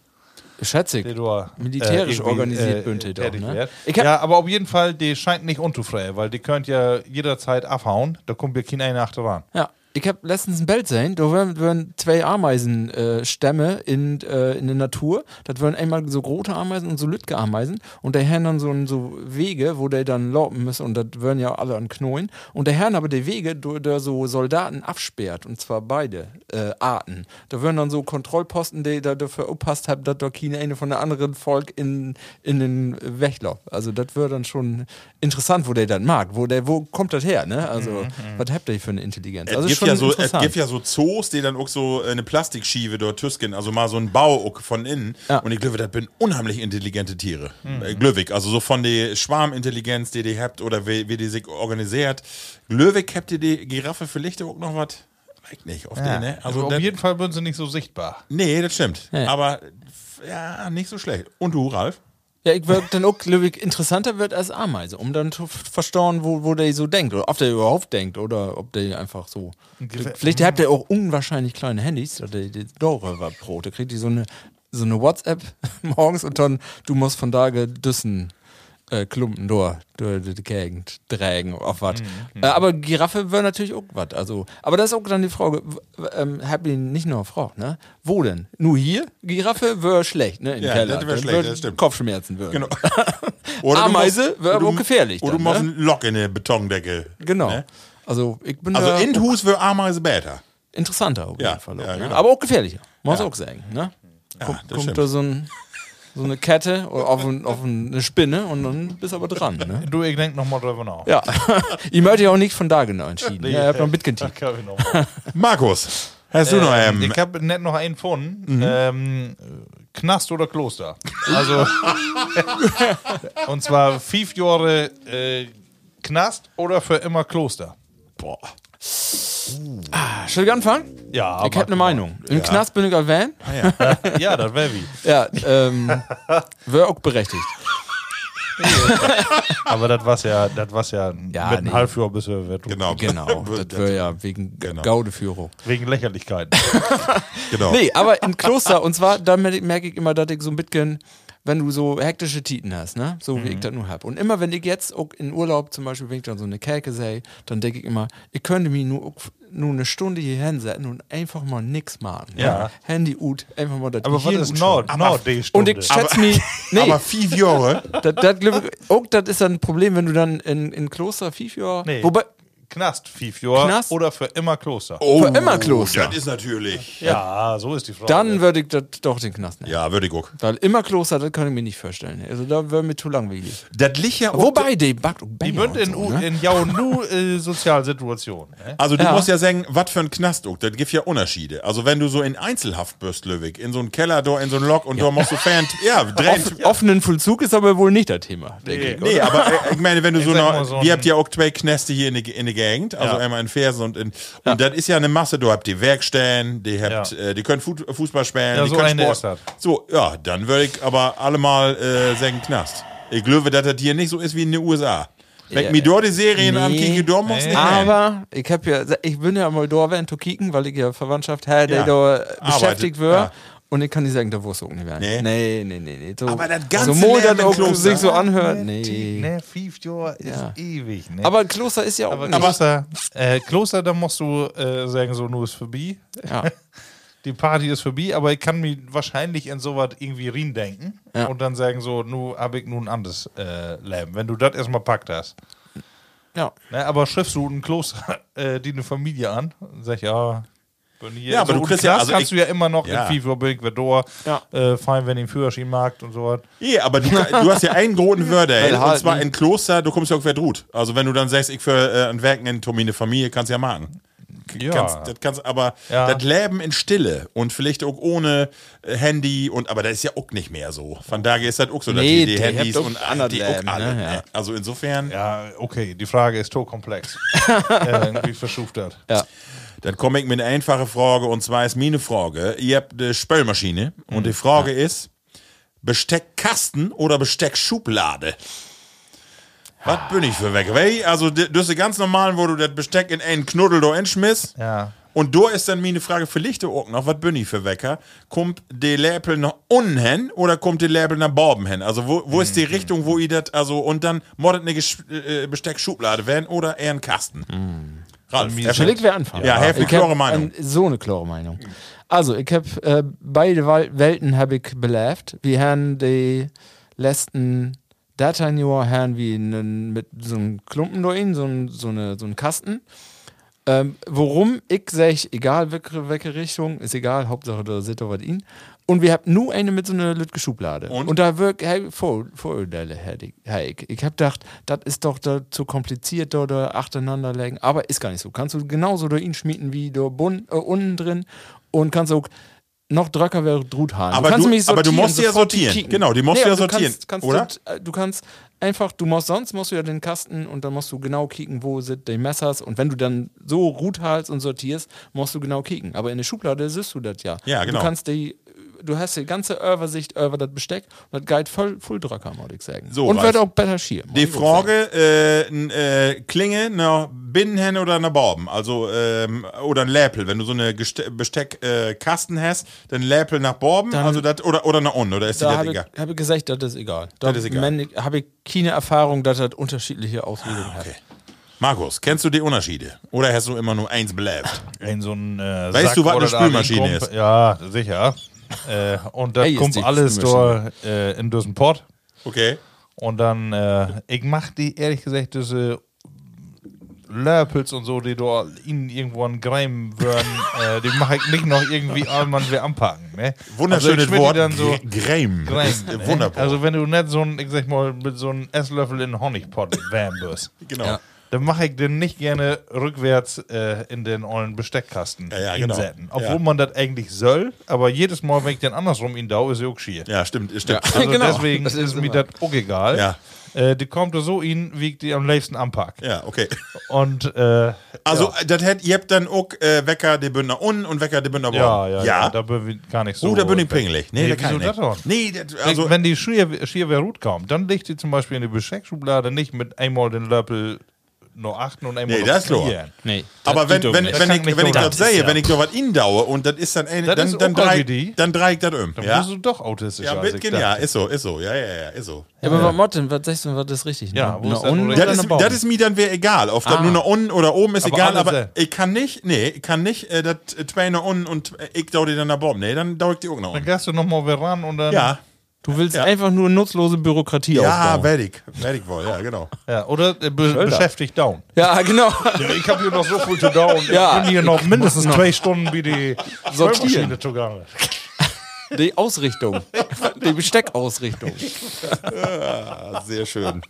S4: Schätzig.
S2: Die da,
S4: Militärisch
S2: äh, irgendwie,
S4: organisiert
S2: äh,
S4: bündelt auch,
S2: tätig
S4: ne?
S2: werd.
S4: Ich hab-
S2: ja, aber auf jeden Fall, die scheint nicht unzufrieden, weil die könnt ja jederzeit abhauen. Da kommt ja kein einer achteran.
S4: Ja, ich habe letztens ein Bild gesehen, da waren, waren zwei Ameisenstämme äh, Stämme in, äh, in der Natur. Das waren einmal so rote Ameisen und so lütge Ameisen. Und der Herrn dann so, so Wege, wo der dann laufen müssen. Und das wären ja alle an Knochen. Und der Herrn aber die Wege, do- der so Soldaten absperrt. Und zwar beide äh, Arten. Da wären dann so Kontrollposten, die da dafür aufpasst haben, dass da keine eine von der anderen Volk in, in den Weg laufen. Also das wäre dann schon interessant, wo der das mag. Wo, der, wo kommt das her? Ne? Also, was habt ihr für eine
S3: Mhm,
S4: Intelligenz?
S3: Es,
S4: Also
S3: gibt
S4: schon
S3: ja so, es
S4: interessant.
S3: gibt ja so Zoos, die dann auch so äh, eine Plastikschiebe dort tüsken, also mal so ein Bau auch von innen.
S4: Ja. Hm.
S3: Und ich glaube, das sind unheimlich intelligente Tiere. Äh, Glöwig, also so von der Schwarmintelligenz, die die habt oder wie, wie die sich organisiert. Glöwig habt ihr die Giraffe vielleicht auch noch was? Weiß nicht, auf
S2: Ja.
S3: die, ne?
S2: Also
S3: Also
S2: auf
S3: das-
S2: jeden Fall würden sie nicht so sichtbar.
S3: nee, das stimmt.
S4: Ja.
S3: Aber f- ja, nicht so schlecht. Und du, Ralf?
S4: ja, ich würde dann auch Lübeck interessanter wird als Ameise, um dann zu f- verstauen, wo, wo der so denkt oder ob der überhaupt denkt oder ob der einfach so. Vielleicht habt ihr auch unwahrscheinlich kleine Handys, oder die, die Dora war Brot, da kriegt die so eine, so eine WhatsApp <laughs> morgens und dann, du musst von da gedüssen. Äh, Klumpen durch, durch die Gegend trägen, auf
S3: Mhm,
S4: was. Äh, aber Giraffe wäre natürlich auch was. Also, aber das ist auch dann die Frage, w- w- ähm, hab ich nicht nur Frau, ne? Wo denn? Nur hier? Giraffe wäre schlecht, ne? Im
S3: Ja,
S4: Keller.
S3: das wär
S4: Dann
S3: schlecht,
S4: würd
S3: das stimmt.
S4: Kopfschmerzen würden. <laughs>
S3: Genau. Oder du
S4: Ameise
S3: machst-
S4: wär
S3: oder
S4: auch
S3: du-
S4: gefährlich
S3: Oder du
S4: dann,
S3: machst
S4: ne?
S3: ein Loch in der Betondecke.
S4: Genau.
S3: Ne?
S4: Also ich bin
S3: Also
S4: da
S3: in Hus für Ameise besser.
S4: interessanter auf jeden
S3: Ja,
S4: Fall.
S3: ja,
S4: auch, ne?
S3: genau.
S4: Aber auch gefährlicher, muss auch sagen. Ne? Komm-
S3: das
S4: kommt
S3: stimmt.
S4: da so, ein, so eine Kette oder auf, ein, auf eine Spinne und dann bist du aber dran. Ne?
S2: Du, ich denk nochmal drüber nach.
S4: Ja, <laughs> ich möchte ja auch nicht von da genau entschieden. ja, ihr habt noch ein Bitcoin
S2: Da kann ich noch mal.
S3: Markus, hast du
S4: Äh,
S3: noch ähm,
S2: ich habe net noch einen von. Ähm, Knast oder Kloster? Also. und zwar fünf Jahre äh, Knast oder für immer Kloster.
S3: Boah.
S4: Soll ich anfangen?
S2: Ja,
S4: ich habe eine Meinung. Im Knast bin ich erwähnt.
S2: Ja, das wäre wie.
S4: Ja,
S3: <laughs>
S4: ähm, wäre auch berechtigt.
S2: Aber das war's ja, das war's ja,
S4: Ja,
S2: mit einem
S4: nee.
S2: Halbjahr bis wir wir-
S3: Genau. <laughs>
S4: <laughs> Genau, das wäre ja wegen
S3: Genau.
S4: Gaudeführung.
S2: wegen Lächerlichkeiten.
S3: genau.
S4: Nee, aber im Kloster. Und zwar, da mer- merke ich immer, dass ich so ein bisschen, wenn du so hektische Titen hast, ne? So wie
S2: Mhm.
S4: ich das nur habe. Und immer, wenn ich jetzt auch in Urlaub zum Beispiel, wenn ich dann so eine Kerke sehe, dann denke ich immer, ich könnte mich nur, auch f- nur eine Stunde hier hinsetzen und einfach mal nix machen. ne?
S2: Ja.
S4: Handy ut, einfach mal
S2: <laughs>
S4: das
S2: Aber was
S4: Gehirn
S2: ist
S4: ut
S2: Nord?
S4: schon.
S2: Nord die
S4: Und
S2: Stunde.
S4: ich
S2: <laughs>
S4: schätze mich, nee,
S3: Aber fünf Jahre.
S4: <laughs> das, das, glaub ich, auch das ist dann ein Problem, wenn du dann in, in Kloster, Fifjor,
S2: Nee.
S4: wobei,
S2: Knast, fünf Jahre
S4: Knast?
S2: oder für immer Kloster.
S4: Oh, Für immer Kloster.
S3: Das ist natürlich.
S2: Ja, so ist die Frage.
S4: Dann würde ich das doch den Knast nehmen.
S3: Ja, würde ich gucken.
S4: Weil immer Kloster, das kann ich mir nicht vorstellen. Also da wäre mir zu langweilig.
S3: Das liegt ja.
S4: Wobei, die backt
S2: Die würden in, U-
S4: ne?
S2: in Jaunu äh, Sozialsituation. Ne?
S3: Also du
S4: Ja.
S3: musst ja sagen, was für ein Knast, Uck, das gibt ja Unterschiede. Also wenn du so in Einzelhaft bist, Löwig, in so einen Keller, da in so einen Lock und da musst du
S4: <laughs>
S3: Fan, ja,
S4: Off,
S3: drennt.
S4: Offenen Vollzug ist aber wohl nicht das Thema, denke ich.
S3: Nee, aber äh, ich meine,
S2: <laughs>
S3: wenn du so,
S2: sag
S3: noch,
S2: mal so
S3: wir
S2: ein-
S3: habt ja auch zwei Knäste hier in der in der Gegend, also
S2: Ja.
S3: einmal in Fersen und in, und das ist ja eine Masse, du habt die Werkstätten, die habt,
S2: Ja.
S3: äh, die können Fut- Fußball spielen,
S2: Ja,
S3: die
S2: so
S3: können
S2: eine
S3: Sport.
S2: ist das.
S3: So, ja, dann würde ich aber allemal äh, sagen Knast. Ich glaube, dass das hier nicht so ist wie in den USA. Wenn
S4: Ja,
S3: ich mir
S4: ja.
S3: dort die Serien
S4: Nee.
S3: ankicke, da muss
S2: Nee.
S3: nicht rein.
S4: Aber ich hab ja, ich bin ja mal da in Tokiken, weil ich ja Verwandtschaft habe, der
S3: Ja.
S4: da beschäftigt
S3: Arbeitet,
S4: wird.
S3: ja.
S4: Und ich kann nicht sagen, da wusste ich nicht mehr.
S3: Nee.
S4: nee, nee, nee. nee. So,
S3: Aber das ganze
S4: so Mol,
S3: Leben
S4: das
S3: im
S4: auch
S3: Kloster.
S4: sich so anhört. Nee.
S2: Ne, fünf Jahre ist
S4: Ja.
S2: ewig. Ne?
S4: Aber Kloster ist ja auch
S2: Aber
S4: nicht.
S2: Kloster, äh, Kloster, da musst du äh, sagen, so, nur ist vorbei.
S4: ja.
S2: Die Party ist vorbei, aber ich kann mir wahrscheinlich in sowas irgendwie reindenken
S4: Ja.
S2: und dann sagen, so, nu hab ich nun ein anderes äh, Leben, wenn du das erstmal packt hast.
S4: ja.
S2: Ne, aber schriftst du ein Kloster, <laughs> äh, die eine Familie an, und sag ja. bin hier
S3: Ja, aber du
S2: und
S3: kriegst ja-
S2: das
S3: also
S2: kannst
S3: ich-
S2: du ja immer noch
S3: Ja.
S2: in FIFA Big Vedor,
S4: Ja.
S2: äh, fein, wenn ihr einen Führerschein magt und sowas.
S3: Ja, Eh, aber du, du hast ja einen
S4: <laughs>
S3: großen Wörter, ey.
S4: Weil
S3: Und
S4: halt,
S3: zwar
S4: ne?
S3: in Kloster, du kommst ja auch verdrut. Also wenn du dann sagst, ich für äh, ein Werken in Tomine Familie, kannst du ja machen.
S2: Ja.
S3: Kannst, das kannst, aber
S2: Ja.
S3: das Leben in Stille und vielleicht auch ohne äh, Handy und aber das ist ja auch nicht mehr so. Von daher ist das auch so, dass
S4: Nee,
S3: die, die
S4: die
S3: Handys
S4: habt auch
S3: und
S4: anders
S3: die
S4: Leben,
S3: auch alle.
S4: ne?
S3: ne? Also insofern,
S2: Ja, okay, die Frage ist
S3: <laughs>
S2: so komplex. äh, wie verschuft hat.
S3: dann komme ich mit einer einfachen Frage und zwar ist meine Frage, ihr habt eine Spülmaschine und die Frage ist, Besteckkasten oder Besteckschublade? Was bin ich für weg? Weil, also, d- das ist ganz normal, wo du das Besteck in einen Knuddel da einschmiss.
S2: Ja.
S3: Und da ist dann meine Frage für Lichte auch noch, was bin ich für Wecker? Kommt der Läpel nach unten hin oder kommt der Läpel nach oben hin? Also wo, wo ist die Richtung, wo ihr das, also und dann mordet eine Gesch äh, Besteckschublade werden oder eher ein Kasten? Ralf,
S4: Soll ich wer anfangen?
S3: Ja, helft eine
S4: Ich hab
S3: klare Meinung.
S4: ein- so eine klare Meinung. Also, ich habe äh, beide Wal- Welten habe ich belebt. Wir haben die letzten Datanjor haben wir einen, mit so einem Klumpen durch ihn, so, ein, so, eine, so einen Kasten. Ähm, worum ich sage, egal welche, welche Richtung, ist egal, Hauptsache da sitzt was ihn. Und wir haben nur eine mit so einer lütke Schublade.
S3: Und?
S4: Und, da wirkt hey, Vor- Vorurteile, hätte ich. hätte ich. Ich habe gedacht, das ist doch da zu kompliziert, da, da achteinander legen. Aber ist gar nicht so. Kannst du genauso da ihn schmieden wie da bun, äh, unten drin und kannst auch noch dröcker wäre Drut haben.
S3: Aber
S4: kannst
S3: du-
S4: nämlich
S3: aber du
S4: sortieren,
S3: musst die ja
S4: sofort die
S3: sortieren.
S4: Kieken.
S3: Genau, die musst du
S4: aber
S3: ja sortieren,
S4: Kannst, kannst
S3: oder?
S4: Du äh, du kannst einfach, du musst sonst musst du ja den Kasten und dann musst du genau kicken, wo sind die Messers und wenn du dann so Rut halst und sortierst, musst du genau kicken. Aber in der Schublade siehst du das ja.
S3: Ja, genau.
S4: Du kannst die, du hast die ganze Übersicht über das Besteck und das geht voll, voll Dröcker, muss ich sagen.
S3: So,
S4: und
S3: Ralf.
S4: wird auch besser schier. muss
S3: Die
S4: ich auch
S3: Frage, äh, n- äh, Klinge nach binnen hin oder nach Borben? Also, ähm, oder ein Läpel. Wenn du so eine Besteckkasten äh, Kasten hast, dann Läpel nach Borben,
S4: Dann-
S3: also dat, oder, oder nach unten, oder ist
S4: Da
S3: dir das
S4: habe
S3: egal?
S4: ich, habe ich gesagt, das ist egal. Da
S3: Das ist egal.
S4: mein- habe ich keine Erfahrung, dass das unterschiedliche Auslegungen
S3: Ah,
S4: hat.
S3: Markus, kennst du die Unterschiede? Oder hast du immer nur eins belebt?
S2: In so einen, äh,
S3: Weißt
S2: Sack
S3: du, was eine
S2: oder da
S3: Spülmaschine
S2: reinkommt.
S3: ist?
S2: Ja, sicher. äh, und da
S4: Ey, ist
S2: kommt
S4: die
S2: alles
S4: Spülmaschine.
S2: durch, äh, in diesen Pott.
S3: Okay.
S2: Und dann, äh, ich mach die ehrlich gesagt diese Lörpels und so, die da ihnen irgendwo an Greim würden, äh, die mache ich nicht noch irgendwie allmann wieder anpacken. Ne?
S3: Wunderschönes
S2: also ich würd die
S3: Wort.
S2: Dann so
S3: Gr- Grem.
S2: Greim,
S3: Das ist, äh,
S2: ne?
S3: Wunderbar.
S2: Also wenn du nicht so ein, ich sag mal, mit so einem Esslöffel in Honigpott wärmen wirst.
S3: genau.
S4: Ja.
S2: dann mache ich den nicht gerne rückwärts äh, in den ollen Besteckkasten
S3: Ja, ja, genau.
S2: insetten. Obwohl
S3: Ja.
S2: man das eigentlich soll, aber jedes Mal, wenn ich den andersrum ihn dau, ist er auch schier.
S3: Ja, stimmt, stimmt. Ja.
S2: Also
S4: <laughs> Genau.
S2: deswegen
S4: Das
S2: ist,
S4: ist
S2: mir
S4: immer-
S2: das auch egal.
S3: Ja.
S2: Äh, die kommt so ihn, wie ich die am liebsten anpack.
S3: okay.
S2: Und äh,
S3: Also, das hätt, ihr habt dann auch äh, Wecker, die Bündner unten und Wecker, die Bündner
S2: ja, ja, ja,
S3: da,
S2: da bin ich gar nicht so.
S3: oh, da bin ich pingelig. Nee,
S2: Nee,
S3: da kann
S2: wieso
S3: ich nicht.
S2: das doch?
S3: Nee, das,
S2: Also,
S3: also,
S2: wenn die schier, schier wer Rut kommt, dann legt die zum Beispiel in die Besteckschublade nicht mit einmal den Löffel nur achten und einmal
S3: Nee,
S2: noch
S3: das ist klar.
S2: vieren.
S4: Nee,
S3: Aber wenn, wenn,
S2: nicht.
S3: wenn
S2: Das
S3: ich,
S2: kann ich
S3: wenn ich
S2: doch
S3: das
S2: nicht.
S3: sehe,
S2: Ja.
S3: wenn ich doch was indaue und das ist dann eine,
S2: Das
S3: dann,
S2: ist
S3: dann,
S2: auch
S3: drei,
S2: irgendwie.
S3: dann drehe ich das um.
S2: Dann
S3: Ja,
S2: bist du doch autistisch.
S3: ja,
S2: als also ich
S3: mitgehen,
S2: dachte.
S3: ja, ist so, ist so, ja, ja, ja, ist so.
S4: Ja, aber was Motten, was sagst du, was ist richtig?
S2: Ja,
S4: ne?
S2: wo
S4: Na,
S2: ist das
S4: unten
S2: Problem?
S3: Das
S4: oder
S3: ist,
S4: nach Baum?
S3: das ist mir dann wär egal, ob das
S4: Ah.
S3: nur nach unten oder oben ist
S2: Aber
S3: egal,
S2: alle
S3: aber
S2: sehen.
S3: ich kann nicht, nee, ich kann nicht, äh, das äh, zwei nach unten und äh, ich daue die dann nach oben. Nee, dann daue ich die auch nach
S2: Dann
S3: unten.
S2: gehst du nochmal wieder ran und dann.
S3: Ja,
S4: Du willst einfach nur nutzlose Bürokratie
S3: Ja,
S4: aufbauen.
S3: werd ich. Werd ich wohl, ja, genau.
S2: Ja, oder äh, be beschäftigt down.
S4: Ja, genau.
S2: Ja, ich habe hier noch so viel zu down.
S4: Ja,
S2: ich bin hier noch
S4: ich
S2: mindestens
S4: muss noch-
S2: zwei Stunden wie die
S4: Sortieren.
S2: Sortiermaschine zugange.
S4: Die Ausrichtung. Die Besteckausrichtung.
S3: Ah, sehr
S2: <laughs>
S3: schön.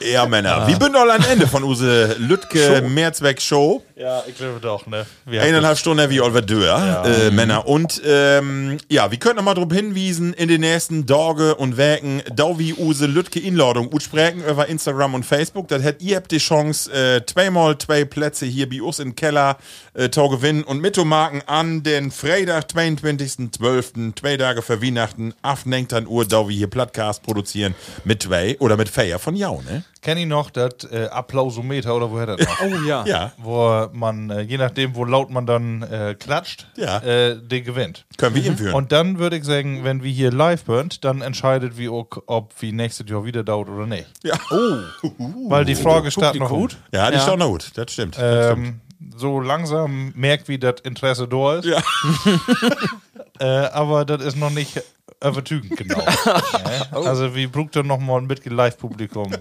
S3: Ja, Männer. Wir sind all am Ende von Use Lütke Mehrzweck Show.
S2: Ja, ich glaube doch, ne? Wir
S3: Eineinhalb Stunden wie Oliver Döhr, äh, Männer. Und ähm, ja, wir können nochmal darauf hinwiesen, in den nächsten Dorge und Wägen Dauvi Use Lütke Inladung gut sprechen über Instagram und Facebook. Das hätt ihr habt die Chance, äh, zweimal zwei Plätze hier bei uns im Keller äh, zu gewinnen und mitzumachen an den Freitag, 22.12., zwei Tage für Weihnachten, ab 19 Uhr Dauvi hier Podcast produzieren mit zwei oder mit Feier von Jau, ne?
S2: Kenn ich noch das äh, Applausometer oder woher das noch?
S4: Oh ja.
S3: Ja,
S2: wo man, äh, je nachdem, wo laut man dann äh, klatscht,
S3: Ja.
S2: äh, der gewinnt.
S3: können wir hinführen.
S2: Und dann würde ich sagen, wenn wir hier live burnt, dann entscheidet wie ob, ob wie nächstes Jahr wieder dauert oder nicht.
S3: Ja.
S2: Weil die Frage startet noch gut.
S3: Ja, Uh, die
S4: Ja.
S3: ist auch noch gut, das stimmt.
S2: Ähm, so langsam merkt, wie das Interesse da ist.
S3: Ja.
S2: <laughs> äh, aber das ist noch nicht
S3: <laughs>
S2: übertügend genau. ja. Also wir brauchen dann nochmal ein Mitglied-Live-Publikum,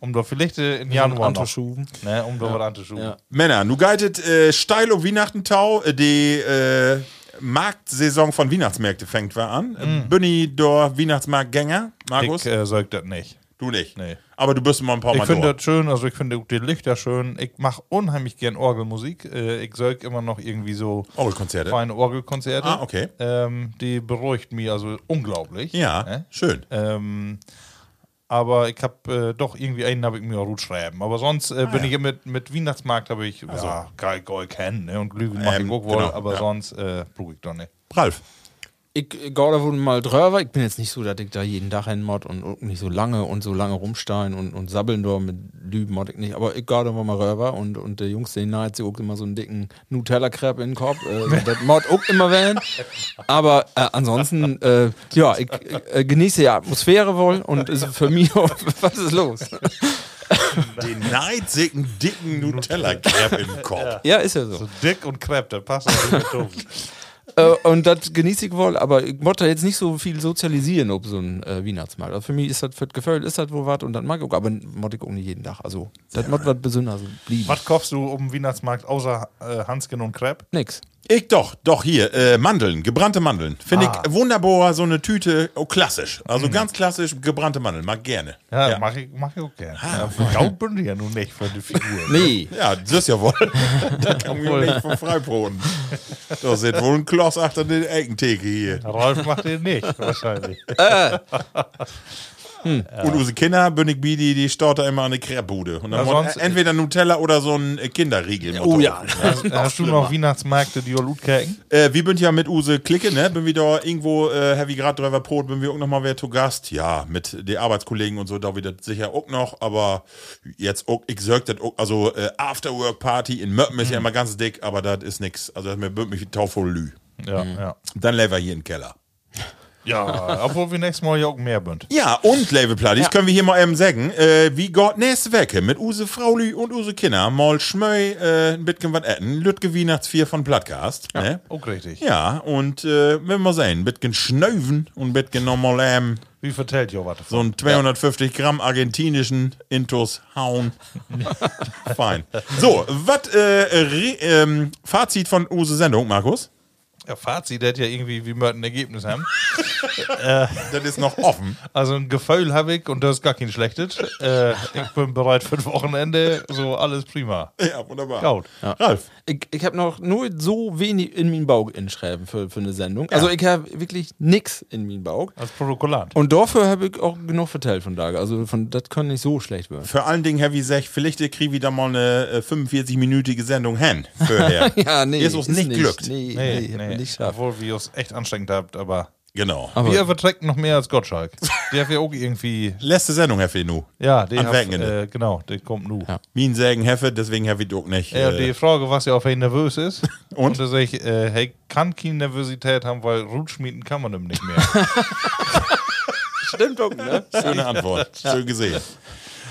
S2: um da vielleicht äh, in Januar noch,
S4: Antuschuben.
S2: ne, um da was anzuschuben.
S4: Ja.
S3: Männer, nu geitet äh, steil um Weihnachtentau, äh, die äh, Marktsaison von Weihnachtsmärkte fängt war an. Mm. Bünni dor Weihnachtsmarktgänger, Markus,
S2: Mhm. Ich äh, sag das nicht.
S3: du nicht.
S2: nee.
S3: Aber du bist mal ein paar
S2: Ich
S3: Mal
S2: finde
S3: dor.
S2: das schön, also ich finde auch die Lichter schön. Ich mache unheimlich gern Orgelmusik. Äh, Ich säug immer noch irgendwie so
S3: Orgelkonzerte.
S2: feine Orgelkonzerte.
S3: Oh, Ah, okay.
S2: Ähm, die beruhigt mich also unglaublich.
S3: Ja,
S2: Ne?
S3: schön.
S2: Ähm, aber ich habe äh, doch irgendwie einen habe ich mir gut schreiben. Aber sonst
S3: Ah,
S2: äh, bin ich mit, mit Weihnachtsmarkt habe ich also, ja, geil, geil kennen ne? und Glühwein mache
S3: Also. Ähm,
S2: ich auch wohl,
S3: genau,
S2: aber
S3: ja.
S2: sonst äh, brauche ich doch nicht.
S3: Ralf.
S4: Ich äh, gau da wohl mal drüber. Ich bin jetzt nicht so, dass ich da jeden Tag hin mod und, und nicht so lange und so lange rumstein und, und sabbeln da mit Lüben mod ich nicht. Aber ich gau da wohl mal rüber und, und der Jungs, den nahe auch immer so einen dicken Nutella-Crepe in den Korb. Äh, das mod auch immer werden. Aber äh, ansonsten, äh, ja, ich äh, genieße die Atmosphäre wohl und ist für mich, auch- <laughs> was ist los?
S3: Den neidsicken,
S2: <laughs>
S3: dicken Nutella-Kerb im Korb.
S4: Ja, ist ja so.
S2: So Also dick und krepp, der passt
S3: <laughs>
S2: auch nicht doof.
S4: Äh, und das genieße ich wohl, aber ich muss da jetzt nicht so viel sozialisieren ob so ein äh, Weihnachtsmarkt. Also für mich ist das für das Gefühl, ist das wohl was und dann mag ich auch, aber muss ich auch nicht jeden Tag. Also, das muss was Besonderes blieben.
S2: Was kaufst du um den Weihnachtsmarkt außer äh, Hansken und Krepp?
S4: Nix.
S3: Ich doch, doch, hier, äh, Mandeln, gebrannte Mandeln. Finde
S2: Ah.
S3: ich wunderbar, so eine Tüte, oh, klassisch. Also
S2: Mhm.
S3: ganz klassisch, gebrannte Mandeln, mag gerne.
S2: Ja, Mach, ich, mach ich auch gerne. Ja, Gaut bin ich ja nun nicht für die Figur.
S4: Ah. <laughs> Nee.
S3: Ja, das ist ja
S4: <laughs>
S3: wohl. da kann man nicht vom Freibroten. Das ist wohl ein Kloss achter den Eckentheke hier.
S2: Rolf macht den nicht,
S4: <laughs>
S2: wahrscheinlich.
S3: Und unsere Kinder, Bönnig Bi, die, die staut da immer an eine Kreppbude. Und dann
S2: Ja,
S3: wollen
S2: sonst-
S3: entweder Nutella oder so ein Kinderriegel.
S4: Oh ja.
S2: Hast du noch Weihnachtsmärkte, die ihr gut kennen?
S3: Äh, wir sind ja mit Use Clique, ne? Bin wieder irgendwo, äh, Heavy Grad Driver Brot, bin wir auch noch mal wer zu Gast. Ja, mit den Arbeitskollegen und so, da wieder sicher auch noch, aber jetzt auch, ich sag das auch, also äh, Afterwork Party in Möppen
S4: Mhm.
S3: ist ja immer ganz dick, aber das ist nix. Also das mir wird mich tauvoll Lü.
S2: Ja, ja.
S3: Dann leben wir hier im Keller.
S2: Ja, obwohl wir nächstes Mal ja auch mehr sind.
S3: Ja, und Labelplatties können wir hier mal eben sagen. Äh, wie Gott nächst wecke mit Use Frauli und Use Kinder mal schmöi äh, ein bisschen was essen. Lütke Weihnachtsvier von Plattcast. Ja. Ne?
S2: Auch richtig.
S3: Ja, und äh, wenn wir sehen, ein bisschen schnöven und ein bisschen nochmal ähm,
S2: Wie vertellt ihr was?
S3: so einen 250 Gramm argentinischen Intus hauen. <laughs> Fein. So, was äh, re- ähm, Fazit von Use Sendung, Markus?
S2: Ja, Fazit, der hat ja irgendwie, wie wir ein Ergebnis haben.
S3: Das ist noch offen.
S2: Also ein Gefühl habe ich und das ist gar kein schlechtes. Äh, ich bin bereit für das Wochenende, so alles prima.
S3: <laughs> Ja, wunderbar.
S2: Gaut.
S3: Ralf.
S4: Ich, ich habe noch nur so wenig in meinen Bauch inschreiben für, für eine Sendung. Also, ich habe wirklich nix in meinen Bauch.
S2: Als Protokollant.
S4: Und dafür habe ich auch genug verteilt von Tage. Also, von das kann nicht so schlecht
S3: <laughs>
S4: werden.
S3: Vor allen Dingen, Heavy Sech, vielleicht kriege ich wieder mal eine äh, 45-minütige Sendung hin. Vorher.
S4: <laughs> Ja, nee.
S3: Ist uns nicht glückt.
S4: Nee,
S2: Nee,
S4: nee, hab
S2: nee,
S4: ich nicht geschafft.
S2: obwohl wir es echt anstrengend habt, aber.
S3: Genau.
S4: Aber-
S2: Wir verträgt noch mehr als Gottschalk. Der hat ja auch irgendwie.
S3: Letzte Sendung, Herr Fenu.
S2: Ja, der
S3: Am
S2: hat,
S3: Wochenende.
S2: äh, genau, der kommt nu.
S4: Ja.
S3: Mien sägen Heffe, deswegen Heavy Duck nicht.
S2: Ja,
S3: äh,
S2: die Frage, was ja auf ihn nervös ist.
S3: Und?
S2: Und er sagt, äh, hey, kann keine Nervosität haben, weil Rutschmieten kann man ihm nicht mehr.
S4: Stimmt doch, ne?
S3: <laughs> Schöne Antwort. Schön gesehen.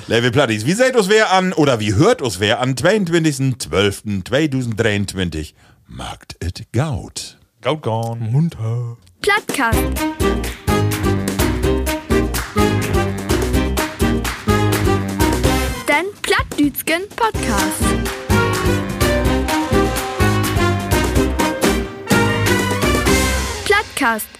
S3: Level Platties, wie seht uns wer an oder wie hört uns wer an 22.12.2023? Markt it gaut.
S2: Gaut gone.
S1: Plattkast. Dütschen Podcast. Plattcast.